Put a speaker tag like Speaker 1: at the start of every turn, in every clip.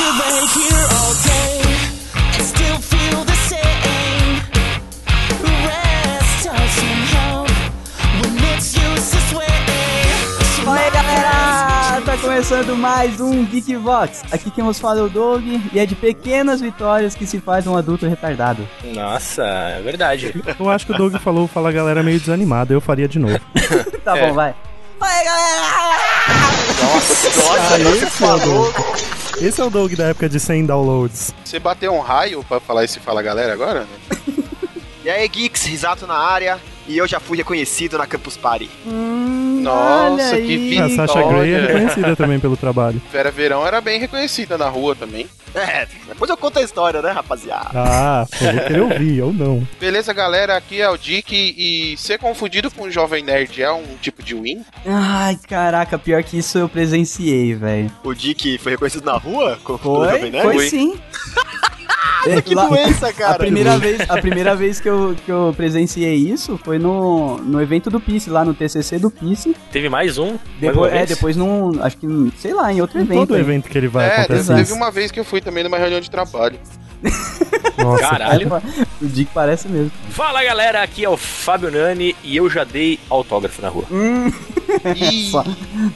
Speaker 1: here all day and still feel the same. Rest starts somehow when it's useless way.
Speaker 2: Fala aí galera, tá começando mais um Geekbox. Aqui quem nos fala é o Doug e é de pequenas vitórias que se faz um adulto retardado.
Speaker 3: Nossa, é verdade.
Speaker 4: Eu acho que o Doug falou, fala a galera meio desanimada, eu faria de novo.
Speaker 2: Tá
Speaker 3: É.
Speaker 2: bom, vai. Fala aí galera!
Speaker 3: Nossa,
Speaker 4: esse, é o Doug. Esse é o Doug da época de 100 downloads.
Speaker 5: Você bateu um raio pra falar esse Fala Galera agora? né?
Speaker 6: E aí, geeks, risato na área. E eu já fui reconhecido na Campus Party.
Speaker 5: Nossa,
Speaker 2: olha
Speaker 5: que
Speaker 2: aí.
Speaker 4: A
Speaker 5: vida.
Speaker 4: Sasha Grey é
Speaker 5: olha.
Speaker 4: reconhecida também pelo trabalho.
Speaker 5: Vera Verão era bem reconhecida na rua também.
Speaker 6: É, depois eu conto a história, né, rapaziada?
Speaker 4: Ah, pô, vou querer ouvir, ou não.
Speaker 5: Beleza, galera, aqui é o Dick e e ser confundido com um jovem nerd é um tipo de win?
Speaker 2: Ai, caraca, pior que isso eu presenciei, velho.
Speaker 6: O Dick foi reconhecido na rua? Com com o
Speaker 2: Foi?
Speaker 6: Jovem Nerd?
Speaker 2: Foi
Speaker 5: Foi.
Speaker 2: sim. É,
Speaker 6: né? Que
Speaker 2: lá-
Speaker 6: doença, cara.
Speaker 2: A primeira, vez, a primeira vez que eu, que eu presenciei isso foi no, no evento do PIS, lá no TCC do PIS.
Speaker 3: teve mais um? Mais uma
Speaker 2: Depois, é,
Speaker 3: vez?
Speaker 2: depois num, acho que, num- sei lá, em outro
Speaker 4: Em
Speaker 2: evento.
Speaker 4: todo
Speaker 2: aí.
Speaker 4: evento que ele vai
Speaker 5: É, teve,
Speaker 4: acontecer.
Speaker 2: exato.
Speaker 5: teve uma vez que eu fui também numa reunião de trabalho.
Speaker 4: Nossa,
Speaker 2: é, né?
Speaker 3: Caralho.
Speaker 2: O Dick parece mesmo.
Speaker 3: Fala galera, aqui é o Fábio Nani e eu já dei autógrafo na
Speaker 2: Hum.
Speaker 3: rua.
Speaker 5: Ih,
Speaker 2: Só,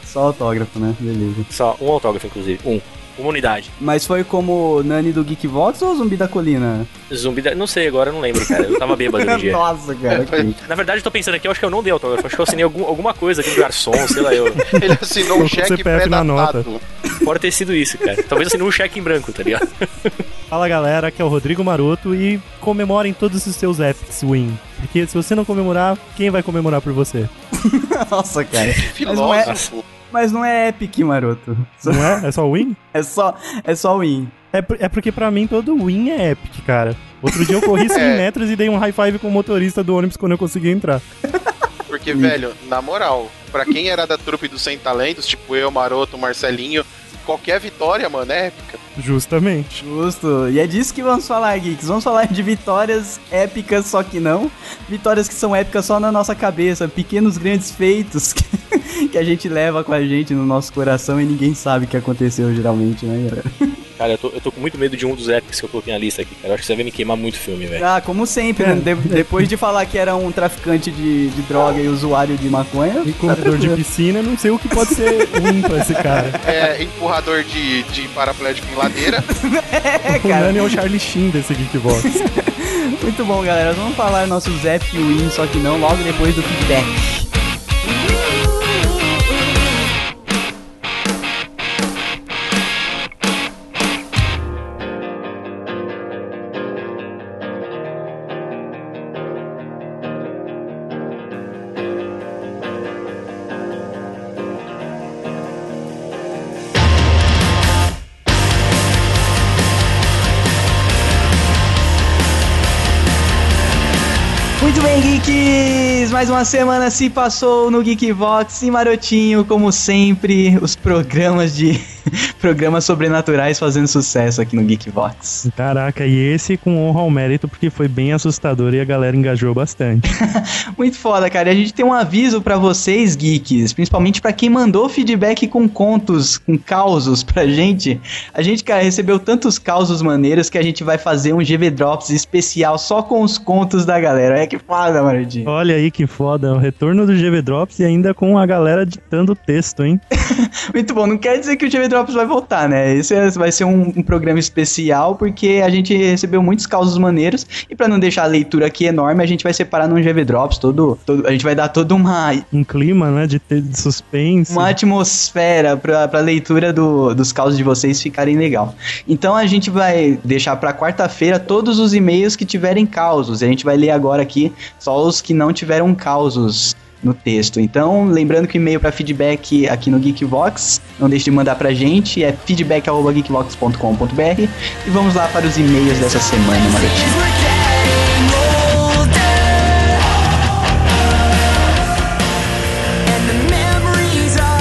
Speaker 2: só autógrafo, né? Beleza.
Speaker 3: Só um autógrafo, inclusive. Um. Uma unidade.
Speaker 2: Mas foi como o Nani do Geekbox ou o Zumbi da Colina?
Speaker 3: Zumbi da... Não sei, agora eu não lembro, cara. Eu tava bêbado no dia.
Speaker 2: Nossa, cara. que-
Speaker 3: Na verdade, eu tô pensando aqui, eu acho que eu não dei autógrafo. Acho que eu assinei algum- alguma coisa aqui do garçom, sei lá. Eu...
Speaker 5: ele assinou um
Speaker 4: Colocou
Speaker 5: cheque
Speaker 4: CPF na
Speaker 5: pré-datado.
Speaker 3: Pode ter sido isso, cara. Talvez eu assinei um cheque em branco, tá ligado?
Speaker 4: Fala galera, aqui é o Rodrigo Maroto e comemorem todos os seus Epics Win. Porque se você não comemorar, quem vai comemorar por você?
Speaker 2: Nossa, cara. não é-
Speaker 5: Filósofo.
Speaker 2: Mas não é epic, maroto.
Speaker 4: Não é? É só win?
Speaker 2: É só, é só win.
Speaker 4: É, por- é porque pra mim todo win é epic, cara. Outro dia eu corri 100
Speaker 5: É.
Speaker 4: metros e dei um high five com o motorista do ônibus quando eu consegui entrar.
Speaker 5: Porque, velho, na moral, pra quem era da trupe dos 100 talentos, tipo eu, Maroto, Marcelinho, qualquer vitória, mano, é épica.
Speaker 4: Justamente.
Speaker 2: Justo. E é disso que vamos falar, Geeks. Vamos falar de vitórias épicas, só que não. Vitórias que são épicas só na nossa cabeça. Pequenos grandes feitos que, que a gente leva com a gente no nosso coração e ninguém sabe o que aconteceu, geralmente, né, galera?
Speaker 3: Cara, eu tô, eu tô com muito medo de um dos epics que eu coloquei na lista aqui, cara. Eu acho que você vai me queimar muito filme, velho.
Speaker 2: Ah, como sempre, né? De- depois de falar que era um traficante de, de droga e usuário de maconha.
Speaker 4: E corredor de piscina, não sei o que pode ser win pra esse cara.
Speaker 5: É empurrador de, de paraplégico em ladeira.
Speaker 2: É,
Speaker 4: O
Speaker 2: cara.
Speaker 4: Nani é o Charlie Sheen desse Geekbox.
Speaker 2: Muito bom, galera. Vamos falar nossos Zep e Win, só que não, logo depois do feedback. Muito bem, Geeks! Mais uma semana se passou no Geekbox e Marotinho, como sempre, os programas de. programas sobrenaturais fazendo sucesso aqui no Geekbox.
Speaker 4: Caraca, e esse com honra ao mérito, porque foi bem assustador e a galera engajou bastante.
Speaker 2: Muito foda, cara. E a gente tem um aviso pra vocês, geeks, principalmente pra quem mandou feedback com contos, com causos pra gente. A gente, cara, recebeu tantos causos maneiros que a gente vai fazer um GV Drops especial só com os contos da galera. É que foda, Maradinho.
Speaker 4: Olha aí que foda, o retorno do GV Drops e ainda com a galera ditando o texto, hein?
Speaker 2: Muito bom. Não quer dizer que o GV Drops vai voltar, né? Esse é- vai ser um, um programa especial porque a gente recebeu muitos causos maneiros e pra não deixar a leitura aqui enorme, a gente vai separar num GV Drops todo, todo a gente vai dar toda uma
Speaker 4: Um clima, né, de, te- de suspense.
Speaker 2: uma atmosfera pra, pra leitura do- dos causos de vocês ficarem legal. Então a gente vai deixar pra quarta-feira todos os e-mails que tiverem causos. E a gente vai ler agora aqui só os que não tiveram causos no texto. Então, lembrando que o e-mail pra feedback aqui no Geekvox, não deixe de mandar pra gente, é feedback@geekvox.com.br e vamos lá para os e-mails dessa semana, Marotinho.
Speaker 1: We're getting older, and the memories are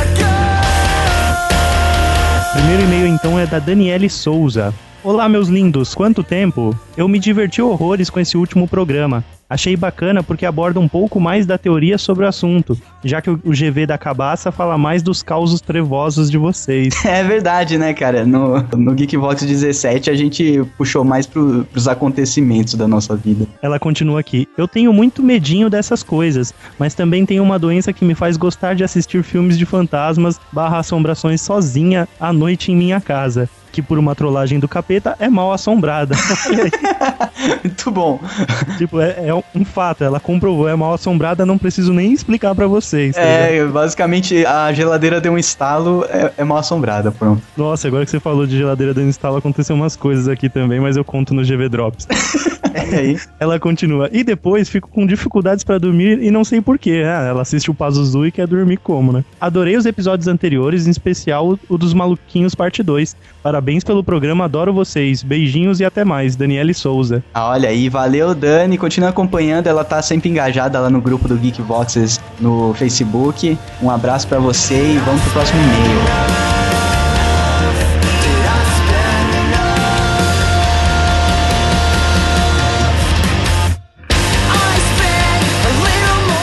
Speaker 4: Primeiro e-mail então é da Daniele Souza. Olá, meus lindos, quanto tempo? Eu me diverti horrores com esse último programa. Achei bacana porque aborda um pouco mais da teoria sobre o assunto, já que o o GV da cabaça fala mais dos causos trevosos de vocês.
Speaker 2: É verdade, né, cara? No, no Geekbox 17 a gente puxou mais pro, pros acontecimentos da nossa vida.
Speaker 4: Ela continua aqui. Eu tenho muito medinho dessas coisas, mas também tenho uma doença que me faz gostar de assistir filmes de fantasmas barra assombrações sozinha à noite em minha casa. Que por uma trollagem do capeta é mal assombrada.
Speaker 2: Muito bom.
Speaker 4: tipo, é, é um fato, ela comprovou, é mal assombrada, não preciso nem explicar pra vocês. tá ligado?
Speaker 2: É, basicamente a geladeira deu um estalo, é, é mal assombrada, pronto.
Speaker 4: Nossa, agora que você falou de geladeira dando instalo, aconteceu umas coisas aqui também, mas eu conto no GV Drops.
Speaker 2: E aí?
Speaker 4: Ela continua. E depois fico com dificuldades pra dormir e não sei porquê. Ah, ela assiste o Pazuzu e quer dormir como, né? Adorei os episódios anteriores, em especial o- o dos Maluquinhos Parte 2. Parabéns pelo programa, adoro vocês. Beijinhos e até mais. Daniele Souza.
Speaker 2: Ah, olha aí, valeu Dani, continua acompanhando, ela tá sempre engajada lá no grupo do Geekboxes no Facebook. Um abraço pra você e vamos pro próximo e-mail.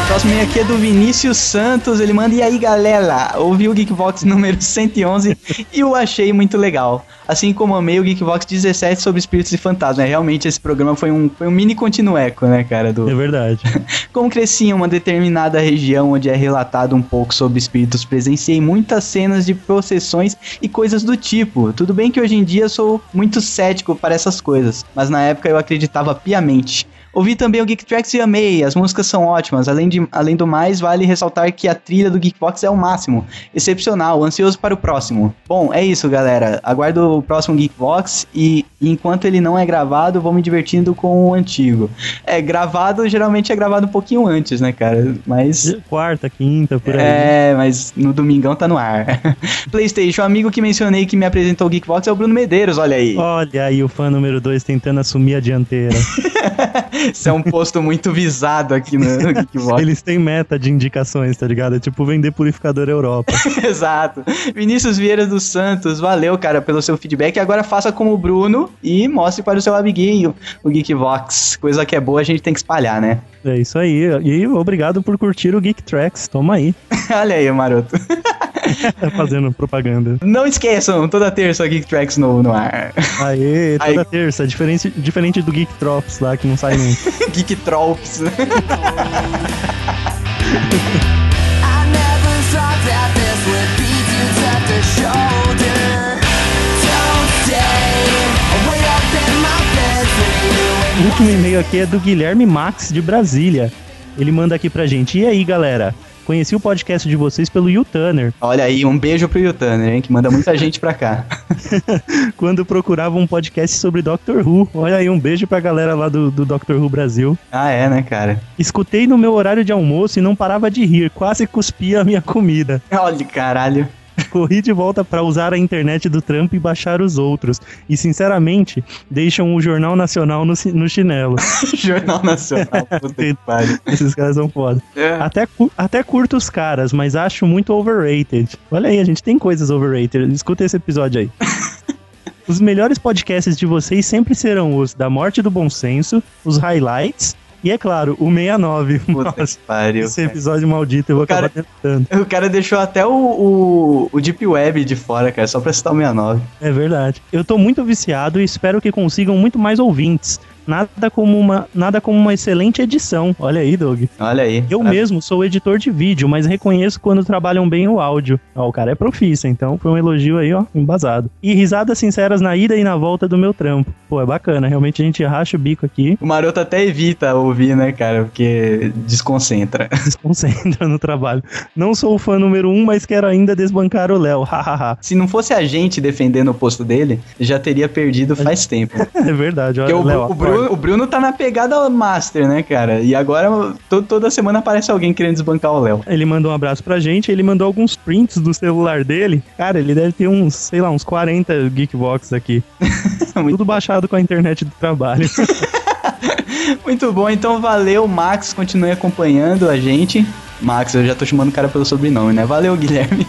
Speaker 2: Próximo e-mail aqui é do Vinícius Santos, ele manda, e aí galera, ouvi o Geekbox número 111 e o achei muito legal. Assim como amei o Geekbox 17 sobre espíritos e fantasmas. É, Realmente esse programa foi um, foi um mini continueco, né, cara, do,
Speaker 4: É verdade.
Speaker 2: como cresci em uma determinada região onde é relatado um pouco sobre espíritos, presenciei muitas cenas de possessões e coisas do tipo. Tudo bem que hoje em dia sou muito cético para essas coisas, mas na época eu acreditava piamente. Ouvi também o Geek Tracks e amei, as músicas são ótimas. Além, de, além do mais, vale ressaltar que a trilha do Geekbox é o máximo. Excepcional, ansioso para o próximo. Bom, é isso, galera. Aguardo o próximo Geekbox e enquanto ele não é gravado, vou me divertindo com o antigo. É, gravado geralmente é gravado um pouquinho antes, né, cara? Mas.
Speaker 4: Quarta, quinta, por aí.
Speaker 2: É, mas no domingão tá no ar. PlayStation, o amigo que mencionei que me apresentou o Geekbox é o Bruno Medeiros, olha aí.
Speaker 4: Olha aí o fã número 2 tentando assumir a dianteira.
Speaker 2: Isso é um posto muito visado aqui no no Geekbox.
Speaker 4: Eles têm meta de indicações, tá ligado? É tipo vender purificador Europa.
Speaker 2: Exato. Vinícius Vieira dos Santos, valeu, cara, pelo seu feedback. Agora faça como o Bruno e mostre para o seu amiguinho o Geekbox. Coisa que é boa, a gente tem que espalhar, né?
Speaker 4: É isso aí. E obrigado por curtir o Geek Tracks. Toma aí.
Speaker 2: Olha aí, maroto.
Speaker 4: Tá fazendo propaganda.
Speaker 2: Não esqueçam, toda terça Geek Tracks novo no ar.
Speaker 4: Aê, toda
Speaker 2: Aí.
Speaker 4: terça. Diferente, diferente do Geek Drops lá, que não sai nunca.
Speaker 2: Geek Trolls.
Speaker 1: I never thought that this would be dudes after shoulder. Don't stay way up in my bed for you.
Speaker 4: o último e-mail aqui é do Guilherme Max, de Brasília. Ele manda aqui pra gente. E aí, galera? Conheci o podcast de vocês pelo Yu Tanner,
Speaker 2: Olha aí, um beijo pro Yutanner, hein, que manda muita gente pra cá.
Speaker 4: quando procurava um podcast sobre Doctor Who. Olha aí, um beijo pra galera lá do, do Doctor Who Brasil.
Speaker 2: Ah, é, né, cara?
Speaker 4: Escutei no meu horário de almoço e não parava de rir, quase cuspia a minha comida.
Speaker 2: Olha, caralho.
Speaker 4: Corri de volta para usar a internet do Trump e baixar os outros. E, sinceramente, deixam o Jornal Nacional no, ci- no chinelo.
Speaker 2: Jornal Nacional, puta que pariu.
Speaker 4: Esses caras são foda.
Speaker 2: É.
Speaker 4: Até, cu- até curto os caras, mas acho muito overrated. Olha aí, a gente tem coisas overrated. Escuta esse episódio aí. Os melhores podcasts de vocês sempre serão os da Morte do Bom Senso, os Highlights e, é claro, o 69.
Speaker 2: Puta que
Speaker 4: Nossa, é
Speaker 2: pariu.
Speaker 4: esse episódio maldito, eu vou
Speaker 2: Cara-
Speaker 4: acabar tentando.
Speaker 2: O cara deixou até o, o, o Deep Web de fora, cara, só pra citar o 69.
Speaker 4: É verdade. Eu tô muito viciado e espero que consigam muito mais ouvintes. Nada como uma, nada como uma excelente edição. Olha aí, Doug.
Speaker 2: Olha aí.
Speaker 4: Eu
Speaker 2: Parabéns.
Speaker 4: mesmo sou editor de vídeo, mas reconheço quando trabalham bem o áudio. Ó, o cara é profissa, então foi um elogio aí, ó, embasado. E risadas sinceras na ida e na volta do meu trampo. Pô, é bacana, realmente a gente racha o bico aqui,
Speaker 2: O maroto até evita ouvir, né, cara? Porque desconcentra.
Speaker 4: desconcentra no trabalho. Não sou o fã número um, mas quero ainda desbancar o Léo, hahaha.
Speaker 2: Se não fosse a gente defendendo o posto dele, já teria perdido faz tempo.
Speaker 4: é verdade,
Speaker 2: Porque
Speaker 4: olha,
Speaker 2: o,
Speaker 4: Léo.
Speaker 2: o, Bruno,
Speaker 4: acorda.
Speaker 2: o Bruno tá na pegada master, né, cara? E agora to- toda semana aparece alguém querendo desbancar o Léo.
Speaker 4: Ele mandou um abraço pra gente, ele mandou alguns prints do celular dele. Cara, ele deve ter uns, sei lá, uns 40 Geekbox aqui.
Speaker 2: Muito
Speaker 4: Tudo baixado com a internet do trabalho.
Speaker 2: Muito bom, então valeu, Max. Continue acompanhando a gente. Max, eu já tô chamando o cara pelo sobrenome, né? Valeu, Guilherme.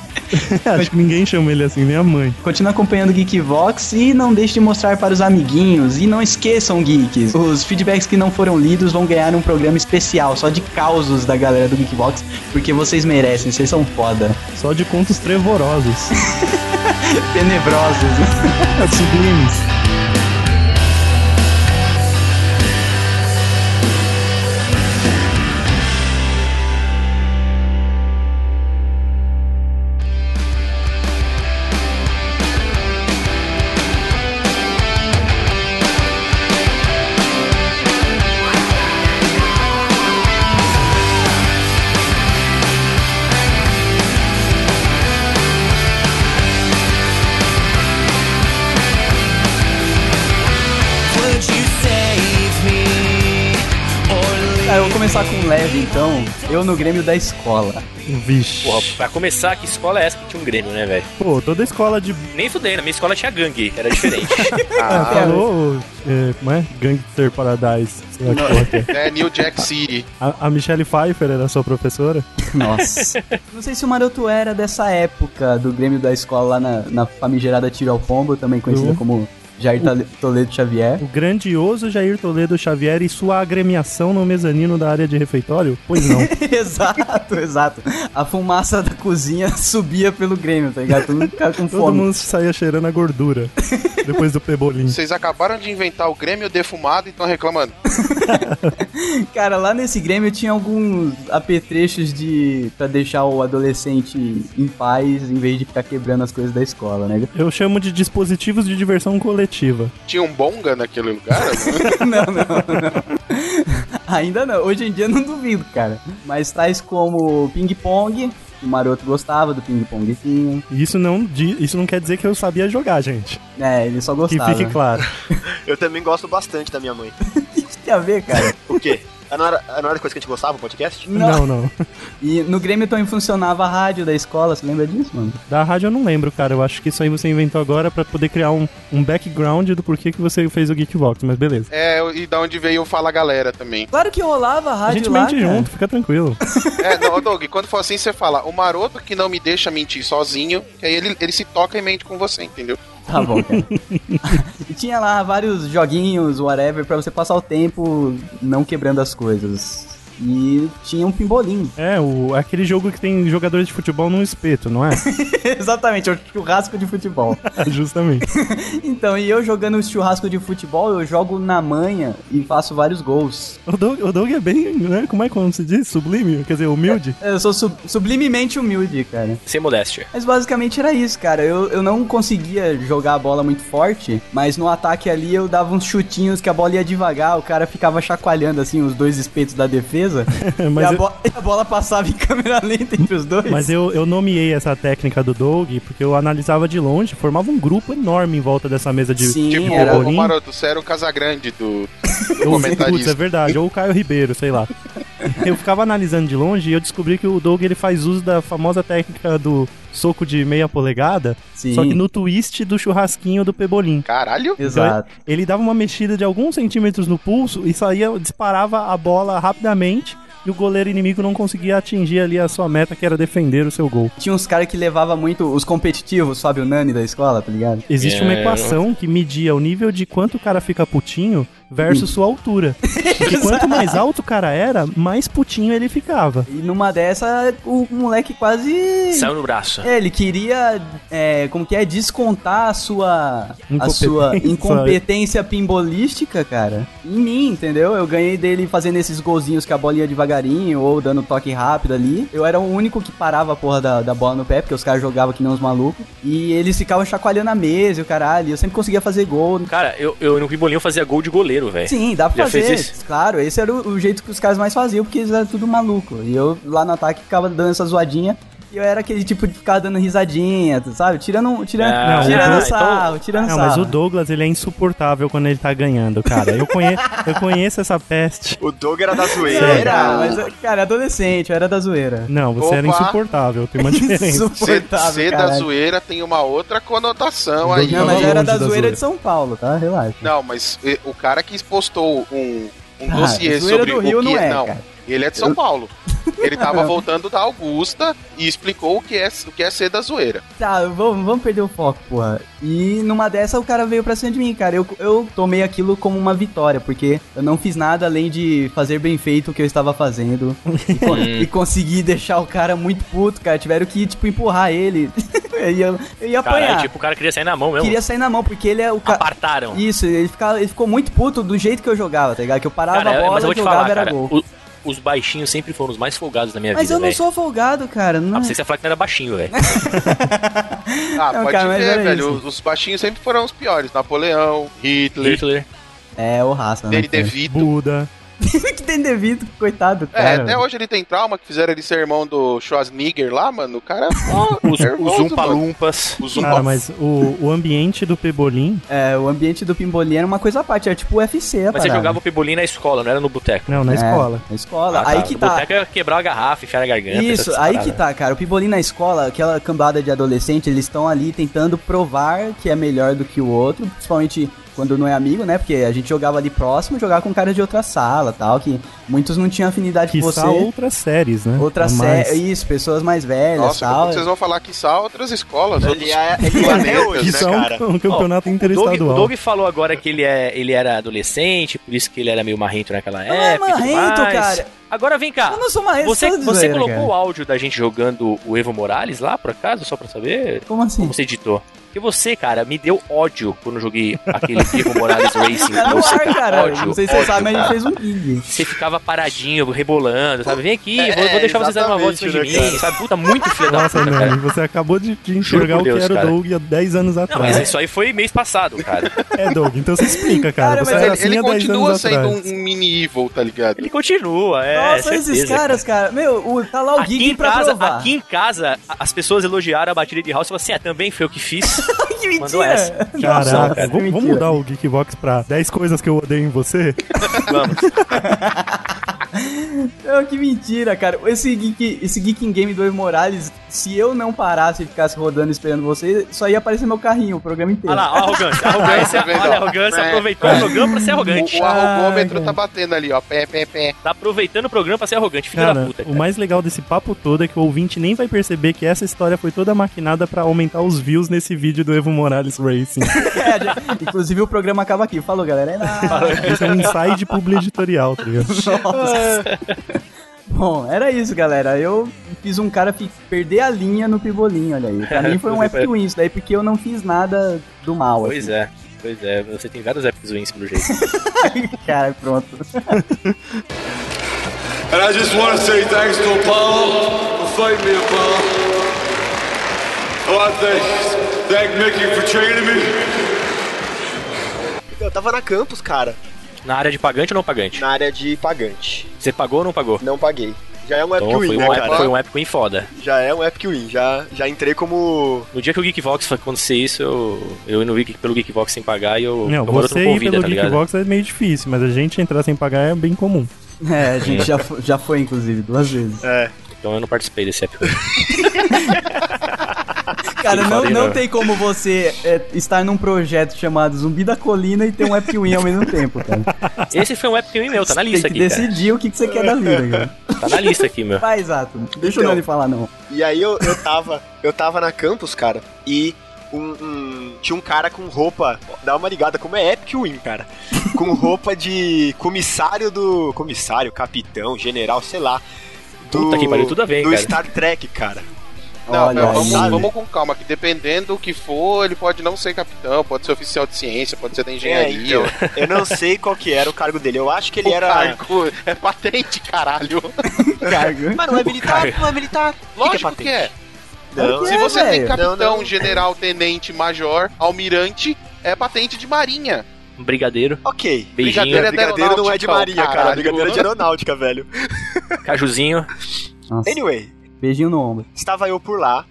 Speaker 4: Acho que ninguém chama ele assim, nem a mãe.
Speaker 2: Continue acompanhando o Geekvox e não deixe de mostrar para os amiguinhos. E não esqueçam, geeks, os feedbacks que não foram lidos vão ganhar um programa especial só de causos da galera do Geekvox, porque vocês merecem, vocês são foda.
Speaker 4: Só de contos trevorosos.
Speaker 2: Tenebrosos, né?
Speaker 4: Sublimes.
Speaker 1: Would you save me or leave?
Speaker 2: Ah, eu vou começar com um leve, então. Eu no Grêmio da escola.
Speaker 4: Vixe.
Speaker 3: Porra, pra começar, que escola é essa que tinha um Grêmio, né, velho?
Speaker 4: Pô, toda escola de.
Speaker 3: Nem fudei, na minha escola tinha gangue, era diferente.
Speaker 4: Ah,
Speaker 5: Ah,
Speaker 4: falou. É, como é? Gangster Paradise. Sei lá que porra que é.
Speaker 5: é New Jack City.
Speaker 4: A, a Michelle Pfeiffer era sua professora?
Speaker 2: Nossa. não sei se o Maroto era dessa época do Grêmio da escola lá na, na famigerada Tiro ao Pombo, também conhecida
Speaker 4: Eu?
Speaker 2: como Jair Tale- Toledo Xavier.
Speaker 4: O grandioso Jair Toledo Xavier e sua agremiação no mezanino da área de refeitório? Pois não.
Speaker 2: exato, exato. A fumaça da cozinha subia pelo Grêmio, tá ligado? Todo mundo ficava com
Speaker 4: Todo
Speaker 2: fome.
Speaker 4: mundo saía cheirando a gordura. depois do pebolim.
Speaker 5: Vocês acabaram de inventar o Grêmio defumado e estão reclamando.
Speaker 2: Cara, lá nesse Grêmio tinha alguns apetrechos de pra deixar o adolescente em paz em vez de ficar quebrando as coisas da escola, né?
Speaker 4: Eu chamo de dispositivos de diversão coletiva.
Speaker 5: Tinha um bonga naquele lugar?
Speaker 2: não, não, não. Ainda não. Hoje em dia eu não duvido, cara. Mas tais como ping-pong, que o maroto gostava do ping-pongzinho.
Speaker 4: E isso não, di- isso não quer dizer que eu sabia jogar, gente.
Speaker 2: É, ele só
Speaker 4: Que
Speaker 2: gostava.
Speaker 4: fique claro.
Speaker 6: Eu também gosto bastante da minha mãe.
Speaker 2: O que tem a ver, cara?
Speaker 6: O quê? Ah, Não era, ah, não era coisa que a gente gostava, o podcast?
Speaker 4: Não, não.
Speaker 2: E no Grêmio também funcionava a rádio da escola, você lembra disso, mano?
Speaker 4: Da rádio eu não lembro, cara. Eu acho que isso aí você inventou agora pra poder criar um, um background do porquê que você fez o Geekbox, mas beleza.
Speaker 5: é, e da onde veio o Fala Galera também.
Speaker 2: Claro que rolava a
Speaker 4: A
Speaker 2: rádio
Speaker 4: gente
Speaker 2: É lá,
Speaker 4: mente
Speaker 2: cara.
Speaker 4: junto, fica tranquilo.
Speaker 5: É, não, ô, Doug, quando for assim, você fala, o maroto que não me deixa mentir sozinho, que aí ele, ele se toca e mente com você, entendeu?
Speaker 2: Tá bom, cara. e tinha lá vários joguinhos, whatever, pra você passar o tempo não quebrando as coisas. E tinha um pimbolim.
Speaker 4: É, o, aquele jogo que tem jogadores de futebol num espeto, não é?
Speaker 2: Exatamente, é um churrasco de futebol.
Speaker 4: Justamente.
Speaker 2: Então, e eu jogando churrasco de futebol, eu jogo na manha e faço vários gols.
Speaker 4: O Doug, o Doug é bem, né? Como é que se diz? Sublime? Quer dizer, humilde?
Speaker 2: Eu sou sub- sublimemente humilde, cara.
Speaker 3: Sem modéstia.
Speaker 2: Mas basicamente era isso, cara. Eu, eu não conseguia jogar a bola muito forte, mas no ataque ali eu dava uns chutinhos que a bola ia devagar, o cara ficava chacoalhando assim os dois espetos da defesa. e, a
Speaker 4: mas eu,
Speaker 2: bo- e a bola passava em câmera lenta entre os dois.
Speaker 4: mas eu, eu nomeei essa técnica do Doug porque eu analisava de longe, formava um grupo enorme em volta dessa mesa de.
Speaker 2: Sim,
Speaker 5: tipo,
Speaker 2: era.
Speaker 5: ô, ô, maroto, você era o Casagrande do, do
Speaker 4: Eu, putz, é
Speaker 5: comentarista.
Speaker 4: verdade, ou o Caio Ribeiro, sei lá. Eu ficava analisando de longe e eu descobri que o Doug ele faz uso da famosa técnica do soco de meia polegada,
Speaker 2: Sim,
Speaker 4: só que no twist do churrasquinho do Pebolim.
Speaker 5: Caralho?
Speaker 2: exato.
Speaker 4: Ele dava uma mexida de alguns centímetros no pulso e saía, disparava a bola rapidamente e o goleiro inimigo não conseguia atingir ali a sua meta, que era defender o seu gol.
Speaker 2: Tinha uns caras que levava muito os competitivos, Fábio Nani da escola, tá ligado?
Speaker 4: Existe uma
Speaker 3: É.
Speaker 4: equação que media o nível de quanto o cara fica putinho versus sua altura. Porque quanto mais alto o cara era, mais putinho ele ficava.
Speaker 2: E numa dessa, o moleque quase.
Speaker 3: Saiu no braço.
Speaker 2: É, ele queria, é, como que é, descontar a sua, a
Speaker 4: Incompetência.
Speaker 2: sua incompetência pimbolística, cara, em mim, entendeu? Eu ganhei dele fazendo esses golzinhos que a bola ia devagarinho ou dando toque rápido ali. Eu era o único que parava a porra da, da bola no pé, porque os caras jogavam que nem uns malucos. E eles ficavam chacoalhando a mesa e o caralho. e Eu sempre conseguia fazer gol.
Speaker 3: Cara, eu, eu no Ribolinho eu fazia gol de goleiro, velho.
Speaker 2: Sim, dá pra
Speaker 3: Já
Speaker 2: fazer.
Speaker 3: fez isso?
Speaker 2: Claro, esse era o, o jeito que os caras mais faziam, porque eles eram tudo maluco. E eu lá no ataque ficava dando essa zoadinha. E eu era aquele tipo de ficar dando risadinha, tu sabe? Tirando, tirando,
Speaker 3: Ah,
Speaker 2: tirando
Speaker 4: então-
Speaker 2: sarro, tirando
Speaker 4: Não,
Speaker 2: sarro.
Speaker 4: mas o Douglas, ele é insuportável quando ele tá ganhando, cara. Eu, conhe- eu conheço essa peste.
Speaker 6: O Doug era da
Speaker 4: Sério?
Speaker 2: Cara,
Speaker 6: zoeira.
Speaker 2: mas, cara, adolescente, eu era da zoeira.
Speaker 4: Não, você era
Speaker 5: Opa.
Speaker 4: insuportável, tem uma diferença.
Speaker 5: Ser
Speaker 2: Insuportável,
Speaker 5: ser é da
Speaker 2: caralho.
Speaker 5: zoeira tem uma outra conotação
Speaker 4: Doug
Speaker 5: aí.
Speaker 4: é
Speaker 2: Não, mas eu
Speaker 4: Longe
Speaker 2: era da,
Speaker 4: da
Speaker 2: zoeira,
Speaker 4: zoeira.
Speaker 2: de São Paulo, tá? Relaxa.
Speaker 5: Não, mas eh, o cara que postou um, um
Speaker 2: Ah,
Speaker 5: dossiê
Speaker 2: zoeira
Speaker 5: sobre
Speaker 2: do
Speaker 5: o
Speaker 2: Rio
Speaker 5: que
Speaker 2: não é,
Speaker 5: Não,
Speaker 2: cara.
Speaker 5: ele é de São Paulo. Ele tava voltando da Augusta e explicou o que é, o que é ser da zoeira.
Speaker 2: Tá, vamos, vamos perder o foco, porra. E numa dessa o cara veio pra cima de mim, cara. Eu, eu tomei aquilo como uma vitória, porque eu não fiz nada além de fazer bem feito o que eu estava fazendo. E, con- e consegui deixar o cara muito puto, cara. Tiveram que, tipo, empurrar ele. eu ia, eu ia apanhar.
Speaker 3: Caralho, tipo, o cara queria sair na mão mesmo.
Speaker 2: Queria sair na mão, porque ele é o cara.
Speaker 3: Apartaram.
Speaker 2: Isso, ele, ficava, ele ficou muito puto do jeito que eu jogava, tá ligado? Que eu parava
Speaker 3: Cara, é,
Speaker 2: a bola,
Speaker 3: mas eu vou te
Speaker 2: jogava
Speaker 3: falar,
Speaker 2: era
Speaker 3: cara.
Speaker 2: gol.
Speaker 3: o- os baixinhos sempre foram os mais folgados da minha
Speaker 2: Mas
Speaker 3: vida,
Speaker 2: eu não
Speaker 3: velho.
Speaker 2: sou né? folgado, cara.
Speaker 3: Ah,
Speaker 2: Não... é.
Speaker 3: pensei que você ia falar que não era baixinho, velho.
Speaker 5: Ah,
Speaker 2: Não,
Speaker 5: pode
Speaker 2: cara, mas
Speaker 5: ver,
Speaker 2: era
Speaker 5: velho.
Speaker 2: isso.
Speaker 5: Os baixinhos sempre foram os piores. Napoleão, Hitler,
Speaker 3: Hitler.
Speaker 2: É, o raça, né?
Speaker 5: Danny
Speaker 2: cara?
Speaker 5: DeVito.
Speaker 4: Buda.
Speaker 2: que tem devido, coitado,
Speaker 5: É,
Speaker 2: cara.
Speaker 5: até hoje ele tem trauma que fizeram ele ser irmão do Schwarzenegger lá, mano. O cara é
Speaker 3: Os, os Umpalumpas.
Speaker 5: Os
Speaker 4: Cara,
Speaker 5: Umpa
Speaker 4: mas o, o ambiente do Pebolim.
Speaker 2: É, o ambiente do Pimbolim era uma coisa à parte, era tipo UFC, a
Speaker 3: Mas você
Speaker 2: parada.
Speaker 3: jogava o pebolim na escola, não era no boteco.
Speaker 4: Não, na
Speaker 2: É,
Speaker 4: escola.
Speaker 2: Na escola. aí que
Speaker 3: no
Speaker 2: tá.
Speaker 3: boteco é quebrar a garrafa, enfiar a garganta.
Speaker 2: Isso,
Speaker 3: essas
Speaker 2: aí
Speaker 3: paradas.
Speaker 2: que tá, cara. O Pimbolim na escola, aquela cambada de adolescente, eles estão ali tentando provar que é melhor do que o outro, principalmente quando não é amigo, né? Porque a gente jogava ali próximo, jogava com cara de outra sala tal, que muitos não tinham afinidade
Speaker 4: Que
Speaker 2: com você.
Speaker 4: são outras séries, né?
Speaker 2: Outra
Speaker 4: A mais.
Speaker 2: série, isso, pessoas mais velhas
Speaker 5: Nossa,
Speaker 2: tal.
Speaker 5: como vocês vão falar que sal outras escolas, outros
Speaker 6: Ele é, ele é até
Speaker 5: planetas,
Speaker 6: hoje,
Speaker 4: Que
Speaker 6: né,
Speaker 4: são
Speaker 6: cara?
Speaker 4: um campeonato
Speaker 3: Doug,
Speaker 4: interestadual.
Speaker 3: o Doug falou agora que ele, é, ele era adolescente, por isso que ele era meio marrento naquela
Speaker 2: Não é
Speaker 3: época. e tudo
Speaker 2: marrento,
Speaker 3: mais.
Speaker 2: cara.
Speaker 3: Agora vem cá.
Speaker 2: Eu não sou uma
Speaker 3: Você,
Speaker 2: sou
Speaker 3: você
Speaker 2: É zoeira,
Speaker 3: colocou
Speaker 2: cara.
Speaker 3: o áudio da gente jogando o Evo Morales lá, por acaso, só pra saber?
Speaker 2: Como assim?
Speaker 3: Como você editou? Porque você, cara, me deu ódio quando eu joguei aquele Evo Morales Racing.
Speaker 2: Tá
Speaker 3: pra
Speaker 2: no
Speaker 3: você,
Speaker 2: ar, cara.
Speaker 3: Ódio,
Speaker 2: Não sei se você
Speaker 3: ódio,
Speaker 2: sabe, mas ele
Speaker 3: cara.
Speaker 2: fez um gig.
Speaker 3: Você ficava paradinho, rebolando, sabe? Vem aqui,
Speaker 5: É,
Speaker 3: vou, vou deixar vocês darem uma volta
Speaker 2: né,
Speaker 3: em cima de
Speaker 5: exatamente,
Speaker 3: mim, sabe? Puta, muito filho da
Speaker 4: Nossa,
Speaker 3: puta, cara.
Speaker 4: Nani, você acabou de, de
Speaker 3: Juro
Speaker 4: enxergar
Speaker 3: por
Speaker 4: o que
Speaker 3: Deus,
Speaker 4: era
Speaker 3: cara.
Speaker 4: o Doug há 10 anos
Speaker 3: Não, mas
Speaker 4: atrás.
Speaker 3: isso aí foi mês passado, cara.
Speaker 4: É, Doug, então você explica,
Speaker 2: Cara,
Speaker 4: cara. você
Speaker 2: mas
Speaker 5: Mas
Speaker 4: era
Speaker 5: ele,
Speaker 4: assim
Speaker 5: ele
Speaker 4: há 10
Speaker 5: continua
Speaker 4: anos
Speaker 5: sendo
Speaker 4: atrás.
Speaker 5: um, um mini evil, tá ligado?
Speaker 3: Ele continua, é.
Speaker 2: Nossa, esses
Speaker 3: certeza,
Speaker 2: caras, cara. Meu, o, tá lá o
Speaker 3: Aqui
Speaker 2: gig
Speaker 3: em,
Speaker 2: pra
Speaker 3: casa,
Speaker 2: provar.
Speaker 3: aqui em casa, a- as pessoas elogiaram a batida de house e falaram assim: ah, também foi eu que fiz.
Speaker 2: que mentira.
Speaker 3: Mandou essa.
Speaker 4: Caraca,
Speaker 2: cara. é
Speaker 4: vamos, vamos
Speaker 2: Mentira.
Speaker 4: mudar o Geekbox pra 10 coisas que eu odeio em você?
Speaker 3: Vamos.
Speaker 2: Não, que mentira, cara. Esse geek, esse geek in game do Evo Morales, se eu não parasse e ficasse rodando esperando você, só ia aparecer meu carrinho o programa inteiro.
Speaker 3: Olha lá, ó a arrogância. a arrogância,
Speaker 5: Ah, tá vendo,
Speaker 3: olha a
Speaker 5: ó.
Speaker 3: arrogância.
Speaker 5: É.
Speaker 3: Aproveitou o programa pra ser arrogante.
Speaker 5: O, o arrogômetro
Speaker 2: Ai,
Speaker 5: tá batendo ali, ó. Pé, pé, pé.
Speaker 3: Tá aproveitando o programa pra ser arrogante, filho da
Speaker 4: Cara,
Speaker 3: puta.
Speaker 4: o
Speaker 3: cara.
Speaker 4: mais legal desse papo todo é que o ouvinte nem vai perceber que essa história foi toda maquinada pra aumentar os views nesse vídeo do Evo Morales Racing.
Speaker 2: É, já- inclusive o programa acaba aqui. Falou, galera. É nada.
Speaker 4: Esse é um inside publi editorial, tá ligado?
Speaker 2: Nossa. Bom, era isso, galera. Eu fiz um cara fi- perder a linha no pibolinho, olha aí. Pra mim foi um epic win isso daí, porque eu não fiz nada do mal.
Speaker 3: é.
Speaker 2: assim.
Speaker 3: Pois é. Pois é, você tem vários apps ruins pelo jeito.
Speaker 2: é. Cara, pronto.
Speaker 7: And I just want to say thanks to Apollo for fighting me, Apollo. I want to thank, thank Mickey for training me.
Speaker 6: Eu tava na campus, cara,
Speaker 3: Na área de pagante ou não pagante?
Speaker 6: na área de pagante.
Speaker 3: Você pagou ou não pagou?
Speaker 6: Não paguei. Já é um
Speaker 3: Então
Speaker 6: Epic
Speaker 3: foi
Speaker 6: Win,
Speaker 3: um,
Speaker 6: né,
Speaker 3: épico,
Speaker 6: cara?
Speaker 3: foi um épico em foda.
Speaker 6: Já é um Epic Win. Já, já entrei como.
Speaker 3: No dia que o Geekvox acontecer isso, eu, eu indo Geek- pelo Geekvox sem pagar e eu
Speaker 4: Não,
Speaker 3: eu moro
Speaker 4: você
Speaker 3: no
Speaker 4: ir
Speaker 3: Convida,
Speaker 4: pelo Geekbox é meio difícil, mas a gente entrar sem pagar é bem comum.
Speaker 2: É, a gente já, fo- já foi, inclusive, duas vezes.
Speaker 3: Então eu não participei desse épico.
Speaker 2: Cara,
Speaker 3: Sim,
Speaker 2: não,
Speaker 3: falei,
Speaker 2: não
Speaker 3: né?
Speaker 2: tem como você é, estar num projeto chamado Zumbi da Colina e ter um Epic Win ao mesmo tempo, cara.
Speaker 3: Esse foi um épico em meu, tá na
Speaker 2: Tem que
Speaker 3: lista aqui, cara.
Speaker 2: decidir o que, que você quer da vida, cara.
Speaker 3: Tá na lista aqui, meu.
Speaker 2: Vai, exato. Deixa
Speaker 6: Então.
Speaker 2: eu não falar, não.
Speaker 6: E aí eu, eu tava. eu tava na campus, cara, e um, um- tinha um cara com roupa. Dá uma ligada, como é Epic Win, cara. Com roupa de comissário do. Comissário, capitão, general, sei lá. Do,
Speaker 3: Puta que pariu, tudo a ver, hein,
Speaker 6: Do
Speaker 3: cara.
Speaker 6: Star Trek, cara.
Speaker 5: Não,
Speaker 2: Olha
Speaker 5: não,
Speaker 2: aí.
Speaker 5: vamos,
Speaker 6: sabe?
Speaker 5: vamos com calma, que dependendo do que for, ele pode não ser capitão, pode ser oficial de ciência, pode ser da
Speaker 6: É,
Speaker 5: engenharia.
Speaker 6: então, eu não sei qual que era o cargo dele. Eu acho que ele
Speaker 5: O
Speaker 6: era.
Speaker 5: cargo é patente, caralho.
Speaker 2: Cargo.
Speaker 6: Mas não é militar, não é militar.
Speaker 5: Lógico que é.
Speaker 6: Não,
Speaker 2: Por
Speaker 5: Se
Speaker 2: É,
Speaker 5: você tem
Speaker 2: velho.
Speaker 5: capitão,
Speaker 6: Não, não.
Speaker 5: general, tenente, major, almirante, é patente de marinha.
Speaker 3: Um brigadeiro,
Speaker 6: Ok.
Speaker 3: beijinho,
Speaker 5: Brigadeiro é
Speaker 6: Brigadeiro não é de
Speaker 5: aeronáutica,
Speaker 6: Maria, cara.
Speaker 5: caralho.
Speaker 6: Brigadeiro é de aeronáutica, velho.
Speaker 3: cajuzinho.
Speaker 2: Nossa,
Speaker 6: Anyway,
Speaker 2: beijinho no ombro.
Speaker 6: estava eu por lá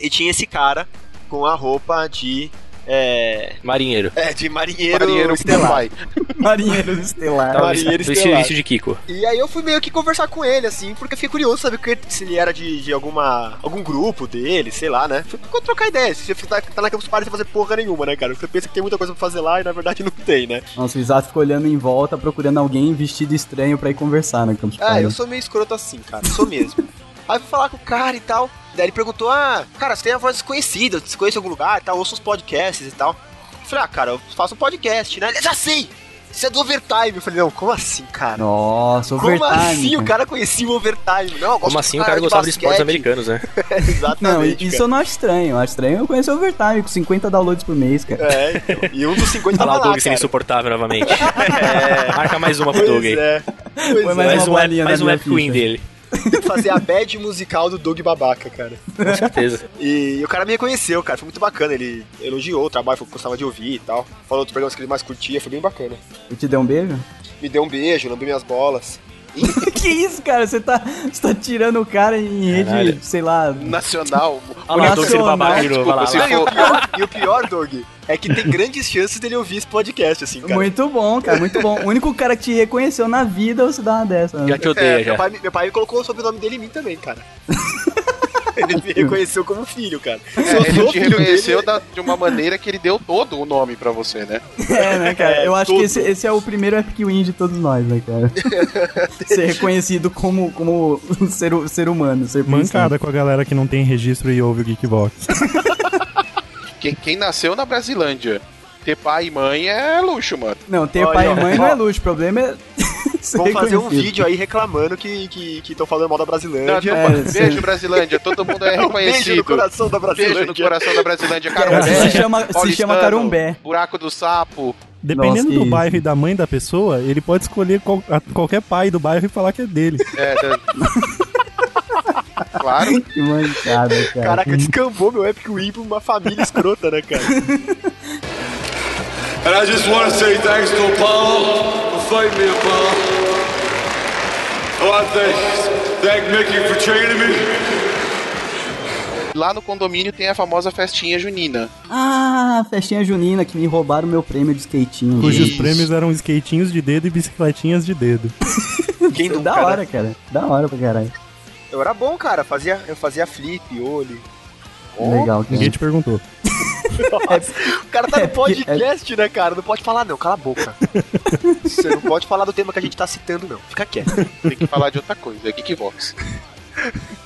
Speaker 6: e tinha esse cara com a roupa de É.
Speaker 3: Marinheiro.
Speaker 6: É, de marinheiro,
Speaker 5: Marinheiro
Speaker 6: estelar.
Speaker 5: Pai.
Speaker 2: Marinheiro Estelar.
Speaker 3: Tava
Speaker 6: Marinheiro
Speaker 3: vesti-
Speaker 6: Estelar.
Speaker 3: Tá Vestido de Kiko.
Speaker 6: E aí eu fui meio que conversar com ele, assim, porque eu fiquei curioso saber que- se ele era de, de alguma. algum grupo dele, sei lá, né? Fui pra trocar ideia. Se você tá, tá na Campus Party sem fazer porra nenhuma, né, cara? Você pensa que tem muita coisa pra fazer lá e na verdade não tem, né?
Speaker 2: Nossa, o Isato ficou olhando em volta, procurando alguém vestido estranho pra ir conversar no campo. de
Speaker 6: Ah,
Speaker 2: praia.
Speaker 6: eu sou meio escroto assim, cara. Sou mesmo. Aí eu fui falar com o cara e tal. Daí ele perguntou: Ah, cara, você tem uma voz desconhecida, você conhece algum lugar e tal, ouça uns podcasts e tal. Eu falei, ah, cara, eu faço um podcast, né? Ele já sei! Isso é do overtime. Eu falei, não, como assim, cara?
Speaker 2: Nossa,
Speaker 6: como
Speaker 2: overtime. né?
Speaker 6: assim o
Speaker 2: cara?
Speaker 6: cara conhecia o overtime? Não, eu gosto
Speaker 3: Como
Speaker 6: pra
Speaker 3: assim o
Speaker 6: caralho
Speaker 3: cara
Speaker 6: de
Speaker 3: gostava de esportes
Speaker 6: basquete.
Speaker 3: americanos, né?
Speaker 6: Exatamente.
Speaker 2: Não, isso
Speaker 6: tá cara.
Speaker 2: eu não acho estranho. Eu acho estranho eu conheço o overtime com 50 downloads por mês, cara.
Speaker 6: É, então. E um dos 50
Speaker 3: Olha
Speaker 6: tava
Speaker 3: lá o
Speaker 6: lá,
Speaker 3: Doug sendo
Speaker 6: cara.
Speaker 3: insuportável novamente. Marca mais uma pro Doug
Speaker 6: Pois
Speaker 3: aí.
Speaker 6: é. Pois
Speaker 2: Foi
Speaker 6: é.
Speaker 2: mais
Speaker 3: Mais
Speaker 2: uma
Speaker 3: um,
Speaker 2: bolinha
Speaker 3: mais
Speaker 2: na
Speaker 3: um
Speaker 2: minha
Speaker 3: epic win
Speaker 2: ficha.
Speaker 3: dele.
Speaker 6: Tem que fazer a bad musical do Doug Babaca, cara.
Speaker 3: Com certeza.
Speaker 6: E o cara me reconheceu, cara. Foi muito bacana. Ele elogiou o trabalho, falou que gostava de ouvir e tal. Falou dos programas que ele mais curtia, foi bem bacana.
Speaker 2: Eu te dei um beijo?
Speaker 6: Me deu um beijo, lambei minhas bolas.
Speaker 2: que isso, cara? Você tá, você tá tirando o cara em rede,
Speaker 3: Caralho.
Speaker 2: sei lá.
Speaker 5: Nacional.
Speaker 3: Olha lá o Doug sendo
Speaker 2: Nacional,
Speaker 3: babaca de novo.
Speaker 5: desculpa,
Speaker 3: Olha lá,
Speaker 5: se
Speaker 3: olha lá.
Speaker 6: Ah, E o pior, e o pior, Doug, é que tem grandes chances dele ouvir esse podcast, assim, cara.
Speaker 2: Muito bom, cara, muito bom. O único cara que te reconheceu na vida, você dá uma dessa. né?
Speaker 3: Já te
Speaker 6: É,
Speaker 3: odeia,
Speaker 6: meu,
Speaker 3: já.
Speaker 6: pai, me- meu pai colocou o sobrenome dele em mim também, cara. Ele me reconheceu como filho, cara. Se eu
Speaker 5: É, ele
Speaker 6: sou filho
Speaker 5: te
Speaker 6: dele,
Speaker 5: reconheceu da- de uma maneira que ele deu todo o nome pra você, né?
Speaker 2: É, né, cara?
Speaker 6: É,
Speaker 2: Eu acho
Speaker 6: tudo.
Speaker 2: que esse, esse é o primeiro Epic Win de todos nós, né, cara? ser reconhecido como, como um ser, hu- ser humano, ser
Speaker 4: Mancada com a galera que não tem registro e ouve o Geekbox.
Speaker 5: Quem, quem nasceu na Brasilândia. Ter pai e mãe é luxo, mano.
Speaker 2: pensante. Não, ter
Speaker 6: Olha,
Speaker 2: pai e mãe
Speaker 6: ó.
Speaker 2: não é luxo, o problema é. ser
Speaker 6: Vão fazer um
Speaker 2: reconhecido.
Speaker 6: vídeo aí reclamando que estão que, que tão falando mal da
Speaker 5: Não,
Speaker 6: Brasilândia.
Speaker 5: não,
Speaker 2: é,
Speaker 5: mano.
Speaker 2: sim.
Speaker 5: beijo, Brasilândia. Todo mundo é
Speaker 6: Um beijo no
Speaker 5: reconhecido.
Speaker 6: coração da
Speaker 5: Beijo no
Speaker 6: Brasilândia.
Speaker 5: coração da Brasilândia.
Speaker 2: É, se
Speaker 5: Carumbé.
Speaker 2: chama, se chama
Speaker 5: paulistano,
Speaker 2: Carumbé.
Speaker 5: Buraco do sapo.
Speaker 4: Dependendo
Speaker 2: Nossa, que
Speaker 4: do
Speaker 2: isso.
Speaker 4: bairro e da mãe da pessoa, ele pode escolher qual- a- qualquer pai do bairro e falar que é dele.
Speaker 5: É, tá- claro.
Speaker 2: Que mancada, cara.
Speaker 6: Caraca, descambou meu Epic Win pra uma família escrota, né, cara?
Speaker 7: And I just want to say thanks to Apollo for fighting me, Apollo. I want to thank, thank Mickey for training me.
Speaker 5: Lá no condomínio tem a famosa festinha junina.
Speaker 2: Ah, festinha junina que me roubaram meu prêmio de skatinho.
Speaker 4: Cujos
Speaker 5: Isso.
Speaker 4: prêmios eram skatinhos de dedo e bicicletinhas de dedo.
Speaker 6: Quem nunca,
Speaker 2: Da
Speaker 6: né?
Speaker 2: hora, cara. Da hora pra caralho.
Speaker 6: Eu era bom, cara. Fazia, eu fazia flip, olho.
Speaker 2: Legal, cara. É,
Speaker 4: Ninguém te perguntou.
Speaker 6: O cara tá no podcast, né, cara? Não pode falar, não. Cala a boca. Você não pode falar do tema que a gente tá citando, não. Fica quieto.
Speaker 5: Tem que falar de outra coisa, é Geekbox.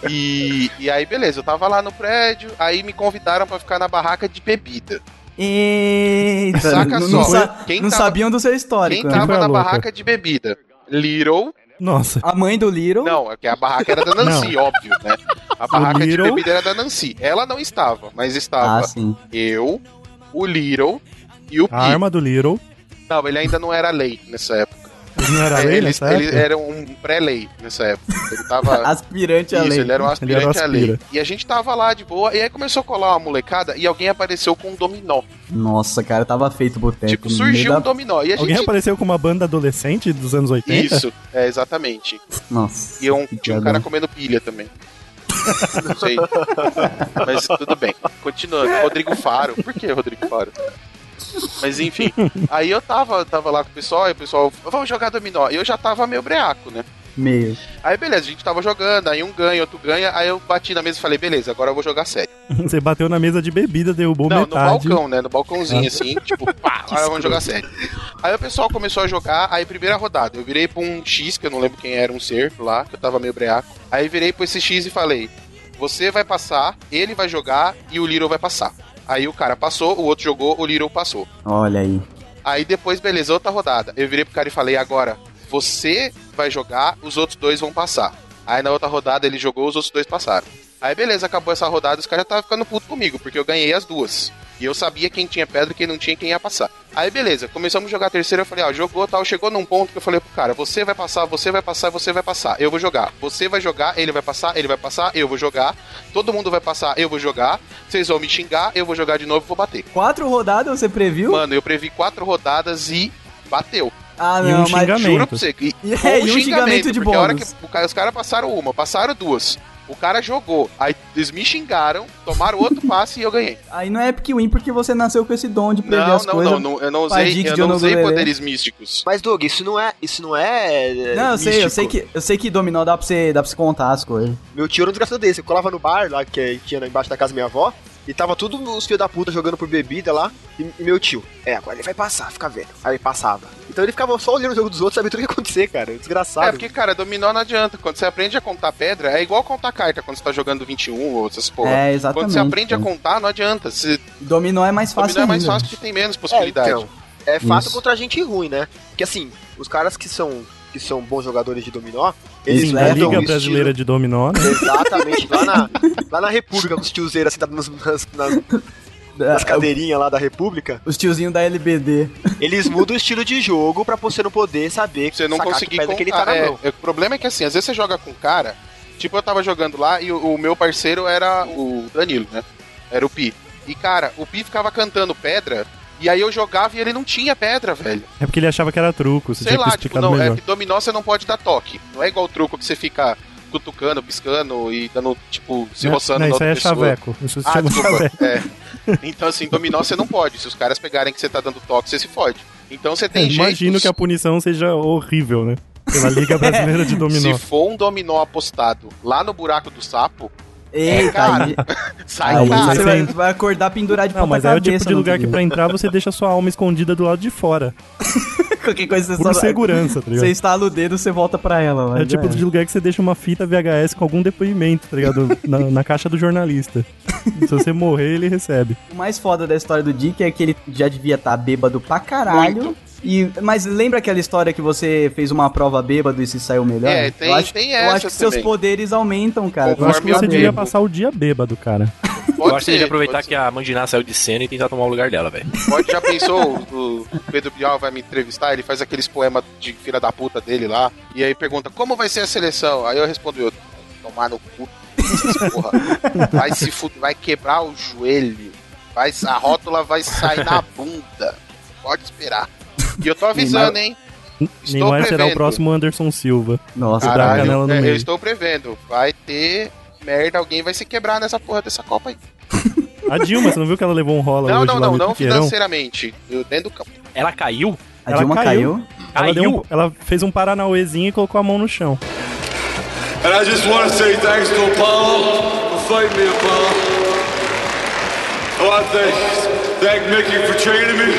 Speaker 5: E, e aí, beleza, eu tava lá no prédio, aí me convidaram pra ficar na barraca de bebida.
Speaker 2: Eita,
Speaker 5: Saca
Speaker 2: não, não
Speaker 5: só,
Speaker 2: sa-
Speaker 5: quem
Speaker 2: não
Speaker 5: tava-
Speaker 2: sabiam do seu histórico.
Speaker 5: Quem tá-
Speaker 2: né?
Speaker 4: foi
Speaker 5: tava
Speaker 4: a
Speaker 5: na
Speaker 4: louca?
Speaker 5: barraca de bebida? Little.
Speaker 4: Nossa,
Speaker 2: A mãe do Little.
Speaker 5: Não, é que a barraca era da Nancy, óbvio, né? A barraca
Speaker 4: Little?
Speaker 5: de bebida era da Nancy. Ela não estava, mas
Speaker 2: Ah,
Speaker 5: estava
Speaker 2: sim.
Speaker 5: eu, o Little e o Pi.
Speaker 4: a arma do Little.
Speaker 5: Não, ele ainda não era lei nessa época.
Speaker 4: Não era
Speaker 5: É, ele,
Speaker 4: lei nessa
Speaker 5: ele
Speaker 4: época?
Speaker 5: era um pré-lei nessa época. Ele tava.
Speaker 2: Aspirante a
Speaker 5: Isso,
Speaker 2: lei.
Speaker 5: ele era um aspirante
Speaker 4: Ele era
Speaker 5: à lei.
Speaker 4: aspira.
Speaker 5: E a gente tava lá de boa, e aí começou a colar uma molecada e alguém apareceu com um dominó.
Speaker 2: Nossa, cara, tava feito o boteco.
Speaker 5: tipo,
Speaker 2: no
Speaker 5: surgiu
Speaker 2: meio
Speaker 5: um
Speaker 2: da-
Speaker 5: dominó. E a
Speaker 4: Alguém
Speaker 5: gente.
Speaker 4: apareceu com uma banda adolescente dos anos 80?
Speaker 5: Isso, é, exatamente.
Speaker 2: Nossa.
Speaker 5: E um,
Speaker 2: que
Speaker 5: tinha um cara
Speaker 2: piada.
Speaker 5: comendo pilha também. Não sei. Mas tudo bem. Continuando. Rodrigo Faro. Por que Rodrigo Faro? Mas enfim. Aí eu tava, tava lá com o pessoal, e o pessoal, vamos jogar dominó. E eu já tava meio breaco, né?
Speaker 2: Meio.
Speaker 5: Aí beleza, a gente tava jogando, aí um ganha, outro ganha, aí eu bati na mesa e falei, beleza, agora eu vou jogar sério.
Speaker 4: Você bateu na mesa de bebida, derrubou
Speaker 5: Não,
Speaker 4: metade.
Speaker 5: no balcão, né? No balcãozinho, assim, tipo, pá, agora vamos jogar sério. Aí o pessoal começou a jogar, aí primeira rodada, eu virei pra um X, que eu não lembro quem era, um cerco lá, que eu tava meio breaco. Aí virei pra esse X e falei, você vai passar, ele vai jogar e o Little vai passar. Aí o cara passou, o outro jogou, o Little passou.
Speaker 2: Olha aí.
Speaker 5: Aí depois, beleza, outra rodada. Eu virei pro cara e falei, agora, você vai jogar, os outros dois vão passar. Aí na outra rodada ele jogou, os outros dois passaram. Aí beleza, acabou essa rodada, os caras já estavam ficando puto comigo, porque eu ganhei as duas. E eu sabia quem tinha pedra e quem não tinha, quem ia passar. Aí beleza, começamos a jogar a terceira, eu falei, ó, jogou tal, chegou num ponto que eu falei pro cara, você vai passar, você vai passar, você vai passar, eu vou jogar. Você vai jogar, ele vai passar, ele vai passar, eu vou jogar. Todo mundo vai passar, eu vou jogar. Vocês vão me xingar, eu vou jogar de novo, vou bater.
Speaker 2: Quatro rodadas você previu?
Speaker 5: Mano, eu previ quatro rodadas e bateu.
Speaker 2: ah,
Speaker 4: e
Speaker 2: não,
Speaker 4: um
Speaker 2: mas.
Speaker 4: xingamento.
Speaker 5: Juro pra você. E,
Speaker 2: É, E-
Speaker 5: com
Speaker 2: é, e um xingamento de
Speaker 5: um porque a hora que
Speaker 2: bônus.
Speaker 5: o ca- os caras passaram uma, passaram duas. O cara jogou, aí eles me xingaram, tomaram outro passe e eu ganhei.
Speaker 2: Aí não é Epic Win porque você nasceu com esse dom de perder
Speaker 5: Não,
Speaker 2: as
Speaker 5: não,
Speaker 2: coisas.
Speaker 5: não, não, eu não
Speaker 2: pra
Speaker 5: usei,
Speaker 2: Dick
Speaker 5: eu
Speaker 2: de
Speaker 5: não
Speaker 2: Ono
Speaker 5: usei
Speaker 2: Lelê.
Speaker 5: poderes místicos.
Speaker 6: Mas, Doug, isso não é. Isso não é. é,
Speaker 2: Não, eu sei, eu
Speaker 6: místico.
Speaker 2: sei, que, eu sei que dominó dá pra você, dá pra você contar as coisas.
Speaker 6: Meu tio era um desgraçado desse. Eu colava no bar lá que tinha lá embaixo da casa da minha avó. E tava tudo os filhos da puta jogando por bebida lá. E, e meu tio, é, agora ele vai passar, fica vendo. Aí passava. Então ele ficava só olhando o jogo dos outros, sabia tudo o que ia acontecer, cara. Desgraçado.
Speaker 5: É, porque, cara, dominó não adianta. Quando você aprende a contar pedra, é igual contar carta quando você tá jogando 21 ou essas porra.
Speaker 2: É, exatamente,
Speaker 5: Quando você aprende
Speaker 2: cara.
Speaker 5: a contar, não adianta. Se
Speaker 2: Dominó é mais fácil
Speaker 5: dominó é mais
Speaker 2: ainda.
Speaker 5: fácil porque tem menos
Speaker 6: É,
Speaker 5: possibilidade.
Speaker 6: então. É fácil
Speaker 2: Isso.
Speaker 6: contra gente ruim, né? Porque assim, os caras que são que são bons jogadores de dominó, eles
Speaker 4: Sim, da
Speaker 5: é,
Speaker 2: levam
Speaker 6: mudam
Speaker 5: então,
Speaker 4: Liga
Speaker 6: o
Speaker 4: Brasileira
Speaker 6: estilo.
Speaker 4: de Dominó, né?
Speaker 6: Exatamente, lá na, lá na República, com os tiozeiros assim, nas, nas, nas, nas
Speaker 2: É,
Speaker 6: cadeirinhas lá da República,
Speaker 2: Os tiozinhos da LBD.
Speaker 6: eles mudam o estilo de jogo pra você não poder saber
Speaker 5: Você não
Speaker 6: sacar que
Speaker 5: conseguir
Speaker 6: pedra
Speaker 5: contar.
Speaker 6: que ele tá na
Speaker 5: é,
Speaker 6: mão.
Speaker 5: é, o problema é que assim, às vezes você joga com um cara. Tipo, eu tava jogando lá e o, o meu parceiro era o Danilo, né? Era o Pi. E, cara, o Pi ficava cantando pedra. E aí eu jogava e ele não tinha pedra, velho.
Speaker 4: É porque ele achava que era truco, você
Speaker 5: Sei
Speaker 4: tinha que
Speaker 5: lá,
Speaker 4: ter
Speaker 5: tipo,
Speaker 4: explicado
Speaker 5: não, é
Speaker 4: melhor.
Speaker 5: que dominó você não pode dar toque. Não é igual o truco que você fica cutucando, piscando e dando, tipo, se
Speaker 4: Não,
Speaker 5: roçando
Speaker 4: não,
Speaker 5: na
Speaker 4: isso aí
Speaker 5: outra
Speaker 4: é
Speaker 5: pessoa.
Speaker 4: chaveco. Isso se
Speaker 5: Ah,
Speaker 4: chama
Speaker 5: desculpa.
Speaker 4: chaveco.
Speaker 5: É. Então, assim, dominó você não pode. Se os caras pegarem que você tá dando toque, você se fode. Então você tem
Speaker 4: Imagino
Speaker 5: jeitos-
Speaker 4: que a punição seja horrível, né? Pela Liga Brasileira de Dominó.
Speaker 5: Se for um dominó apostado lá no buraco do sapo,
Speaker 2: Eita,
Speaker 5: cara.
Speaker 2: aí,
Speaker 5: sai um
Speaker 2: aí
Speaker 4: mas
Speaker 5: cara.
Speaker 2: É você
Speaker 4: aí
Speaker 2: vai,
Speaker 4: tem-
Speaker 2: você vai acordar pendurado de
Speaker 4: Não,
Speaker 2: ponta
Speaker 4: mas aí é o
Speaker 2: cabeça.
Speaker 4: tipo de
Speaker 2: no
Speaker 4: lugar que
Speaker 2: outro
Speaker 4: pra
Speaker 2: dia.
Speaker 4: entrar você deixa sua alma escondida do lado de fora.
Speaker 2: Qualquer coisa você
Speaker 4: Por
Speaker 2: só-
Speaker 4: segurança, tá ligado?
Speaker 2: Você instala o dedo, você volta pra ela, mano.
Speaker 4: É o tipo de lugar que você deixa uma fita VHS com algum depoimento, tá ligado? Na, na caixa do jornalista. Se você morrer, ele recebe.
Speaker 2: O mais foda da história do Dick é que ele já devia estar bêbado pra caralho. E, mas lembra aquela história que você fez uma prova bêbado e se saiu melhor?
Speaker 5: É, tem-
Speaker 2: eu acho,
Speaker 5: tem
Speaker 2: eu
Speaker 5: essa
Speaker 2: acho que seus
Speaker 5: também.
Speaker 2: poderes aumentam, cara.
Speaker 4: Eu acho que
Speaker 5: Conforme
Speaker 4: você
Speaker 5: a
Speaker 4: devia
Speaker 5: demo.
Speaker 4: passar o dia bêbado, cara.
Speaker 5: Pode
Speaker 3: eu acho
Speaker 5: ser,
Speaker 3: que ele aproveitar
Speaker 5: pode ser.
Speaker 3: que a Mandiná saiu de cena e tentar tomar o lugar dela, velho.
Speaker 5: Pode, já pensou, o o Pedro Bial vai me entrevistar, ele faz aqueles poemas de filha da puta dele lá, e aí pergunta, como vai ser a seleção? Aí eu respondo, eu, tomar no cu, essas porra, vai se fuder, vai quebrar o joelho, vai, a rótula vai sair na bunda, pode esperar. E eu tô avisando, hein, Estou
Speaker 4: Neymar será o
Speaker 5: prevendo.
Speaker 4: próximo Anderson Silva.
Speaker 2: Nossa, né?
Speaker 4: Você dá a
Speaker 5: caralho,
Speaker 4: canela no
Speaker 5: é,
Speaker 4: meio.
Speaker 5: eu estou prevendo, vai ter merda, alguém vai se quebrar nessa porra dessa Copa aí.
Speaker 4: A Dilma, você não viu que ela levou um rola
Speaker 5: Não,
Speaker 4: hoje
Speaker 5: não,
Speaker 4: lá
Speaker 5: não,
Speaker 4: no
Speaker 5: não assim.
Speaker 4: Piqueirão?
Speaker 5: financeiramente, eu dentro do campo.
Speaker 3: Ela caiu?
Speaker 2: a
Speaker 4: ela
Speaker 2: Dilma
Speaker 4: caiu.
Speaker 2: caiu.
Speaker 4: Ela, deu um-
Speaker 3: Caiu?
Speaker 4: ela fez um paranauêzinho e colocou a mão no chão.
Speaker 7: And I just want to say thanks to Apollo for fighting me, Apollo. I want to thank, thank Mickey for training me.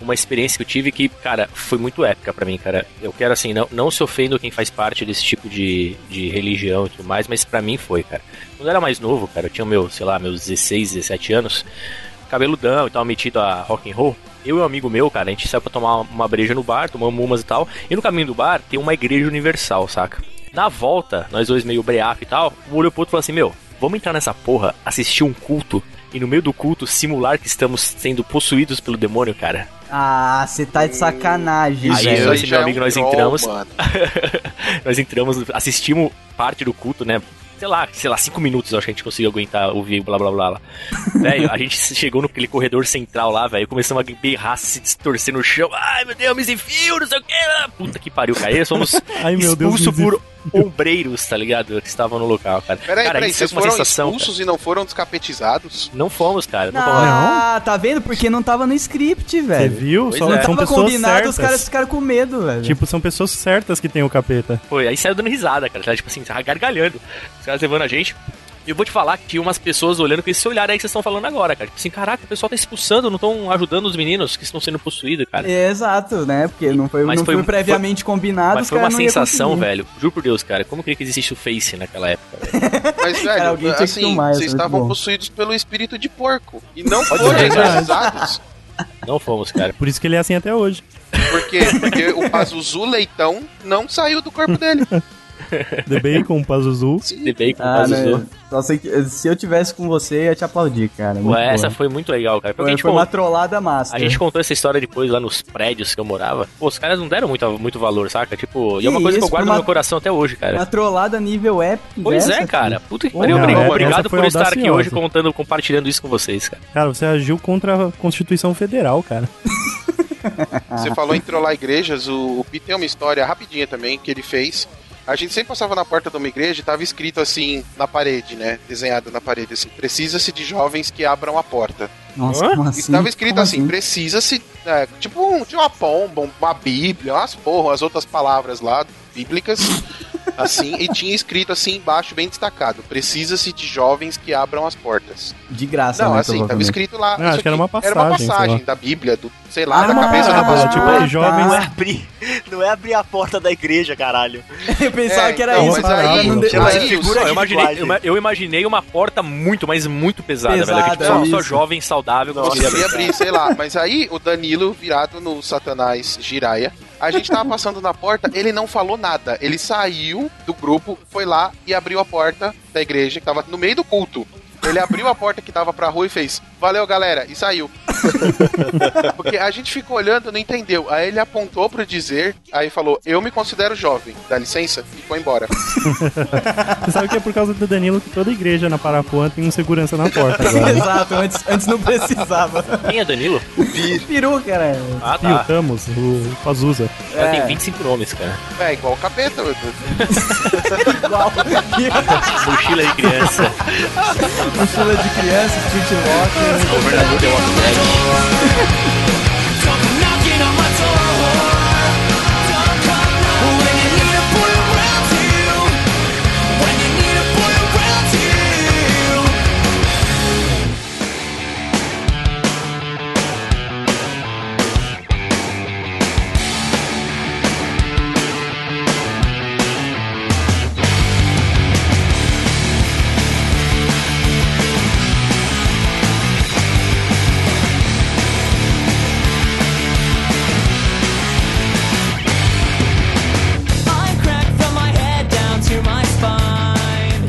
Speaker 3: Uma experiência que eu tive que, cara, foi muito épica pra mim, cara. Eu quero, assim, não, não se ofendo quem faz parte desse tipo de, de religião e tudo mais, mas pra mim foi, cara. Quando eu era mais novo, cara, eu tinha meu, sei lá, meus 16, 17 anos, cabeludão e tal, metido a rock and roll. Eu e um amigo meu, cara, a gente saiu pra tomar uma breja no bar, tomamos umas e tal. E no caminho do bar tem uma igreja universal, saca? Na volta, nós dois meio breaco e tal, um olhou pro outro e falou assim: Meu, vamos entrar nessa porra, assistir um culto e no meio do culto simular que estamos sendo possuídos pelo demônio, cara.
Speaker 2: Ah, você tá de sacanagem,
Speaker 3: Aí,
Speaker 2: velho.
Speaker 3: eu esse meu amigo, nós entramos.
Speaker 5: é um mano.
Speaker 3: nós entramos, assistimos parte do culto, né? Sei lá, sei lá, cinco minutos eu acho que a gente conseguiu aguentar ouvir blá blá blá. blá. velho, a gente chegou naquele corredor central lá, velho. Começamos a berrar, se distorcer no chão. Ai, meu Deus, me desafio, não sei o que. Puta que pariu, cara. Eles fomos
Speaker 4: Ai, meu Deus.
Speaker 3: expulsos
Speaker 4: me
Speaker 3: por ombreiros, tá ligado? Que estavam no local, cara.
Speaker 5: Peraí,
Speaker 3: cara,
Speaker 5: peraí,
Speaker 3: isso é
Speaker 5: vocês
Speaker 3: uma
Speaker 5: foram
Speaker 3: sensação.
Speaker 5: expulsos e não foram descapetizados?
Speaker 3: cara. Não fomos, cara. Não, fomos.
Speaker 2: Ah, tá vendo? Porque não tava no script,
Speaker 4: Você
Speaker 2: velho.
Speaker 4: viu?
Speaker 3: Pois
Speaker 4: Só-
Speaker 3: é.
Speaker 4: São
Speaker 2: Tava
Speaker 4: pessoas
Speaker 2: combinado,
Speaker 4: certas.
Speaker 2: os caras ficaram com medo, velho.
Speaker 4: Tipo, são pessoas certas que tem o capeta.
Speaker 3: Foi, aí saiu dando risada, cara. Tá, tipo assim, tava gargalhando. Os caras levando a gente. E eu vou te falar que tinha umas pessoas olhando com esse olhar aí que vocês estão falando agora, cara. Tipo assim, caraca, o pessoal tá expulsando, não estão ajudando os meninos que estão sendo possuídos, cara.
Speaker 2: É, Exato, né? Porque não foi,
Speaker 3: Mas
Speaker 2: não
Speaker 3: foi
Speaker 2: foi,
Speaker 3: um-
Speaker 2: previamente combinado,
Speaker 3: Mas
Speaker 2: os
Speaker 3: foi uma
Speaker 2: caras não iam
Speaker 3: sensação,
Speaker 2: conseguir.
Speaker 3: velho. Juro por Deus, cara. Como que que existisse o Face naquela época?
Speaker 5: Mas, velho,
Speaker 2: Cara, alguém tinha que
Speaker 5: assim,
Speaker 2: filmar isso,
Speaker 5: vocês
Speaker 2: muito
Speaker 5: estavam
Speaker 2: bom.
Speaker 5: possuídos pelo espírito de porco. E não foram
Speaker 3: ser.
Speaker 5: exorcizados.
Speaker 3: Não fomos, cara.
Speaker 4: Por isso que ele é assim até hoje.
Speaker 5: Por quê? Porque o Pazuzu Leitão não saiu do corpo dele.
Speaker 4: The Bacon, Pazuzu.
Speaker 3: Debei com o
Speaker 2: Ah,
Speaker 3: caso
Speaker 2: né? Só sei que- se eu tivesse com você, eu ia te aplaudir, cara. Muito
Speaker 3: Ué,
Speaker 2: bom.
Speaker 3: essa foi muito legal, cara. Porque,
Speaker 2: Foi,
Speaker 3: tipo,
Speaker 2: foi uma trollada massa.
Speaker 3: A gente contou essa história depois lá nos prédios que eu morava. Pô, os caras não deram muito, muito valor, saca? Tipo, e é uma
Speaker 2: Que
Speaker 3: coisa que eu
Speaker 2: isso,
Speaker 3: guardo
Speaker 2: foi uma-
Speaker 3: no meu coração até hoje, cara.
Speaker 2: Uma trollada nível épico.
Speaker 3: Pois
Speaker 2: dessa,
Speaker 3: é, cara. Puta que
Speaker 4: Pô,
Speaker 3: pariu.
Speaker 4: não,
Speaker 3: obrigado
Speaker 4: é,
Speaker 3: obrigado
Speaker 4: essa foi
Speaker 3: por estar aqui
Speaker 4: audaciosa.
Speaker 3: hoje contando, compartilhando isso com vocês, cara.
Speaker 4: Cara, você agiu contra a Constituição Federal, cara.
Speaker 5: Você falou em trollar igrejas, o, o Pi tem uma história rapidinha também que ele fez. A gente sempre passava na porta de uma igreja e tava escrito assim na parede, né? Desenhado na parede, assim: precisa-se de jovens que abram a porta.
Speaker 2: Nossa,
Speaker 4: Hã?
Speaker 2: como
Speaker 5: E
Speaker 2: assim?
Speaker 5: tava escrito
Speaker 2: Como
Speaker 5: assim: precisa-se, é, tipo, um, de uma pomba, uma bíblia, umas porra, umas outras palavras lá bíblicas. Assim, e tinha escrito assim embaixo, bem destacado: precisa-se de jovens que abram as portas.
Speaker 2: De graça,
Speaker 5: Não,
Speaker 2: né?
Speaker 5: assim, tava
Speaker 2: provavelmente.
Speaker 5: escrito lá.
Speaker 4: Ah,
Speaker 5: isso
Speaker 4: acho que era uma
Speaker 5: Era uma
Speaker 4: passagem, sei
Speaker 5: passagem
Speaker 4: lá.
Speaker 5: da Bíblia, do, sei lá, da
Speaker 2: Ah,
Speaker 5: cabeça da
Speaker 2: tá.
Speaker 5: pessoa.
Speaker 4: tipo, aí, jovens
Speaker 6: Não é abrir, não é abrir a porta da igreja, caralho.
Speaker 2: Eu pensava
Speaker 5: É,
Speaker 2: que era
Speaker 5: então,
Speaker 2: isso.
Speaker 5: mas aí-
Speaker 2: não deu-
Speaker 5: Chama
Speaker 2: mas-
Speaker 5: aí,
Speaker 6: figura
Speaker 3: Não,
Speaker 6: de
Speaker 3: eu, imaginei,
Speaker 6: linguagem.
Speaker 3: eu, eu imaginei uma porta muito, mas muito pesada,
Speaker 2: Pesada,
Speaker 3: velho. que, Tipo, só, só
Speaker 2: isso.
Speaker 3: jovem, saudável,
Speaker 6: Nossa,
Speaker 3: conseguia
Speaker 5: Consegui
Speaker 3: abrir.
Speaker 5: abrir, sei lá. Mas aí o Danilo, virado no Satanás Jiraya, a gente tava passando na porta, ele não falou nada. Ele saiu do grupo, foi lá e abriu a porta da igreja, que tava no meio do culto. Ele abriu a porta que dava pra rua e fez, valeu galera, e saiu. Porque a gente ficou olhando, não entendeu. Aí ele apontou pro dizer, aí falou, eu me considero jovem, dá licença, e foi embora.
Speaker 4: Você sabe que é por causa do Danilo que toda igreja na Parapuã tem um segurança na porta agora. né?
Speaker 2: Exato, antes, antes não precisava.
Speaker 3: Quem é Danilo?
Speaker 2: Peru, cara.
Speaker 3: Ah,
Speaker 4: E o
Speaker 3: tá. É.
Speaker 4: Tamos, o Pazuza.
Speaker 3: O cara tem 25 nomes, cara.
Speaker 5: É igual o capeta, meu Deus.
Speaker 2: Igual.
Speaker 3: Mochila de criança.
Speaker 2: Mochila de criança, street locker.
Speaker 3: governador deu uma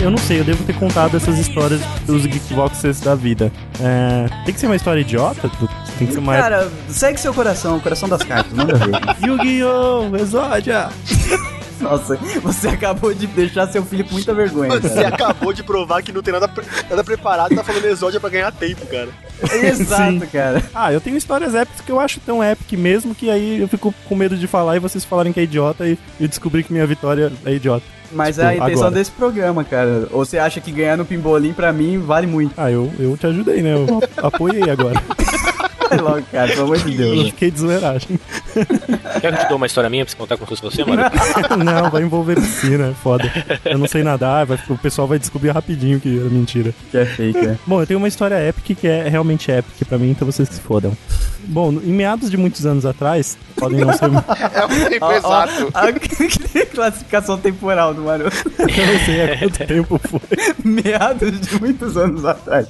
Speaker 4: Eu não sei, eu devo ter contado essas histórias dos Geekboxes da vida. É, tem que ser uma história idiota? Tem que ser uma.
Speaker 2: Cara, segue seu coração, o coração das cartas, manda ver.
Speaker 4: Yu-Gi-Oh! Exódia!
Speaker 2: Nossa, você acabou de deixar seu filho com muita vergonha,
Speaker 5: É.
Speaker 6: Você
Speaker 2: cara.
Speaker 6: acabou de provar que não tem nada, pre- nada preparado e tá falando exódia pra ganhar tempo, cara.
Speaker 2: Exato, cara.
Speaker 4: Ah, eu tenho histórias épicas que eu acho tão épica mesmo que aí eu fico com medo de falar e vocês falarem que é idiota e eu descobri que minha vitória é idiota.
Speaker 2: Mas
Speaker 4: Tipo,
Speaker 2: é a intenção
Speaker 4: agora.
Speaker 2: desse programa, cara. Ou você acha que ganhar no pimbolim pra mim vale muito?
Speaker 4: Ah, eu, eu te ajudei, né? Eu a- apoiei agora.
Speaker 2: Vai logo, cara, pelo amor de
Speaker 4: Eu
Speaker 2: Deus.
Speaker 4: fiquei de zoeiragem.
Speaker 3: Quer que eu te dou uma história minha pra você contar com se fosse você, mano?
Speaker 4: Não, vai envolver piscina, é foda. Eu não sei nadar, vai- o pessoal vai descobrir rapidinho que é mentira.
Speaker 2: Que é fake, né?
Speaker 4: Bom, eu tenho uma história épica que é realmente épica pra mim, então vocês que se fodam. Bom, em meados de muitos anos atrás, podem não ser
Speaker 5: É um tempo
Speaker 2: Ó, ó,
Speaker 5: exato.
Speaker 2: a classificação temporal do Maroto.
Speaker 4: Eu não sei há quanto tempo foi.
Speaker 2: Meados de muitos anos atrás.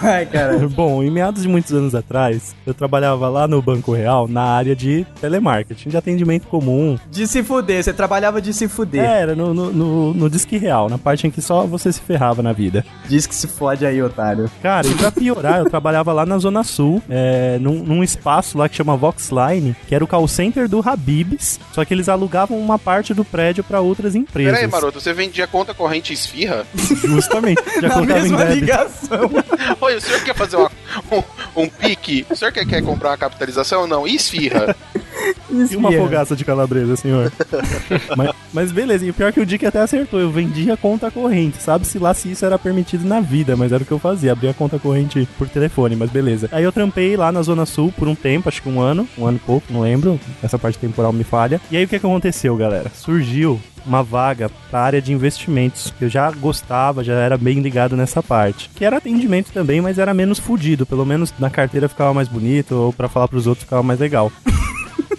Speaker 2: Vai, cara.
Speaker 4: Bom, em meados de muitos anos atrás, eu trabalhava lá no Banco Real na área de telemarketing, de atendimento comum.
Speaker 2: De se fuder, você trabalhava de se fuder.
Speaker 4: É, era no, no, no, no Disque Real, na parte em que só você se ferrava na vida.
Speaker 2: Diz que se fode aí, otário.
Speaker 4: Cara, e pra piorar, eu trabalhava lá na Zona Sul, é, num, num espaço lá que chama Voxline, que era o call center do Habibs, só que eles alugavam uma parte do prédio pra outras empresas.
Speaker 5: Peraí, Maroto, você vendia conta corrente esfirra?
Speaker 4: Justamente, já
Speaker 2: Na
Speaker 4: contava em
Speaker 2: mesma
Speaker 4: débito.
Speaker 2: ligação.
Speaker 5: Oi, o senhor quer fazer uma- um, um pique? O senhor quer, quer comprar uma capitalização? Não, e esfirra.
Speaker 4: E uma fogaça de calabresa, senhor. mas, mas beleza, e o pior é que o Dick até acertou. Eu vendia conta corrente. Sabe-se lá se isso era permitido na vida, mas era o que eu fazia. Abria a conta corrente por telefone, mas beleza. Aí eu trampei lá na Zona Sul por um tempo, acho que um ano, um ano e pouco, não lembro. Essa parte temporal me falha. E aí o que, que aconteceu, galera? Surgiu uma vaga para área de investimentos. Eu já gostava, já era bem ligado nessa parte. Que era atendimento também, mas era menos fudido. Pelo menos na carteira ficava mais bonito, ou pra falar pros outros ficava mais legal.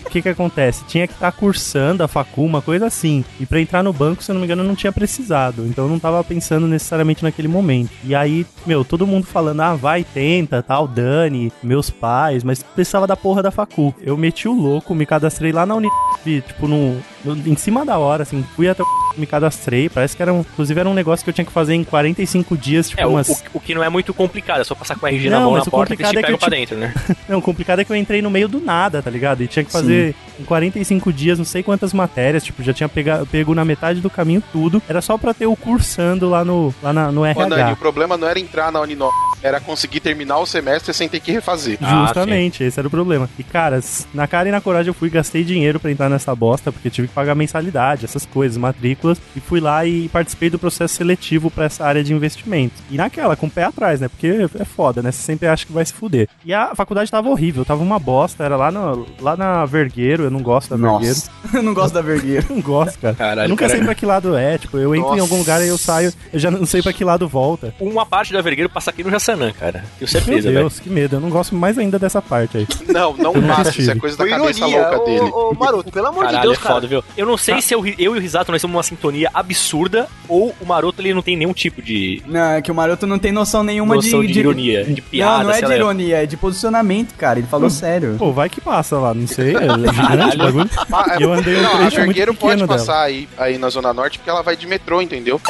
Speaker 4: O que que acontece? Tinha que estar cursando a facu, uma coisa assim. E pra entrar no banco, se eu não me engano, eu não tinha precisado. Então eu não tava pensando necessariamente naquele momento. E aí, meu, todo mundo falando, ah, vai, tenta, tal, Dani, meus pais, mas precisava da porra da facu. Eu meti o louco, me cadastrei lá na Unicamp, tipo, no, no- em cima da hora, assim, fui até o me cadastrei. Parece que era um, inclusive era um negócio que eu tinha que fazer em 45 dias, tipo,
Speaker 3: É, o,
Speaker 4: umas...
Speaker 3: o- o que não é muito complicado, é só passar com a RG na
Speaker 4: Não,
Speaker 3: mão
Speaker 4: mas
Speaker 3: na
Speaker 4: o
Speaker 3: porta que eles te
Speaker 4: complicado é
Speaker 3: pegam
Speaker 4: que
Speaker 3: pra dentro, né?
Speaker 4: Não, o complicado é que eu entrei no meio do nada, tá ligado? E tinha que fazer em 45 dias, não sei quantas matérias, tipo, já tinha pega, pego na metade do caminho tudo. Era só pra ter o cursando lá no, lá na- no
Speaker 5: Ô, Nani, o
Speaker 4: RH.
Speaker 5: problema não era entrar na Uninó. era conseguir terminar o semestre sem ter que refazer.
Speaker 3: Ah,
Speaker 4: Justamente, esse era o problema. E, cara, s- na cara e na coragem eu fui, gastei dinheiro pra entrar nessa bosta, porque tive que pagar mensalidade, essas coisas, matrículas, e fui lá e participei do processo seletivo pra essa área de investimento. E naquela, com o pé atrás, né? Porque é foda, né? Você sempre acha que vai se fuder. E a faculdade tava horrível, tava uma bosta, era lá, no, lá na Vergueiro, eu não gosto da Vergueiro.
Speaker 2: Eu não gosto da vergueira.
Speaker 4: Não gosto, cara.
Speaker 3: Caralho,
Speaker 4: Eu nunca
Speaker 3: cara.
Speaker 4: sei pra que lado é, tipo, eu entro em
Speaker 6: Nossa.
Speaker 4: algum lugar e eu saio, eu já não sei pra que lado volta.
Speaker 3: Uma parte da vergueira passa aqui no Jaçanã, cara. Tenho
Speaker 4: Meu
Speaker 3: certeza, é velho.
Speaker 4: Deus, que medo. Eu não gosto mais ainda dessa parte aí.
Speaker 5: Não, não faço, isso é coisa da
Speaker 6: Foi
Speaker 5: cabeça
Speaker 6: ironia,
Speaker 5: louca dele.
Speaker 6: ô, ô, Maroto, pelo amor
Speaker 3: Caralho,
Speaker 6: de Deus,
Speaker 3: é
Speaker 6: cara.
Speaker 3: foda, viu? Eu não sei se eu, eu e o Risato nós somos uma sintonia absurda ou o Maroto ele não tem nenhum tipo de
Speaker 2: Não, é que o Maroto não tem noção nenhuma
Speaker 3: noção de,
Speaker 2: de,
Speaker 3: ironia, de piada,
Speaker 2: não, não é
Speaker 3: sei
Speaker 2: de
Speaker 3: lá.
Speaker 2: ironia, é de posicionamento, cara. Ele falou sério.
Speaker 4: Pô, vai que passa lá, não sei. É gigante o bagulho.
Speaker 5: Ah,
Speaker 4: E eu andei um
Speaker 5: não, a
Speaker 4: trecho muito
Speaker 5: Vergueiro
Speaker 4: pequeno
Speaker 5: pode
Speaker 4: dela.
Speaker 5: passar aí, aí na Zona Norte porque ela vai de metrô, entendeu?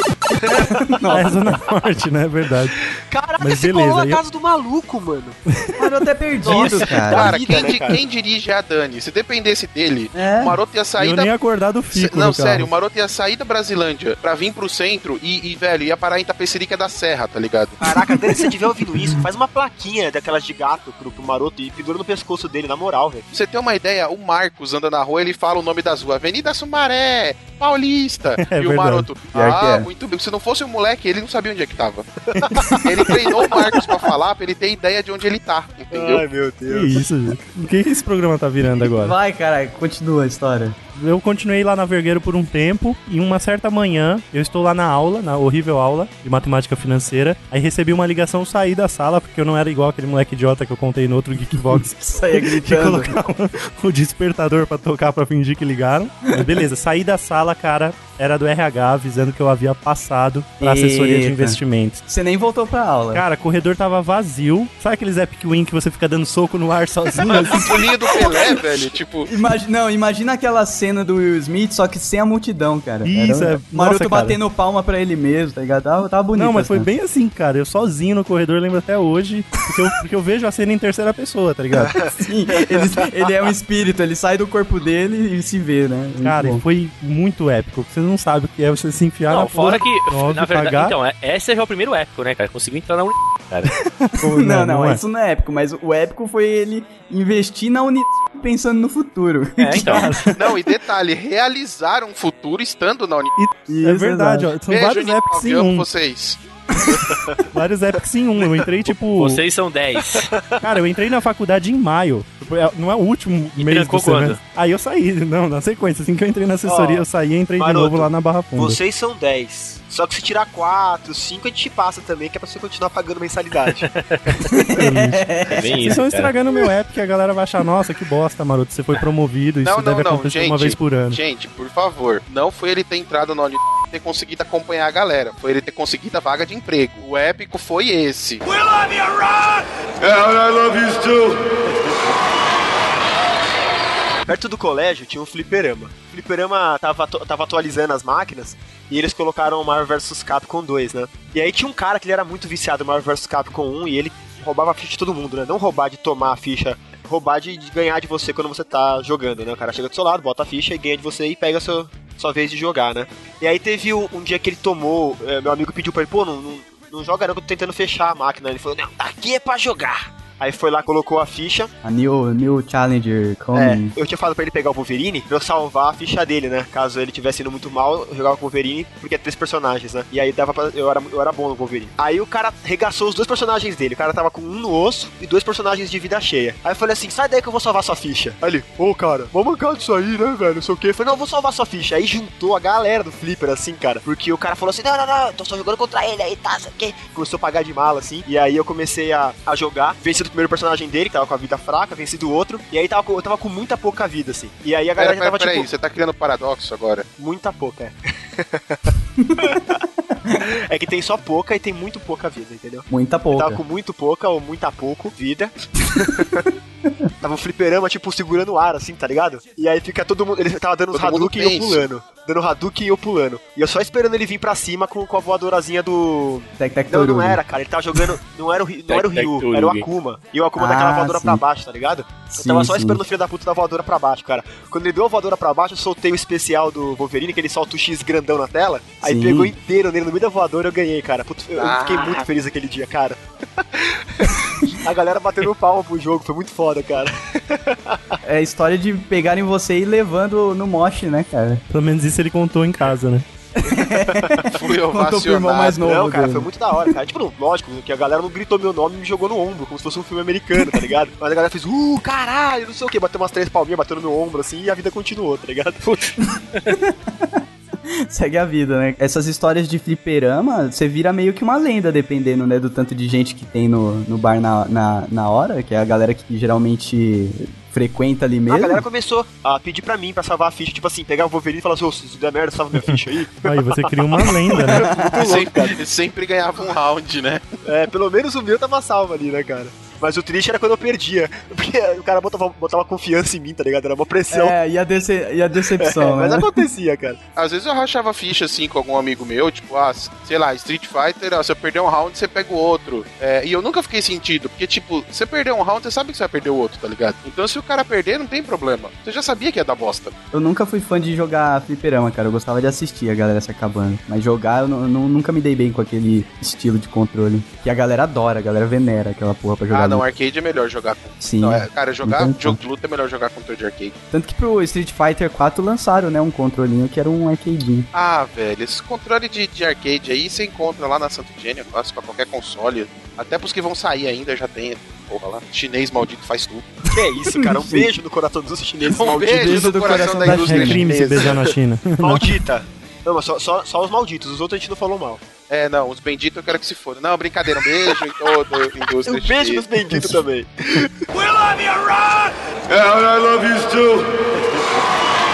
Speaker 4: Não. É Zona Norte, né? É verdade.
Speaker 6: Caraca,
Speaker 4: Mas
Speaker 6: você
Speaker 4: beleza,
Speaker 6: colou na
Speaker 4: aí
Speaker 5: é
Speaker 4: eu-
Speaker 6: casa do maluco, mano.
Speaker 2: O Maroto é perdido,
Speaker 6: Nossa,
Speaker 2: cara.
Speaker 5: Cara,
Speaker 6: vida,
Speaker 5: quem,
Speaker 6: né,
Speaker 5: di-
Speaker 6: cara?
Speaker 5: quem dirige é a Dani. Se dependesse dele,
Speaker 2: É.
Speaker 5: o maroto ia sair
Speaker 4: eu
Speaker 5: da.
Speaker 4: nem acordar do
Speaker 5: Se-
Speaker 4: fico.
Speaker 5: Não,
Speaker 4: no carro.
Speaker 5: sério, o maroto ia sair da Brasilândia pra vir pro centro e, e, velho, ia parar em Tapecerica da Serra, tá ligado?
Speaker 4: Ah.
Speaker 6: Caraca, Dani, se você tiver ouvindo isso, faz uma plaquinha daquelas de gato pro, pro maroto e pendura no pescoço dele, na moral, velho.
Speaker 5: Pra você ter uma ideia, o Marcos anda na rua, ele fala o nome das ruas, Avenida Sumaré, Paulista, e
Speaker 4: É verdade.
Speaker 5: o maroto,
Speaker 2: Pior que
Speaker 5: ah,
Speaker 2: é.
Speaker 5: muito bem, se não fosse o moleque, ele não sabia onde é que tava. ele treinou o Marcos pra falar, pra ele ter ideia de onde ele tá, entendeu?
Speaker 6: meu
Speaker 4: Que isso, gente? O que esse programa tá virando agora?
Speaker 2: Vai, cara, continua a história.
Speaker 4: Eu continuei lá na Vergueiro por um tempo e uma certa manhã eu estou lá na aula, na horrível aula de matemática financeira. Aí recebi uma ligação sair da sala porque eu não era igual aquele moleque idiota que eu contei no outro Geekbox
Speaker 2: Saia
Speaker 4: de
Speaker 2: gritando.
Speaker 4: colocar o, o despertador pra tocar pra fingir que ligaram. Mas beleza, saí da sala, cara, era do RH avisando que eu havia passado pra assessoria de
Speaker 2: Eita.
Speaker 4: investimentos.
Speaker 2: Você nem voltou pra aula.
Speaker 4: Cara, corredor tava vazio. Sabe aqueles Epic Win que você fica dando soco no ar sozinho? assim?
Speaker 5: O pulinho do Pelé, velho, tipo,
Speaker 2: Imagi- não, imagina aquela cena do Will Smith, só que sem a multidão, cara.
Speaker 4: Isso, é-
Speaker 2: Era o Maroto
Speaker 4: nossa, cara.
Speaker 2: batendo palma pra ele mesmo, tá ligado? Tava, tava bonito.
Speaker 4: Não, mas
Speaker 2: assim.
Speaker 4: foi bem assim, cara. Eu sozinho no corredor, eu lembro até hoje, porque eu, porque eu vejo a cena em terceira pessoa, tá ligado?
Speaker 2: Sim, ele, ele é um espírito, ele sai do corpo dele e se vê, né? Muito
Speaker 4: Cara,
Speaker 2: bom.
Speaker 4: e foi muito épico. Você não sabe o que é você se enfiar
Speaker 3: Não,
Speaker 4: na
Speaker 3: fora
Speaker 4: porra
Speaker 3: que,
Speaker 4: do nove,
Speaker 3: na verdade,
Speaker 4: pagar.
Speaker 3: então, é- esse já é o primeiro épico, né, cara? Conseguiu entrar na uni... cara.
Speaker 4: Pô,
Speaker 2: Não, não,
Speaker 4: é.
Speaker 2: isso não é épico, mas o épico foi ele investir na Uni pensando no futuro.
Speaker 3: É, então.
Speaker 5: não, e detalhe, realizar um futuro estando na Uni.
Speaker 2: Isso,
Speaker 4: É verdade,
Speaker 2: exato.
Speaker 4: ó. São vários
Speaker 5: Unival,
Speaker 4: epics em
Speaker 5: eu amo
Speaker 4: um.
Speaker 5: vocês.
Speaker 4: Vários epics em um. Eu entrei, tipo.
Speaker 3: Vocês são 10.
Speaker 4: Cara, eu entrei na faculdade em maio. Tipo, é- Não é o último
Speaker 3: E
Speaker 4: mês do
Speaker 3: trancou
Speaker 4: semestre. Aí eu saí, não, na sequência. Assim que eu entrei na assessoria,
Speaker 6: Ó,
Speaker 4: eu saí e entrei
Speaker 6: Maroto,
Speaker 4: de novo lá na Barra Funda.
Speaker 6: Vocês são 10. Só que se tirar 4, 5 a gente passa também, que é pra você continuar pagando mensalidade.
Speaker 3: É bem
Speaker 4: Vocês
Speaker 3: isso,
Speaker 4: estão
Speaker 3: cara.
Speaker 4: estragando meu app, que a galera vai achar, nossa, que bosta, Maroto, você foi promovido, isso
Speaker 5: Não, não,
Speaker 4: deve
Speaker 5: não,
Speaker 4: acontecer
Speaker 5: gente.
Speaker 4: uma vez por ano.
Speaker 5: Gente, por favor, não foi ele ter entrado na Uni ter conseguido acompanhar a galera, foi ele ter conseguido a vaga de emprego. O épico foi esse.
Speaker 7: Yeah, and I love you too.
Speaker 6: Perto do colégio tinha um fliperama. O fliperama tava, atu- tava atualizando as máquinas e eles colocaram o Marvel vs Capcom 2, né? E aí tinha um cara que ele era muito viciado no Marvel vs Capcom 1 e ele roubava a ficha de todo mundo, né? Não roubar de tomar a ficha, roubar de, de ganhar de você quando você tá jogando, né? O cara chega do seu lado, bota a ficha e ganha de você e pega a sua, sua vez de jogar, né? E aí teve um, um dia que ele tomou, eh, meu amigo pediu pra ele, pô, não, não, não joga não que eu tô tentando fechar a máquina. Ele falou, não, aqui é pra jogar. Aí foi lá, colocou a ficha,
Speaker 2: A new, new Challenger
Speaker 6: é,
Speaker 2: coming.
Speaker 6: eu tinha falado pra ele pegar o Wolverine pra eu salvar a ficha dele, né? Caso ele tivesse indo muito mal, eu jogava com o Wolverine, porque é três personagens, né? E aí dava pra. Eu era, eu era bom no Wolverine. Aí o cara regaçou os dois personagens dele. O cara tava com um no osso e dois personagens de vida cheia. Aí eu falei assim: sai daí que eu vou salvar sua ficha. Aí ele, ô cara, vou mancar disso aí, né, velho? Não sei o quê. Eu falei, não, eu vou salvar sua ficha. Aí juntou a galera do Flipper, assim, cara. Porque o cara falou assim: não, não, não, eu tô só jogando contra ele aí, tá, sei o quê. Começou a pagar de mala, assim. E aí eu comecei a, a jogar. Venci do primeiro personagem dele, que tava com a vida fraca, venci do outro. E aí tava, com- eu tava com muita pouca vida, assim. E aí a galera
Speaker 5: Pera,
Speaker 6: já
Speaker 5: pera,
Speaker 6: tava
Speaker 5: pera
Speaker 6: tipo.
Speaker 5: aí, você tá criando paradoxo agora.
Speaker 6: Muita pouca, é. é que tem só pouca e tem muito pouca vida, entendeu?
Speaker 2: Muita
Speaker 6: Eu
Speaker 2: pouca.
Speaker 6: Tava É. Tá com muito pouca ou muita pouco vida. tava um fliperama, tipo, segurando o ar, assim, tá ligado? E aí fica todo mundo. Ele tava dando os
Speaker 5: Todo mundo
Speaker 6: Hadouken e eu
Speaker 5: tenso.
Speaker 6: pulando. Dando Hadouken e eu pulando. E eu só esperando ele vir pra cima com, com a voadorazinha do.
Speaker 2: Tec, tec,
Speaker 6: Não, não
Speaker 2: toruga.
Speaker 6: era, cara. Ele tava jogando. Não era o, Ri- não era o Ryu, era o Akuma. E o Akuma
Speaker 2: Ah,
Speaker 6: daquela voadora
Speaker 2: sim.
Speaker 6: pra baixo, tá ligado? Eu
Speaker 2: Sim,
Speaker 6: tava só
Speaker 2: sim.
Speaker 6: esperando o filho da puta da voadora pra baixo, cara. Quando ele deu a voadora um pra baixo, eu soltei o especial do Wolverine, que ele solta o X grandão na tela. Aí
Speaker 2: Sim.
Speaker 6: pegou inteiro nele no meio da Vingador, eu ganhei, cara. Putz, eu, eu
Speaker 5: Ah.
Speaker 6: fiquei muito feliz aquele dia, cara. A galera bateu no palmo pro jogo, foi muito foda, cara.
Speaker 2: É a história de pegarem você e levando no moche, né, cara?
Speaker 4: Pelo menos isso ele contou em casa, né?
Speaker 5: Fui
Speaker 2: Contou pro irmão mais
Speaker 5: ovacionado.
Speaker 2: novo.
Speaker 6: não, cara,
Speaker 2: dele.
Speaker 6: foi muito da hora, cara. Tipo, lógico, que a galera não gritou meu nome e me jogou no ombro, como se fosse um filme americano, tá ligado? Mas a galera fez, uh, caralho, não sei o que, bateu umas três palminhas, bateu no meu ombro assim e a vida continuou, tá ligado?
Speaker 2: Segue a vida, né? Essas histórias de fliperama, você vira meio que uma lenda, dependendo, né, do tanto de gente que tem no, no bar na, na, na hora, que é a galera que geralmente frequenta ali mesmo.
Speaker 6: A galera começou a pedir pra mim pra salvar a ficha, tipo assim, pegar o Wolverine e falar assim, ô, se der merda, salva minha ficha aí.
Speaker 4: Aí você cria uma lenda, né?
Speaker 5: Sempre, sempre ganhava um round, né?
Speaker 6: É, pelo menos o meu tava salvo ali, né, cara? Mas o triste era quando eu perdia. Porque o cara botava, botava confiança em mim, tá ligado? Era uma pressão. É,
Speaker 2: É, e a, dece e a decepção, né?
Speaker 6: Mas acontecia, cara.
Speaker 5: Às vezes eu rachava ficha assim com algum amigo meu, tipo, ah, sei lá, Street Fighter, ó, se eu perder um round, você pega o outro. É, e eu nunca fiquei sentido, porque, tipo, você perder um round, você sabe que você vai perder o outro, tá ligado? Então se o cara perder, não tem problema. Você já sabia que ia dar bosta.
Speaker 2: Eu nunca fui fã de jogar fliperama, cara. Eu gostava de assistir a galera se acabando. Mas jogar, eu nu- nu- nunca me dei bem com aquele estilo de controle. Que a galera adora, a galera venera aquela porra pra jogar.
Speaker 5: ah, não,
Speaker 2: no-
Speaker 5: arcade é melhor jogar com.
Speaker 2: Sim.
Speaker 5: Não, é, cara, jogar
Speaker 2: Então,
Speaker 5: jogo de luta é melhor jogar com controle de arcade.
Speaker 2: Tanto que pro Street Fighter 4 lançaram, né, um controlinho que era um arcadinho.
Speaker 5: Ah, velho, esse controle de, de arcade aí você encontra lá na Santo Gênio, quase pra qualquer console. Até pros que vão sair ainda já tem. Porra lá. Chinês maldito faz tudo.
Speaker 6: Que é isso, cara. Um
Speaker 2: Sim.
Speaker 6: beijo no coração dos chineses
Speaker 5: Um
Speaker 6: malditos.
Speaker 5: beijo no coração da indústria
Speaker 4: É crime se
Speaker 5: chinesa.
Speaker 4: beijar na China.
Speaker 6: Maldita. Não, mas só, só, só os malditos. Os outros a gente não falou mal.
Speaker 5: É, não, os benditos eu quero que se foda. Não, brincadeira, um beijo em toda a indústria
Speaker 6: Um beijo nos
Speaker 5: chinesa.
Speaker 6: benditos também.
Speaker 7: Yeah, and I love you too.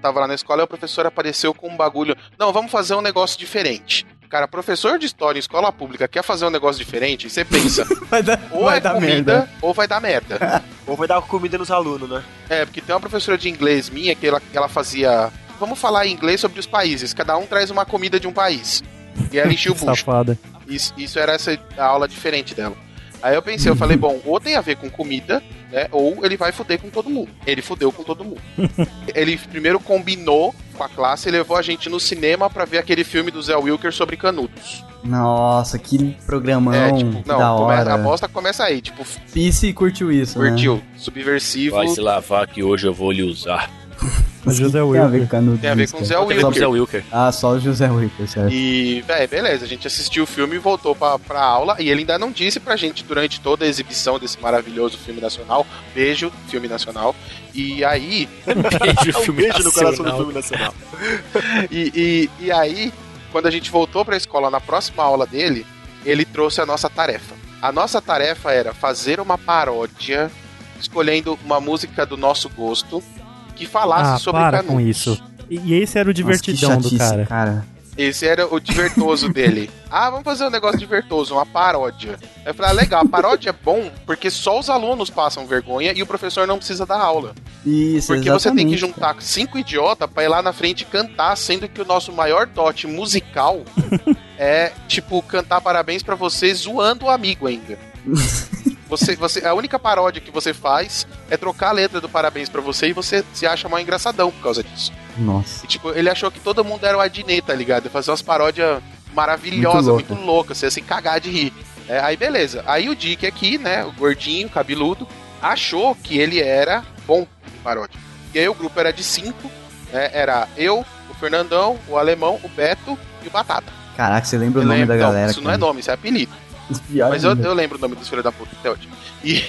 Speaker 5: Tava lá na escola e o professor apareceu com um bagulho. Não, vamos fazer um negócio diferente. Cara, professor de história em escola pública quer fazer um negócio diferente, você pensa,
Speaker 2: Vai dar,
Speaker 5: ou é comida, ou vai dar merda.
Speaker 6: Ou vai dar comida nos alunos, né?
Speaker 5: É, porque tem uma professora de inglês minha que ela, que ela fazia. Vamos falar em inglês sobre os países. Cada um traz uma comida de um país. E ela enchia o bucho.
Speaker 4: Safada.
Speaker 5: Isso, isso era essa a aula diferente dela. Aí eu pensei, eu falei, bom, ou tem a ver com comida, né? Ou ele vai fuder com todo mundo. Ele fudeu com todo mundo. ele primeiro combinou com a classe e levou a gente no cinema pra ver aquele filme do Zé Wilker sobre canudos.
Speaker 2: Nossa, que programão,
Speaker 5: é, tipo,
Speaker 2: que da
Speaker 5: não, começa, a
Speaker 2: hora.
Speaker 5: bosta começa aí, tipo,
Speaker 2: Pisse curtiu isso, né?
Speaker 5: curtiu, subversivo.
Speaker 3: Vai se lavar que hoje eu vou lhe usar.
Speaker 4: Mas
Speaker 2: Mas que
Speaker 4: José
Speaker 2: Tem a ver
Speaker 4: Wilker.
Speaker 2: com Canudos,
Speaker 5: Tem a ver com o
Speaker 2: cara?
Speaker 5: Zé
Speaker 3: Tem
Speaker 5: Wilker.
Speaker 3: o Zé Wilker.
Speaker 2: Ah, só o José Wilker, certo.
Speaker 5: E, véi, beleza, a gente assistiu o filme e voltou pra, pra aula. E ele ainda não disse pra gente durante toda a exibição desse maravilhoso filme nacional. Beijo, filme nacional. E aí,
Speaker 3: Beijo,
Speaker 6: Um
Speaker 3: filme
Speaker 6: beijo no coração do
Speaker 3: nacional.
Speaker 6: filme nacional.
Speaker 5: e, e, e aí, quando a gente voltou pra escola na próxima aula dele, ele trouxe a nossa tarefa. A nossa tarefa era fazer uma paródia escolhendo uma música do nosso gosto que falasse
Speaker 4: Ah,
Speaker 5: sobre
Speaker 4: para
Speaker 5: Canudos.
Speaker 4: com isso. E, e esse era o divertidão
Speaker 2: Nossa, que
Speaker 4: do
Speaker 2: chatice,
Speaker 4: cara.
Speaker 2: cara.
Speaker 5: Esse era o divertoso dele. Ah, vamos fazer um negócio divertoso, uma paródia. Eu falei, ah, legal, a paródia é bom porque só os alunos passam vergonha e o professor não precisa dar aula.
Speaker 2: Isso,
Speaker 5: Porque você tem que
Speaker 2: exatamente,
Speaker 5: juntar cinco idiotas pra ir lá na frente cantar, sendo que o nosso maior dote musical é, tipo, cantar parabéns pra você zoando o amigo ainda. Você, você, a única paródia que você faz é trocar a letra do parabéns pra você e você se acha mal engraçadão por causa disso.
Speaker 2: cara. Nossa.
Speaker 5: E, tipo, ele achou que todo mundo era o Adnet, tá ligado? Fazer umas paródias maravilhosas,
Speaker 2: Muito louca.
Speaker 5: muito, loucas, você ia se cagar de rir. É, aí beleza. Aí o Dick aqui, né, o gordinho, cabeludo, achou que ele era bom de paródia. E aí o grupo era de cinco, né, era eu, o Fernandão, o Alemão, o Beto e o Batata.
Speaker 2: Caraca, você lembra o
Speaker 5: Eu
Speaker 2: nome
Speaker 5: lembro-
Speaker 2: da
Speaker 5: não,
Speaker 2: galera?
Speaker 5: isso não é nome, isso é apelido.
Speaker 2: nome. Pior
Speaker 5: Mas eu,
Speaker 2: ainda.
Speaker 5: eu lembro o nome dos filhos da puta até hoje. E,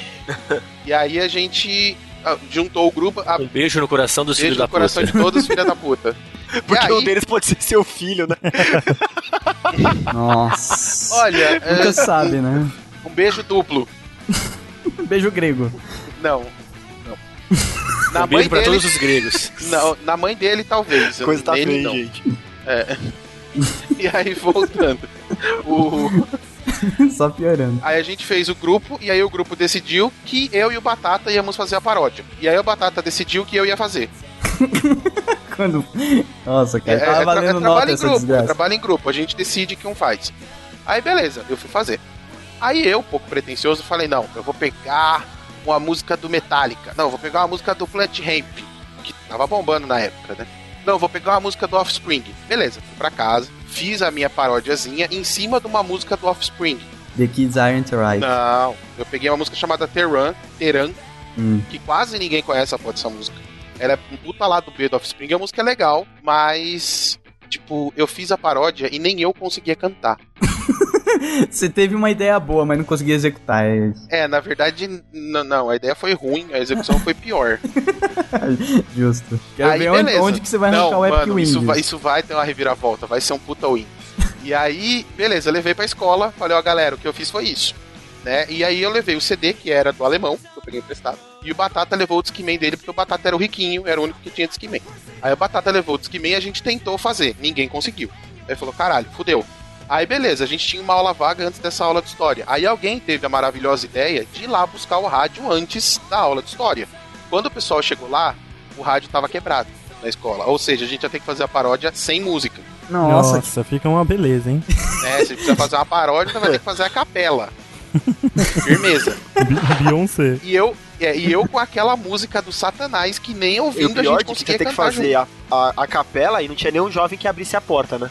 Speaker 5: e aí a gente ah, juntou o grupo, a
Speaker 3: Um beijo no coração dos filhos
Speaker 5: beijo
Speaker 3: da
Speaker 5: no coração
Speaker 3: puta.
Speaker 5: de todos os filhos da puta.
Speaker 6: Porque
Speaker 5: e
Speaker 6: um
Speaker 5: aí,
Speaker 6: deles pode ser seu filho, né?
Speaker 2: Nossa.
Speaker 5: olha, é,
Speaker 2: Nunca sabe, né?
Speaker 5: Um beijo duplo.
Speaker 2: Beijo grego.
Speaker 5: Não. Não. Na
Speaker 3: Um
Speaker 5: mãe
Speaker 3: beijo pra
Speaker 5: dele.
Speaker 3: todos os gregos.
Speaker 5: Não, na mãe dele, talvez.
Speaker 6: Coisa tá
Speaker 5: Nele,
Speaker 6: feia,
Speaker 5: Então, não.
Speaker 6: gente.
Speaker 5: E aí, voltando. O-
Speaker 2: Só piorando.
Speaker 5: Aí a gente fez o grupo, e aí o grupo decidiu que eu e o Batata íamos fazer a paródia. E aí o Batata decidiu que eu ia fazer.
Speaker 2: Quando. Nossa, cara.
Speaker 5: É, tra-
Speaker 2: tava valendo nota
Speaker 5: em
Speaker 2: essa
Speaker 5: grupo, é
Speaker 2: desgraça.
Speaker 5: trabalho em grupo, a gente decide que um faz. Aí beleza, eu fui fazer. Aí eu, um pouco pretencioso, falei, não, eu vou pegar uma música do Metallica. Não, eu vou pegar uma música do Plant Ramp, que tava bombando na época, né? Não, eu vou pegar uma música do Offspring. Beleza, fui pra casa, fiz a minha paródiazinha em cima de uma música do Offspring.
Speaker 2: The Kids Aren't Right.
Speaker 5: Não, eu peguei uma música chamada Teran, Teran,
Speaker 2: Hum.
Speaker 5: que quase ninguém conhece a porra dessa música. Ela é um puta lá do B do Offspring, a música é legal, mas, tipo, eu fiz a paródia e nem eu conseguia cantar.
Speaker 2: Você teve uma ideia boa, mas não conseguia executar. é isso.
Speaker 5: É, na verdade, n- não, a ideia foi ruim, a execução foi pior.
Speaker 2: Justo. Quero
Speaker 5: Aí,
Speaker 2: ver onde-
Speaker 5: beleza.
Speaker 2: onde que você vai arrancar
Speaker 5: Não,
Speaker 2: o Epic
Speaker 5: mano, isso
Speaker 2: Windows.
Speaker 5: vai, isso vai ter uma reviravolta, vai ser um puta win. e aí, beleza, eu levei pra escola, falei, ó, galera, o que eu fiz foi isso. Né? E aí eu levei o CD, que era do alemão, que eu peguei emprestado, e o Batata levou o Discman dele, porque o Batata era o riquinho, era o único que tinha Discman. Aí o Batata levou o Discman e a gente tentou fazer, ninguém conseguiu. Aí falou, caralho, fudeu. Aí beleza, a gente tinha uma aula vaga antes dessa aula de história. Aí alguém teve a maravilhosa ideia de ir lá buscar o rádio antes da aula de história. Quando o pessoal chegou lá, o rádio tava quebrado na escola. Ou seja, a gente já tem que fazer a paródia sem música.
Speaker 2: Nossa,
Speaker 4: fica uma beleza, hein?
Speaker 5: Né? Se precisa fazer uma paródia, vai ter que fazer a capela. Firmeza.
Speaker 4: Bi- Beyoncé.
Speaker 5: E eu, é, e eu com aquela música do Satanás que nem
Speaker 6: E o
Speaker 5: ouvindo a
Speaker 6: pior
Speaker 5: gente
Speaker 6: é que
Speaker 5: conseguia
Speaker 6: tinha ter que
Speaker 5: cantar
Speaker 6: fazer
Speaker 5: junto.
Speaker 6: a, a, a capela e não tinha nenhum jovem que abrisse a porta, né?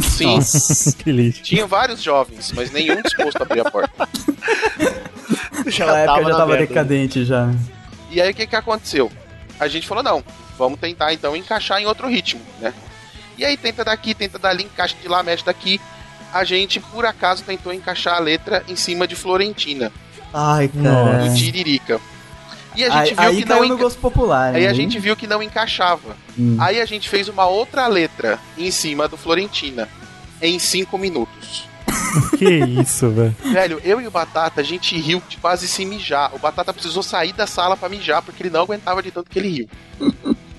Speaker 5: Sim.
Speaker 2: Nossa.
Speaker 4: que lixo.
Speaker 5: Tinha vários jovens, mas nenhum disposto a abrir a porta.
Speaker 2: Naquela época já
Speaker 6: na
Speaker 2: tava
Speaker 6: merda, né?
Speaker 2: decadente já.
Speaker 5: E aí o que, que aconteceu? A gente falou, não, vamos tentar então encaixar em outro ritmo, né? E aí tenta daqui, tenta dali, encaixa de lá, mexe daqui. A gente, por acaso, tentou encaixar a letra em cima de Florentina,
Speaker 2: Ai,
Speaker 4: Nossa.
Speaker 2: cara.
Speaker 5: do Tiririca. E a
Speaker 2: É. Aí,
Speaker 5: gente viu
Speaker 2: aí tá
Speaker 5: que não
Speaker 2: caiu no
Speaker 5: enca...
Speaker 2: gosto popular. né?
Speaker 5: Aí
Speaker 2: hein?
Speaker 5: a gente viu que não encaixava.
Speaker 2: Hum.
Speaker 5: Aí a gente fez uma outra letra em cima do Florentina. Em cinco minutos.
Speaker 4: Que isso, velho.
Speaker 5: Velho, eu e o Batata, a gente riu de quase se mijar. O Batata precisou sair da sala pra mijar, porque ele não aguentava de tanto que ele riu.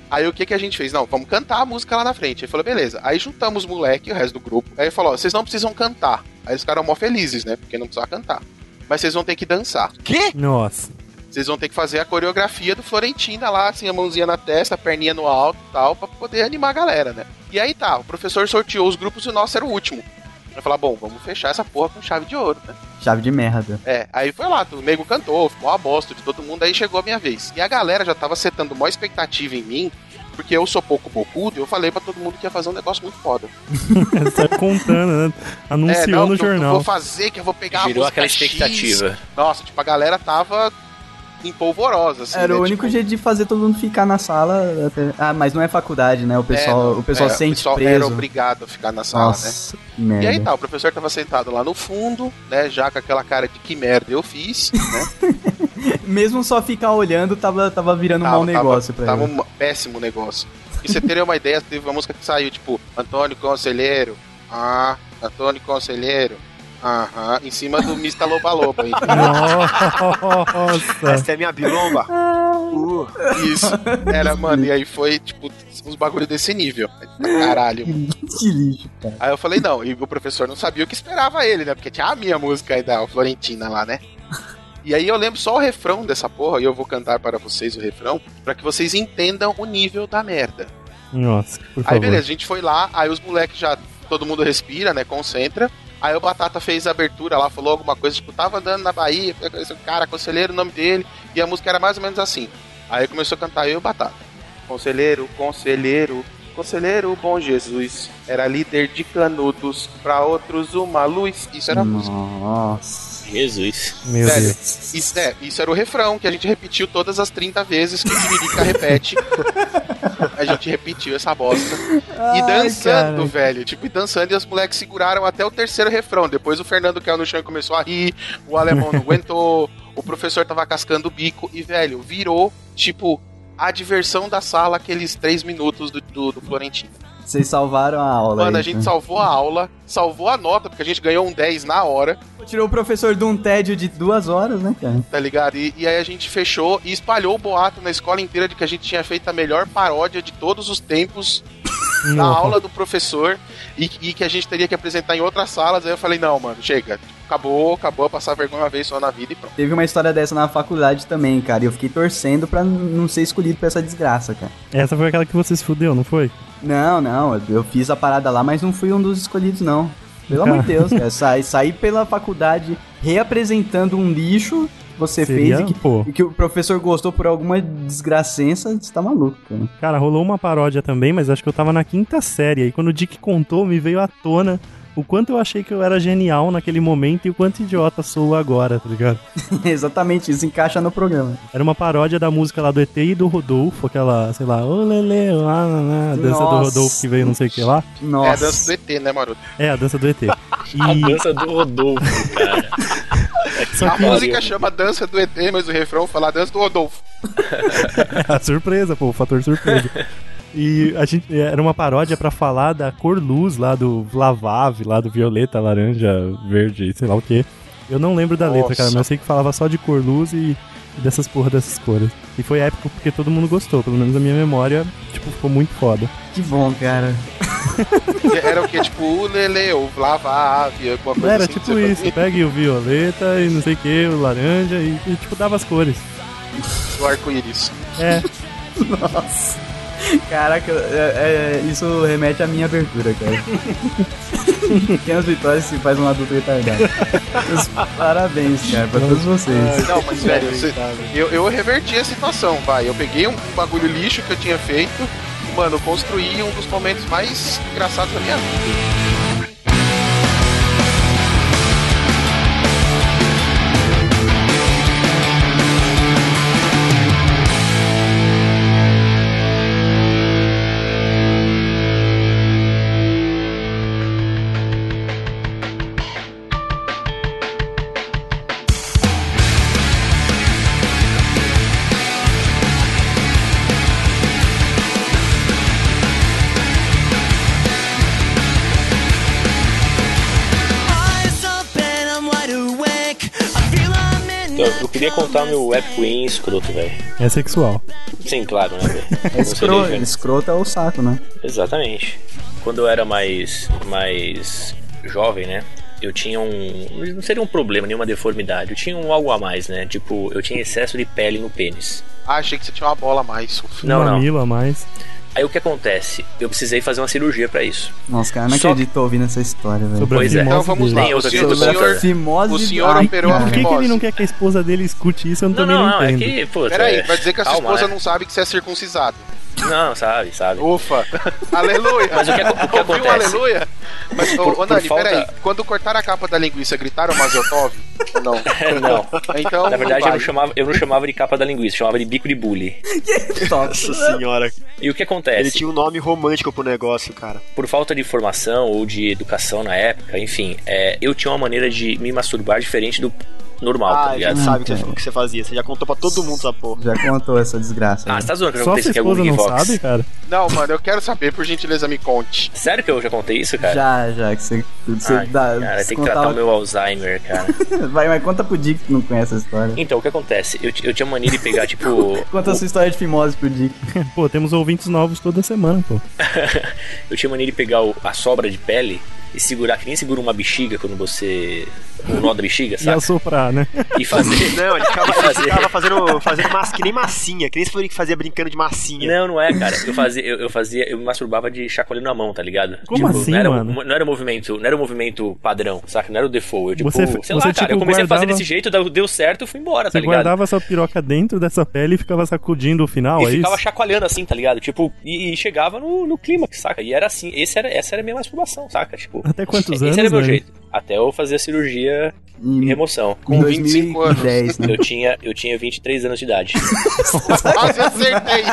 Speaker 5: Aí o que, que a gente fez? Não, vamos cantar a música lá na frente. Ele falou, beleza. Aí juntamos os moleque e o resto do grupo. Aí ele falou, ó, vocês não precisam cantar. Aí os caras mó felizes, né? Porque não precisava cantar. Mas vocês vão ter que dançar.
Speaker 6: Quê?
Speaker 4: Nossa.
Speaker 5: Vocês vão ter que fazer a coreografia do Florentina lá, assim, a mãozinha na testa, a perninha no alto e tal, pra poder animar a galera, né? E aí tá, o professor sorteou os grupos e o nosso era o último. Vai falar, bom, vamos fechar essa porra com chave de ouro, né?
Speaker 2: Chave de merda.
Speaker 5: É, aí foi lá, o nego cantou, ficou uma bosta de todo mundo, aí chegou a minha vez. E a galera já tava setando maior expectativa em mim, porque eu sou pouco bocudo, eu falei pra todo mundo que ia fazer um negócio muito foda.
Speaker 4: Você tá contando, né? Anunciou
Speaker 5: é, não,
Speaker 4: no
Speaker 5: que eu-
Speaker 4: jornal.
Speaker 5: Eu vou fazer, que eu vou pegar
Speaker 3: Girou
Speaker 5: a música
Speaker 3: aquela
Speaker 5: X.
Speaker 3: expectativa.
Speaker 5: Nossa, tipo, a galera tava em polvorosa, assim,
Speaker 2: Era
Speaker 5: né?
Speaker 2: o único
Speaker 5: Tipo,
Speaker 2: jeito de fazer todo mundo ficar na sala. até- Ah, mas não é faculdade, né? O pessoal,
Speaker 5: É, não,
Speaker 2: o pessoal
Speaker 5: é,
Speaker 2: sente
Speaker 5: pessoal era
Speaker 2: preso.
Speaker 5: obrigado a ficar na sala, né?
Speaker 2: Nossa, que merda.
Speaker 5: E aí tá, o professor tava sentado lá no fundo, né, já com aquela cara de que merda eu fiz, né?
Speaker 2: Mesmo só ficar olhando, tava, tava virando um
Speaker 5: Tava-
Speaker 2: mau negócio
Speaker 5: tava,
Speaker 2: pra
Speaker 5: tava
Speaker 2: ele.
Speaker 5: um péssimo negócio. E você teria uma ideia, teve uma música que saiu, tipo, Antônio Conselheiro, ah, Antônio Conselheiro, aham, em cima do Mista Loba Loba, entendeu?
Speaker 4: Nossa.
Speaker 6: Essa é minha bilomba. Uh,
Speaker 5: Isso. Era, mano, e aí foi, tipo, uns bagulho desse nível. Caralho, mano.
Speaker 2: Que lixo, cara.
Speaker 5: Aí eu falei, não, e o professor não sabia o que esperava ele, né? Porque tinha a minha música aí da Florentina lá, né? E aí eu lembro só o refrão dessa porra, e eu vou cantar para vocês o refrão, pra que vocês entendam o nível da merda.
Speaker 4: Nossa, por favor.
Speaker 5: Aí beleza, a gente foi lá, aí os moleques já, todo mundo respira, né? Concentra. Aí o Batata fez a abertura lá, falou alguma coisa, tipo, tava andando na Bahia, esse cara, conselheiro, o nome dele, e a música era mais ou menos assim. Aí começou a cantar eu e o Batata. Conselheiro, conselheiro, conselheiro bom Jesus, era líder de canudos, pra outros uma luz.
Speaker 4: Hum.
Speaker 5: Isso era a música.
Speaker 2: Nossa.
Speaker 3: Jesus.
Speaker 4: Meu
Speaker 5: Sério.
Speaker 4: Deus.
Speaker 5: Né, Isso, é, isso era o refrão que a gente repetiu todas as 30 vezes que o Tiririca repete. a gente repetiu essa bosta. E dançando, velho. Tipo, e dançando, e os moleques seguraram até o terceiro refrão. Depois o Fernando caiu no chão e começou a rir, o alemão não aguentou, o professor tava cascando o bico, e, velho, virou, tipo, a diversão da sala, aqueles três minutos do, do, do Florentino.
Speaker 2: Vocês salvaram a aula.
Speaker 5: Mano,
Speaker 2: aí,
Speaker 5: a gente
Speaker 2: né?
Speaker 5: salvou a aula, salvou a nota, porque a gente ganhou um 10 na hora.
Speaker 2: Tirou o professor de um tédio de duas horas, né, cara?
Speaker 5: tá ligado? E, e aí a gente fechou e espalhou o boato na escola inteira de que a gente tinha feito a melhor paródia de todos os tempos na
Speaker 4: Nossa.
Speaker 5: aula do professor e, e que a gente teria que apresentar em outras salas. Aí eu falei, não, mano, chega. Acabou, acabou, passar vergonha uma vez só na vida e pronto.
Speaker 2: Teve uma história dessa na faculdade também, cara. E eu fiquei torcendo pra n- não ser escolhido pra essa desgraça, cara.
Speaker 4: Essa foi aquela que você se fudeu, não foi?
Speaker 2: Não, não, eu- eu fiz a parada lá, mas não fui um dos escolhidos, não. Pelo amor de Deus, cara. Saí, saí pela faculdade reapresentando um lixo você
Speaker 4: Seria,
Speaker 2: fez e que,
Speaker 4: pô.
Speaker 2: e que o professor gostou por alguma desgracença, você tá maluco, cara.
Speaker 4: Cara, rolou uma paródia também, mas acho que eu tava na quinta série. E quando o Dick contou, me veio à tona o quanto eu achei que eu era genial naquele momento e o quanto idiota sou agora, tá ligado?
Speaker 2: Exatamente, isso encaixa no programa.
Speaker 4: Era uma paródia da música lá do ET e do Rodolfo, aquela, sei lá, ô lele, lá, lá, lá, dança do
Speaker 2: Nossa.
Speaker 4: Rodolfo que veio não sei o que lá.
Speaker 5: É a
Speaker 2: Nossa.
Speaker 5: dança do ET, né, Maroto?
Speaker 4: É, a dança do ET.
Speaker 3: A
Speaker 4: E
Speaker 3: dança do Rodolfo, cara.
Speaker 4: só
Speaker 5: A
Speaker 4: que
Speaker 5: música chama Dança do ET, mas o refrão fala Dança do Rodolfo.
Speaker 4: a surpresa, pô, o fator surpresa. E a gente é, era uma paródia pra falar da cor luz lá do Vlavave, lá do violeta, laranja, verde, sei lá o quê. Eu não lembro da letra, cara, mas eu sei que falava só de cor luz e e dessas porra dessas cores. E foi épico porque todo mundo gostou, pelo menos a minha memória, tipo, ficou muito foda.
Speaker 2: Que bom, cara.
Speaker 5: Era o que? Tipo, o Lele, ou Lava Ave, alguma coisa
Speaker 4: Era
Speaker 5: assim. que
Speaker 4: tipo
Speaker 5: você
Speaker 4: isso, pegue o violeta e não sei o que, o laranja e, e, tipo dava as cores.
Speaker 5: fazia, O arco-íris.
Speaker 4: É,
Speaker 2: Nossa. Caraca, é- é- isso remete à minha abertura, cara. Pequenas vitórias se faz um adulto retardado. Meus Parabéns, cara, pra todos vocês.
Speaker 5: Não, mas velho, você- eu, eu reverti a situação, vai. Eu peguei um bagulho lixo que eu tinha feito, mano, construí um dos momentos mais engraçados da minha vida.
Speaker 3: Então, eu queria contar meu épico em escroto, velho.
Speaker 4: é sexual.
Speaker 3: Sim, claro, né, velho?
Speaker 2: É
Speaker 3: Não seria,
Speaker 2: escroto,
Speaker 3: velho.
Speaker 2: escroto é o saco, né?
Speaker 3: Exatamente. Quando eu era mais, mais jovem, né? Eu tinha um. Não seria um problema, nenhuma deformidade. Eu tinha um algo a mais, né? Tipo, eu tinha excesso de pele no pênis.
Speaker 5: Ah, achei que você tinha uma bola a mais.
Speaker 3: Não, não.
Speaker 4: Um Mamilo a mais.
Speaker 3: Aí o que acontece? Eu precisei fazer uma cirurgia pra isso.
Speaker 2: Nossa, cara, eu não
Speaker 3: Só-
Speaker 2: acredito tô ouvindo essa história, velho.
Speaker 4: Sobre a
Speaker 3: Pois é.
Speaker 4: fimose
Speaker 5: Então vamos
Speaker 4: dele.
Speaker 5: lá.
Speaker 3: Nem eu tô
Speaker 5: O senhor,
Speaker 3: querendo
Speaker 5: o
Speaker 3: contar,
Speaker 5: senhor-
Speaker 3: velho.
Speaker 2: Fimose
Speaker 5: o
Speaker 2: de-
Speaker 5: senhor
Speaker 2: Ai,
Speaker 5: operou um
Speaker 4: Por
Speaker 5: a
Speaker 4: que, que ele
Speaker 5: fimose.
Speaker 4: não quer que a esposa dele escute isso? Eu
Speaker 3: Não,
Speaker 4: também
Speaker 3: não, não. É
Speaker 4: entendo.
Speaker 3: que, pô.
Speaker 5: Peraí, vai dizer que a sua
Speaker 3: calma,
Speaker 5: esposa
Speaker 3: né?
Speaker 5: não sabe que você é circuncisado.
Speaker 3: Não, sabe, sabe.
Speaker 5: Ufa! Aleluia!
Speaker 3: Mas o que, o que
Speaker 5: Ouviu um
Speaker 3: acontece?
Speaker 5: aleluia? Mas, ô,
Speaker 3: Por-
Speaker 5: ô Nani,
Speaker 3: por falta-
Speaker 5: peraí. Quando cortaram a capa da linguiça, gritaram Mazeltov? Ou não?
Speaker 3: não.
Speaker 5: Então,
Speaker 3: Na verdade, eu
Speaker 5: vai.
Speaker 3: não, chamava, eu não chamava de capa da linguiça, eu chamava de bico de bully.
Speaker 6: Nossa senhora.
Speaker 3: E o que
Speaker 6: Ele
Speaker 3: acontece?
Speaker 6: tinha um nome romântico pro negócio, cara.
Speaker 3: Por falta de formação ou de educação na época, enfim, é, eu tinha uma maneira de me masturbar diferente do normal, tá
Speaker 6: Ah, a
Speaker 3: ligado?
Speaker 6: gente sabe o que
Speaker 5: É.
Speaker 6: você- o que você fazia. Você já contou pra todo mundo essa porra.
Speaker 2: Já contou essa desgraça.
Speaker 3: Ah,
Speaker 2: né?
Speaker 3: você tá zoando que eu já
Speaker 4: Só
Speaker 3: contei
Speaker 4: sua
Speaker 3: isso aqui
Speaker 4: esposa
Speaker 3: algum
Speaker 4: não
Speaker 3: Vox.
Speaker 4: sabe, cara?
Speaker 5: Não, mano, eu quero saber, por gentileza, me conte.
Speaker 3: Sério que eu já contei isso, cara?
Speaker 2: Já, já, que você, você
Speaker 3: é. Ai,
Speaker 2: dá.
Speaker 3: cara,
Speaker 2: você
Speaker 3: tem que tratar
Speaker 2: contava-
Speaker 3: o meu Alzheimer, cara.
Speaker 2: Vai, mas conta pro Dick que não conhece a história.
Speaker 3: Então, o que acontece? Eu, ti- eu tinha mania de pegar, tipo.
Speaker 2: Conta a sua história de fimose pro Dick.
Speaker 4: Pô, temos ouvintes novos toda semana, pô.
Speaker 3: eu tinha mania de pegar o- a sobra de pele e segurar, que nem segura uma bexiga quando você. o nó da bexiga,
Speaker 4: E
Speaker 3: sabe?
Speaker 4: assoprar, né?
Speaker 3: E fazer.
Speaker 6: Não, ele ficava, ele
Speaker 3: Fazer.
Speaker 6: ficava fazendo, fazendo mas, que nem massinha, que nem se for que fazia brincando de massinha.
Speaker 3: Não, não é, cara. Eu fazia, eu, eu fazia, eu me masturbava de chacoalhando na mão, tá ligado?
Speaker 4: Como assim,
Speaker 3: não era,
Speaker 4: mano?
Speaker 3: mo- Não era um movimento, não era um movimento padrão, saca? Não era o default. Eu, tipo,
Speaker 4: Você-
Speaker 3: sei lá,
Speaker 4: você,
Speaker 3: cara,
Speaker 4: tipo,
Speaker 3: eu comecei a fazer
Speaker 4: guardava-
Speaker 3: desse jeito, deu deu certo, eu fui embora,
Speaker 4: Você
Speaker 3: tá ligado?
Speaker 4: guardava sua piroca dentro dessa pele e ficava sacudindo o final,
Speaker 3: e
Speaker 4: é
Speaker 3: ficava
Speaker 4: isso?
Speaker 3: chacoalhando assim, tá ligado? Tipo, e, e chegava no, no clímax, saca? E era assim, esse era, essa era a minha masturbação, saca? Tipo,
Speaker 4: Até quantos
Speaker 3: esse
Speaker 4: anos,
Speaker 3: era meu
Speaker 4: né?
Speaker 3: jeito. Até eu fazer a cirurgia e
Speaker 2: Em,
Speaker 3: remoção.
Speaker 2: em
Speaker 5: com 25 anos.
Speaker 2: 2010,
Speaker 4: Hum.
Speaker 2: né?
Speaker 3: Eu tinha, eu tinha 23 anos de idade.
Speaker 5: Quase acertei!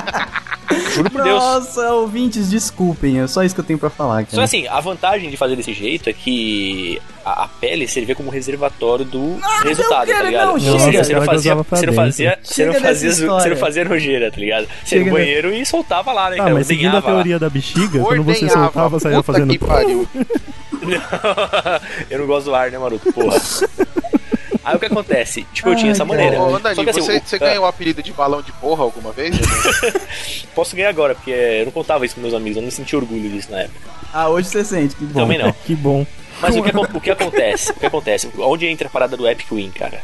Speaker 3: Juro por Deus.
Speaker 2: Nossa, ouvintes, desculpem, é só isso que eu tenho pra falar,
Speaker 3: Só
Speaker 4: Né?
Speaker 2: cara.
Speaker 3: assim, a vantagem de fazer desse jeito é que a, a pele servia como reservatório do resultado,
Speaker 2: Ah, quero,
Speaker 3: tá ligado?
Speaker 2: não,
Speaker 3: Ou
Speaker 2: chega.
Speaker 3: seja, você não
Speaker 4: Vai
Speaker 3: fazia,
Speaker 4: gozar pra
Speaker 3: você não
Speaker 4: dentro.
Speaker 3: fazia, você
Speaker 2: Chega
Speaker 3: não fazia,
Speaker 2: dessa
Speaker 3: você
Speaker 2: história.
Speaker 3: não fazia nojeira, tá ligado? Você ia
Speaker 2: Chega
Speaker 3: no
Speaker 2: dessa-
Speaker 3: banheiro e soltava lá, né?
Speaker 4: Ah,
Speaker 3: cara?
Speaker 4: mas seguindo a
Speaker 3: Ordenhava lá.
Speaker 4: teoria da bexiga, quando você
Speaker 5: Ordenhava,
Speaker 4: soltava, saía
Speaker 5: puta
Speaker 4: fazendo...
Speaker 5: que pariu.
Speaker 3: eu não gosto do ar, né, maroto? Porra. Aí o que acontece? Tipo, eu tinha essa maneira.
Speaker 5: Ô, ô, Nani,
Speaker 3: Só que assim,
Speaker 5: você,
Speaker 3: o-
Speaker 5: você
Speaker 3: ah,
Speaker 5: ganhou o apelido de balão de porra alguma vez?
Speaker 3: posso ganhar agora, porque é, eu não contava isso com meus amigos, eu não sentia orgulho disso na época.
Speaker 2: Ah, hoje você sente, que bom.
Speaker 3: Também não.
Speaker 4: Que bom.
Speaker 3: Mas o que, acon- o que acontece? O que acontece? Onde entra a parada do Epic Win, cara?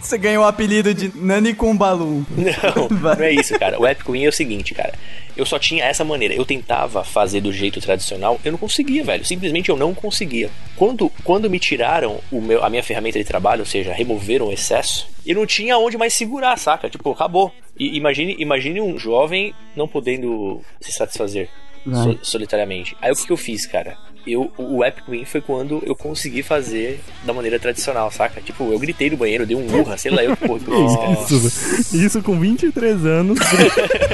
Speaker 8: Você ganhou o apelido de Nani com Balloon.
Speaker 3: Não,
Speaker 8: Vai.
Speaker 3: não é isso, cara. O Epic Win é o seguinte, cara. Eu só tinha essa maneira. Eu tentava fazer do jeito tradicional, eu não conseguia, velho. Simplesmente eu não conseguia. Quando, quando me tiraram o meu, a minha ferramenta de trabalho, ou seja, removeram o excesso, eu não tinha onde mais segurar, saca? Tipo, acabou. E imagine, imagine um jovem não podendo se satisfazer so- solitariamente. Aí o que, que eu fiz, cara? Eu, o Epic Win foi quando eu consegui fazer da maneira tradicional, saca? Tipo, eu gritei no banheiro, dei um urra, sei lá, eu porra, que eu fiz, cara.
Speaker 4: Isso, isso com 23 anos.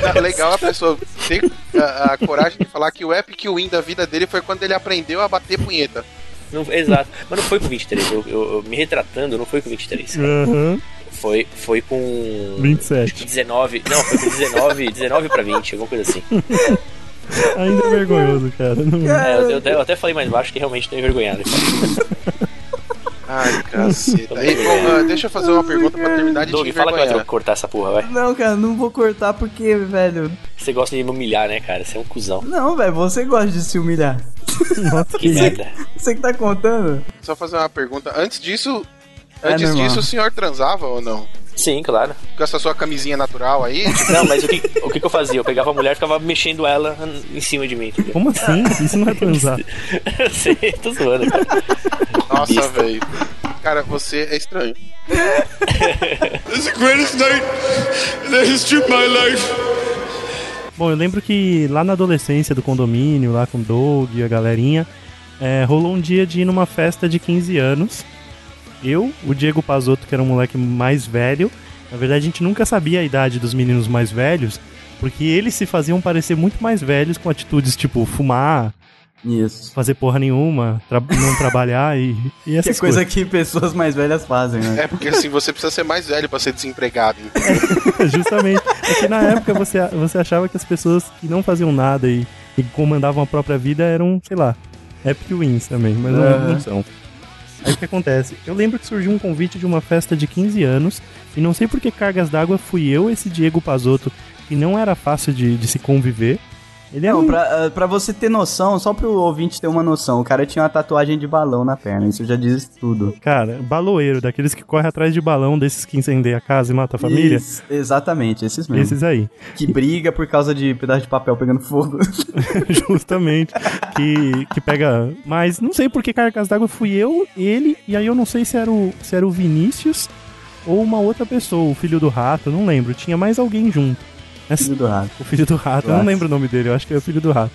Speaker 5: Não, É legal a pessoa ter a, a coragem de falar que o epic win da vida dele foi quando ele aprendeu a bater punheta.
Speaker 3: Não, exato. Mas não foi com 23. Eu, eu- eu me retratando, não foi com 23. cara.
Speaker 4: Aham,
Speaker 3: Foi, foi com.
Speaker 4: 27.
Speaker 3: 19. Não, foi com 19, 19 pra 20, alguma coisa assim.
Speaker 4: Ainda é vergonhoso, cara. Não-
Speaker 3: É, eu, eu até- eu até falei mais baixo que realmente tô envergonhado.
Speaker 5: Ai, caceta. E, bom, ah, deixa eu fazer uma pergunta pra terminar de
Speaker 3: é. Doug,
Speaker 5: te
Speaker 3: fala que vai ter que
Speaker 5: envergonhar.
Speaker 3: cortar essa porra, vai.
Speaker 8: Não, cara, não vou cortar porque, velho.
Speaker 3: Você gosta de me humilhar, né, cara? Você é um cuzão.
Speaker 8: Não, velho, você gosta de se humilhar.
Speaker 4: Nossa,
Speaker 3: Que
Speaker 4: que
Speaker 3: merda.
Speaker 8: Você que tá contando?
Speaker 5: Só fazer uma pergunta. Antes disso,
Speaker 8: É
Speaker 5: antes
Speaker 8: normal.
Speaker 5: disso o senhor transava ou não?
Speaker 3: Sim, claro.
Speaker 5: Com essa sua camisinha natural aí?
Speaker 3: Não, mas o que, o que, que eu fazia? Eu pegava a mulher e ficava mexendo ela em cima de mim. entendeu?
Speaker 4: Como assim? Isso não é transar.
Speaker 3: Sim, tô zoando, cara.
Speaker 5: Nossa,
Speaker 3: Besta.
Speaker 5: velho. Cara, você é estranho.
Speaker 7: This is the greatest night in the history of my life.
Speaker 4: Bom, eu lembro que lá na adolescência do condomínio, lá com o Doug e a galerinha, é, rolou um dia de ir numa festa de 15 anos. Eu, o Diego Pazotto, que era um moleque mais velho, na verdade a gente nunca sabia a idade dos meninos mais velhos, porque eles se faziam parecer muito mais velhos com atitudes tipo fumar,
Speaker 2: Isso.
Speaker 4: fazer porra nenhuma, tra- não trabalhar e, e
Speaker 8: Que é
Speaker 4: essas
Speaker 8: coisa
Speaker 4: coisas.
Speaker 8: que pessoas mais velhas fazem, né?
Speaker 5: É porque assim, você precisa ser mais velho pra ser desempregado. entendeu?
Speaker 4: Justamente. É que na época você, você achava que as pessoas que não faziam nada e, e comandavam a própria vida eram, sei lá, epic wins também, mas
Speaker 2: É.
Speaker 4: não,
Speaker 8: Aham.
Speaker 4: não são. Aí o que acontece? Eu lembro que surgiu um convite de uma festa de 15 anos, e não sei por que cargas d'água fui eu, esse Diego Pazotto, que não era fácil de, de se conviver. Ele era
Speaker 2: Não,
Speaker 4: um
Speaker 2: pra, ah, pra você ter noção, só pro ouvinte ter uma noção, o cara tinha uma tatuagem de balão na perna, isso já diz tudo.
Speaker 4: cara, baloeiro, daqueles que corre atrás de balão, desses que incendeia a casa e mata a família.
Speaker 2: Isso, exatamente, esses mesmo.
Speaker 4: Esses aí.
Speaker 2: Que briga por causa de pedaço de papel pegando fogo.
Speaker 4: Justamente. Que, que pega. Mas não sei por que cargas d'água fui eu, ele, e aí eu não sei se era, o, se era o Vinícius ou uma outra pessoa, o filho do rato, não lembro. Tinha mais alguém junto. Nessa-
Speaker 2: Filho do rato.
Speaker 4: o filho do rato, eu não
Speaker 2: Nossa.
Speaker 4: lembro o nome dele, eu acho que é o filho do rato.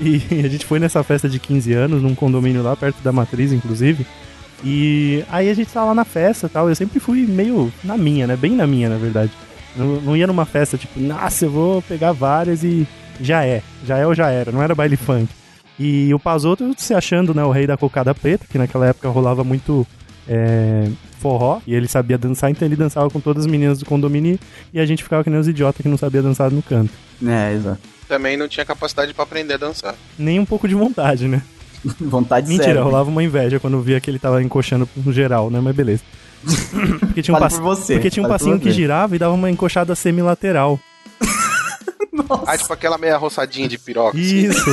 Speaker 4: E a gente foi nessa festa de 15 anos, num condomínio lá perto da matriz, inclusive. E aí a gente tava lá na festa e tal. Eu sempre fui meio na minha, né? Bem na minha, na verdade. Não, não ia numa festa tipo, nossa, eu vou pegar várias e já é. Já é ou já era. Não era baile funk. E o Pazoto se achando, né? O rei da cocada preta, que naquela época rolava muito é, forró. E ele sabia dançar, então ele dançava com todas as meninas do condomínio. E a gente ficava que nem os idiotas que não sabia dançar no canto.
Speaker 2: É, exato.
Speaker 5: Também não tinha capacidade pra aprender a dançar.
Speaker 4: Nem um pouco de vontade, né?
Speaker 2: Vontade
Speaker 4: Mentira,
Speaker 2: zero.
Speaker 4: rolava uma inveja quando eu via que ele tava encoxando no geral, né? Mas beleza. Porque tinha um,
Speaker 2: Fala
Speaker 4: pass-
Speaker 2: por você,
Speaker 4: porque tinha um
Speaker 2: fala por
Speaker 4: passinho que
Speaker 2: você.
Speaker 4: girava e dava uma encoxada semilateral.
Speaker 5: Ah, tipo aquela meia roçadinha de piroca. assim.
Speaker 4: Isso!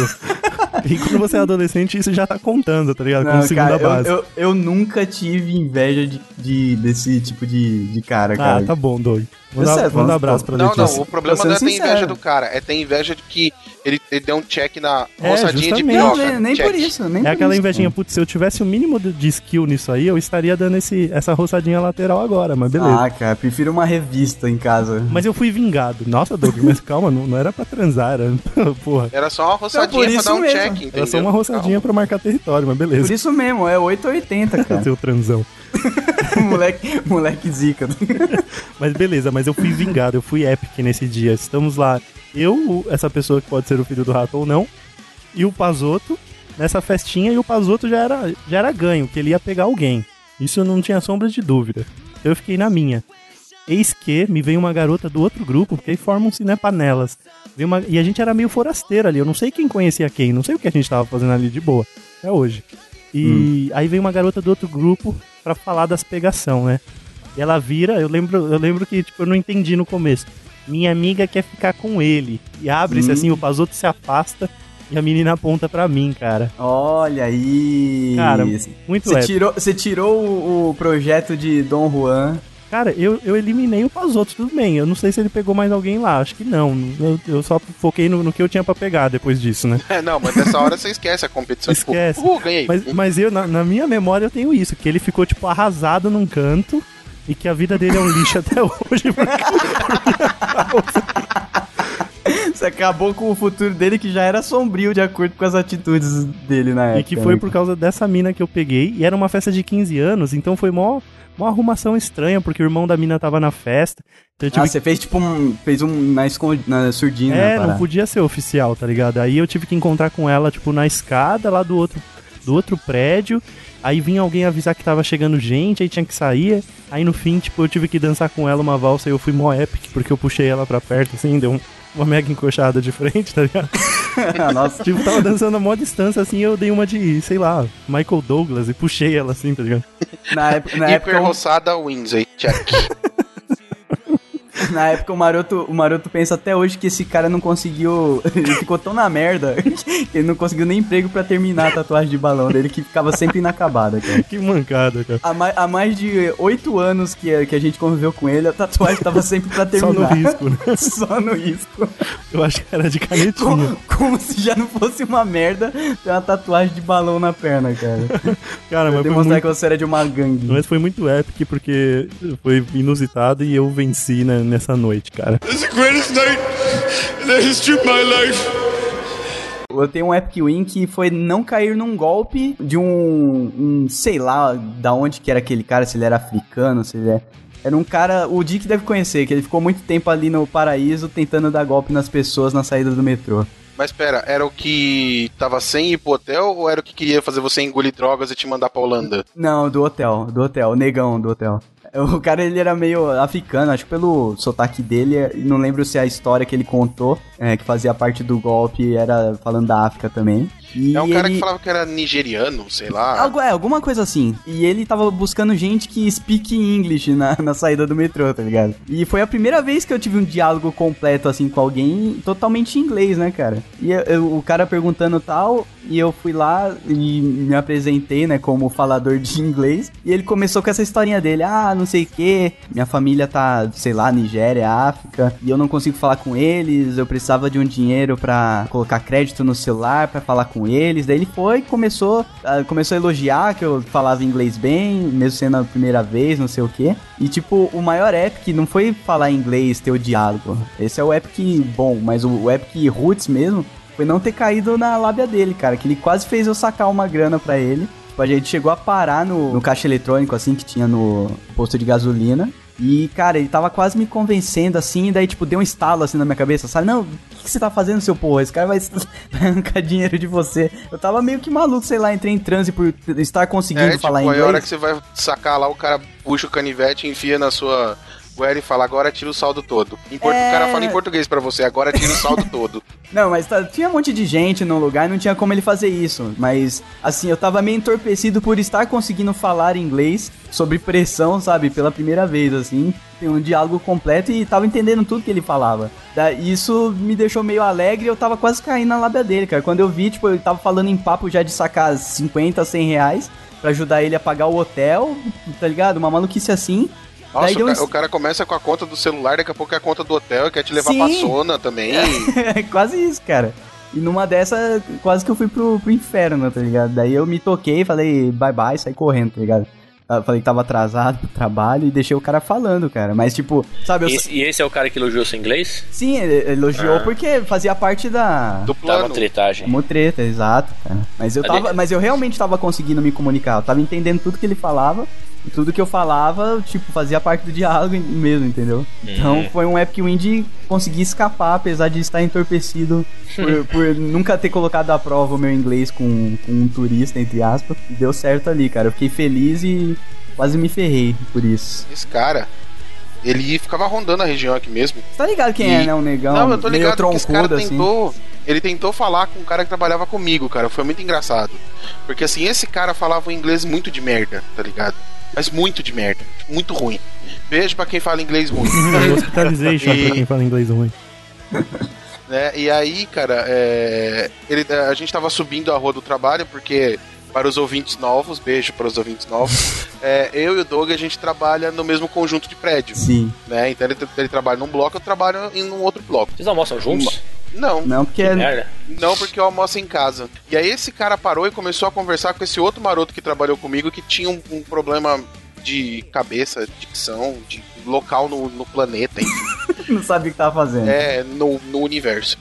Speaker 4: e quando você é adolescente, isso já tá contando, tá ligado? Como
Speaker 2: Não,
Speaker 4: segunda
Speaker 2: cara, eu-
Speaker 4: base.
Speaker 2: Eu, eu nunca tive inveja de, de- desse tipo de, de cara,
Speaker 4: Ah,
Speaker 2: cara.
Speaker 4: tá bom, Doug. Manda,
Speaker 2: sério,
Speaker 4: manda um
Speaker 2: vamos-
Speaker 4: abraço pra
Speaker 5: Não,
Speaker 4: Letícia.
Speaker 5: não, o problema
Speaker 2: sendo
Speaker 5: não é ter
Speaker 2: sincero.
Speaker 5: inveja do cara, é ter inveja de que ele, ele deu um check na
Speaker 4: É,
Speaker 5: roçadinha de
Speaker 4: justamente.
Speaker 5: piroca.
Speaker 2: Não, nem, nem
Speaker 5: Check.
Speaker 2: por isso, nem
Speaker 4: É
Speaker 2: por
Speaker 4: aquela
Speaker 2: isso.
Speaker 4: invejinha, putz, se eu tivesse o mínimo de- de skill nisso aí, eu estaria dando esse, essa roçadinha lateral agora, mas beleza.
Speaker 2: Ah, cara, prefiro uma revista em casa.
Speaker 4: Mas eu fui vingado. Nossa, Doug, mas calma, não, não era pra transar, era... porra.
Speaker 5: Era só uma
Speaker 2: Então, por
Speaker 5: roçadinha pra
Speaker 2: isso
Speaker 5: dar um
Speaker 2: mesmo.
Speaker 5: check, entendeu?
Speaker 4: Era só uma roçadinha pra marcar território, mas
Speaker 2: Por
Speaker 4: beleza.
Speaker 2: isso mesmo, é 880, cara.
Speaker 4: Seu transão.
Speaker 2: moleque, moleque zica.
Speaker 4: Mas beleza, mas eu fui vingado, eu fui epic nesse dia. Estamos lá, eu, o- essa pessoa que pode ser o filho do rato ou não, e o Pazoto nessa festinha, e o Pazoto já era, já era ganho, que ele ia pegar alguém. Isso eu não tinha sombra de dúvida. Eu fiquei na minha. Eis que me veio uma garota do outro grupo, porque aí formam-se, né, panelas. Veio uma- E a gente era meio forasteiro ali, eu não sei quem conhecia quem, não sei o que a gente tava fazendo ali de boa, até hoje. E aí veio uma garota do outro grupo pra falar das pegação, né? E ela vira, eu lembro, eu lembro que tipo, eu não entendi no começo. Minha amiga quer ficar com ele. E abre-se assim, o Pazoto se afasta e a menina aponta pra mim, cara.
Speaker 2: Olha aí.
Speaker 4: Cara, muito
Speaker 2: Você
Speaker 4: leve.
Speaker 2: tirou, você tirou o, o projeto de Dom Juan
Speaker 4: Cara, eu, eu eliminei o Pazoto, tudo bem. Eu não sei se ele pegou mais alguém lá, acho que não. Eu, eu só foquei no, no que eu tinha pra pegar depois disso, né?
Speaker 5: É, não, mas nessa hora você esquece a competição.
Speaker 4: Esquece.
Speaker 5: Tipo, uh, ganhei.
Speaker 4: Mas, mas eu, na, na minha memória, eu tenho isso, que ele ficou, tipo, arrasado num canto e que a vida dele é um lixo até hoje.
Speaker 8: Você acabou com o futuro dele que já era sombrio de acordo com as atitudes dele na
Speaker 2: É,
Speaker 8: época.
Speaker 4: E que foi
Speaker 8: né?
Speaker 4: por causa dessa mina que eu peguei. E era uma festa de 15 anos, então foi mó, mó arrumação estranha, porque o irmão da mina tava na festa. Então eu tive
Speaker 2: Ah, você fez tipo um. Fez um na, escond... na surdina.
Speaker 4: É,
Speaker 2: na
Speaker 4: não
Speaker 2: parada.
Speaker 4: podia ser oficial, tá ligado? Aí eu tive que encontrar com ela, tipo, na escada lá do outro, do outro prédio. Aí vinha alguém avisar que tava chegando gente, aí tinha que sair. Aí no fim, tipo, eu tive que dançar com ela uma valsa e eu fui mó epic, porque eu puxei ela pra perto, assim, deu um- uma mega encoxada de frente, tá ligado?
Speaker 2: Nossa,
Speaker 4: Tipo, tava dançando a mó distância, assim, eu dei uma de, sei lá, Michael Douglas e puxei ela, assim, tá ligado?
Speaker 2: na época, na época,
Speaker 5: Hiper roçada wins aí, check.
Speaker 2: o- na época o, Maroto, o Maroto pensa até hoje que esse cara não conseguiu. Ele ficou tão na merda que ele não conseguiu nem emprego pra terminar a tatuagem de balão dele, que ficava sempre inacabada, cara.
Speaker 4: Que mancada, cara.
Speaker 2: Há, mai- há mais de oito anos que, que a gente conviveu com ele, a tatuagem tava sempre pra
Speaker 4: Só no
Speaker 2: terminar.
Speaker 4: risco, né?
Speaker 2: Só no risco.
Speaker 4: Eu acho que era de canetinha.
Speaker 2: Como, como se já não fosse uma merda ter uma tatuagem de balão na perna, cara.
Speaker 4: Cara, mas foi
Speaker 2: Demonstrar
Speaker 4: muito
Speaker 2: que você era de uma gangue.
Speaker 4: Mas foi muito épico porque foi inusitado e eu venci né, nessa noite, cara.
Speaker 7: It's the greatest night in the history of my life.
Speaker 2: Eu tenho um epic win que foi não cair num golpe de um, um, sei lá, da onde que era aquele cara, se ele era africano, se ele é... Era um cara, o Dick deve conhecer, que ele ficou muito tempo ali no paraíso tentando dar golpe nas pessoas na saída do metrô.
Speaker 5: Mas pera, era o que tava sem ir pro hotel ou era o que queria fazer você engolir drogas e te mandar pra Holanda?
Speaker 2: Não, do hotel, do hotel, o negão do hotel. O cara, ele era meio africano, acho que pelo sotaque dele, eh, não lembro se a história que ele contou, eh, que fazia parte do golpe, era falando da África também. E
Speaker 5: é um cara que
Speaker 2: ele-
Speaker 5: falava que era nigeriano, sei lá.
Speaker 2: Algo, é, alguma coisa assim. E ele tava buscando gente que speak English na, na saída do metrô, tá ligado? E foi a primeira vez que eu tive um diálogo completo, assim, com alguém totalmente em inglês, né, cara? E eu- eu- o cara perguntando tal, e eu fui lá e me apresentei, né, como falador de inglês. E ele começou com essa historinha dele, ah, não sei o quê, minha família tá, sei lá, Nigéria, África, e eu não consigo falar com eles, eu precisava de um dinheiro pra colocar crédito no celular, pra falar com eles. Daí ele foi e começou, ah, começou a elogiar que eu falava inglês bem, mesmo sendo a primeira vez, não sei o quê. E tipo, o maior epic não foi falar inglês, ter o diálogo. Esse é o epic bom, mas o, o epic roots mesmo foi não ter caído na lábia dele, cara, que ele quase fez eu sacar uma grana pra ele. Tipo, a gente chegou a parar no, no caixa eletrônico, assim, que tinha no posto de gasolina. E, cara, ele tava quase me convencendo, assim, e daí, tipo, deu um estalo, assim, na minha cabeça, sabe? Não, o que, que você tá fazendo, seu porra? Esse cara vai, vai arrancar dinheiro de você. Eu tava meio que maluco, sei lá, entrei em transe por t- estar conseguindo
Speaker 5: é, tipo,
Speaker 2: falar
Speaker 5: aí
Speaker 2: inglês.
Speaker 5: a hora que você vai sacar lá, o cara puxa o canivete, enfia na sua goela e fala, agora tira o saldo todo. Em portu-
Speaker 2: É.
Speaker 5: O cara fala em português pra você, agora tira o saldo todo.
Speaker 2: Não, mas tá- tinha um monte de gente no lugar e não tinha como ele fazer isso. Mas, assim, eu tava meio entorpecido por estar conseguindo falar inglês sobre pressão, sabe? Pela primeira vez, assim. Tem um diálogo completo e tava entendendo tudo que ele falava. Da- Isso me deixou meio alegre e eu tava quase caindo na lábia dele, cara. Quando eu vi, tipo, ele tava falando em papo já de sacar 50, 100 reais pra ajudar ele a pagar o hotel, tá ligado? Uma maluquice assim.
Speaker 5: Nossa,
Speaker 2: Daí
Speaker 5: o,
Speaker 2: deu um
Speaker 5: ca-
Speaker 2: es-
Speaker 5: o cara começa com a conta do celular, daqui a pouco é a conta do hotel, quer te levar
Speaker 2: Sim.
Speaker 5: pra zona também.
Speaker 2: É quase isso, cara. E numa dessa, quase que eu fui pro, pro inferno, tá ligado? Daí eu me toquei, falei bye bye, saí correndo, tá ligado? Ah, Falei que tava atrasado pro trabalho e deixei o cara falando, cara. Mas, tipo, sabe, eu...
Speaker 3: E, e esse é o cara que elogiou seu inglês?
Speaker 2: sim, ele elogiou porque fazia parte da.
Speaker 5: do
Speaker 3: Tava
Speaker 5: plano.
Speaker 3: tretagem.
Speaker 2: Como treta, exato, cara. Mas eu,
Speaker 3: Ali-
Speaker 5: é-
Speaker 2: tava, mas eu realmente tava conseguindo me comunicar. Eu tava entendendo tudo que ele falava. E tudo que eu falava, tipo, fazia parte do diálogo mesmo, entendeu?
Speaker 5: Uhum.
Speaker 2: Então foi um epic win de conseguir escapar, apesar de estar entorpecido por, por nunca ter colocado à prova o meu inglês com, com um turista, entre aspas. E deu certo ali, cara. Eu fiquei feliz e quase me ferrei por isso.
Speaker 5: Esse cara, ele ficava rondando a região aqui mesmo.
Speaker 2: Você tá ligado quem
Speaker 5: E-
Speaker 2: é, né? Um negão
Speaker 5: Não, eu tô
Speaker 2: meio
Speaker 5: ligado que esse cara
Speaker 2: troncudo, assim.
Speaker 5: tentou. Ele tentou falar com um cara que trabalhava comigo, cara. Foi muito engraçado. Porque assim, esse cara falava um inglês muito de merda, tá ligado? Mas muito de merda. Muito ruim. Beijo pra quem fala inglês ruim.
Speaker 4: Hospitalization
Speaker 5: E-
Speaker 4: pra quem fala inglês ruim.
Speaker 5: né? E aí, cara, é, ele, a gente tava subindo a rua do trabalho, porque para os ouvintes novos, beijo para os ouvintes novos. é, eu e o Doug, a gente trabalha no mesmo conjunto de prédio,
Speaker 2: Sim.
Speaker 5: né? Então ele, tra- ele trabalha num bloco, eu trabalho em um outro bloco.
Speaker 3: Vocês almoçam juntos?
Speaker 5: Não,
Speaker 2: Não, porque é.
Speaker 3: Merda.
Speaker 5: não porque eu almoço em casa. E aí esse cara parou e começou a conversar com esse outro maroto que trabalhou comigo que tinha um, um problema de cabeça, dicção, de local no, no planeta, enfim.
Speaker 8: Não sabe o que tava fazendo.
Speaker 5: É, no, no universo.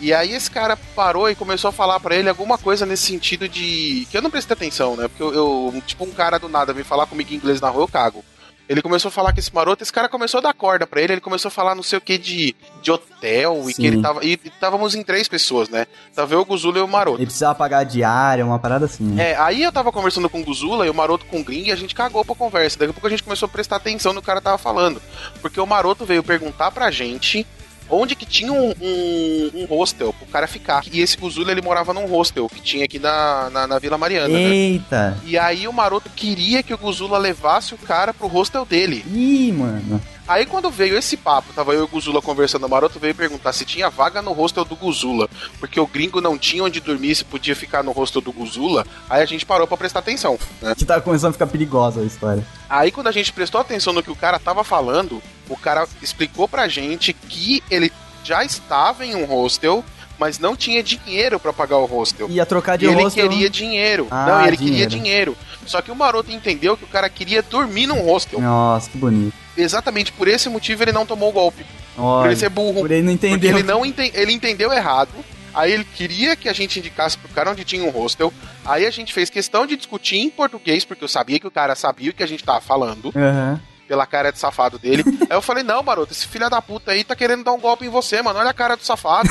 Speaker 5: E aí esse cara parou e começou a falar pra ele alguma coisa nesse sentido de. que eu não prestei atenção, né? Porque eu, eu- tipo, um cara do nada vem falar comigo em inglês na rua, eu cago. Ele começou a falar com esse maroto, esse cara começou a dar corda pra ele, ele começou a falar não sei o que de, de hotel e
Speaker 2: Sim.
Speaker 5: que ele tava. E e estávamos em três pessoas, né? Tava eu, o Guzula e o Maroto.
Speaker 2: Ele precisava pagar a diária, uma parada assim. né?
Speaker 5: É, aí eu tava conversando com o Guzula e o Maroto com o Gring e a gente cagou pra conversa. Daqui a pouco a gente começou a prestar atenção no que o cara tava falando. Porque o Maroto veio perguntar pra gente onde que tinha um, um, um hostel pro cara ficar. E esse Guzula, ele morava num hostel que tinha aqui na, na, na Vila Mariana, né?
Speaker 2: Eita!
Speaker 5: E aí o Maroto queria que o Guzula levasse o cara pro hostel dele.
Speaker 2: Ih, mano.
Speaker 5: Aí quando veio esse papo, tava eu e o Guzula conversando, o Maroto veio perguntar se tinha vaga no hostel do Guzula, porque o gringo não tinha onde dormir, se podia ficar no hostel do Guzula, aí a gente parou pra prestar atenção, né?
Speaker 2: Que tá começando a ficar perigosa a história.
Speaker 5: Aí quando a gente prestou atenção no que o cara tava falando, o cara explicou pra gente que ele já estava em um hostel, mas não tinha dinheiro pra pagar o hostel.
Speaker 2: Ia trocar
Speaker 5: E
Speaker 2: Ah, de
Speaker 5: ele
Speaker 2: hostel. né?
Speaker 5: queria dinheiro.
Speaker 2: Ah,
Speaker 5: não, ele queria
Speaker 2: dinheiro.
Speaker 5: dinheiro. Só que o maroto entendeu que o cara queria dormir num hostel.
Speaker 2: Nossa, que bonito.
Speaker 5: Exatamente por esse motivo ele não tomou o golpe. por
Speaker 2: Olha,
Speaker 5: ele ser burro.
Speaker 2: por ele não
Speaker 5: Porque
Speaker 2: entender.
Speaker 5: ele não enten- ele entendeu errado. Aí ele queria que a gente indicasse pro cara onde tinha um hostel. Aí a gente fez questão de discutir em português, porque eu sabia que o cara sabia o que a gente tava falando,
Speaker 2: Aham.
Speaker 5: pela cara de safado dele. aí eu falei, não, maroto, esse filho da puta aí tá querendo dar um golpe em você, mano. Olha a cara do safado.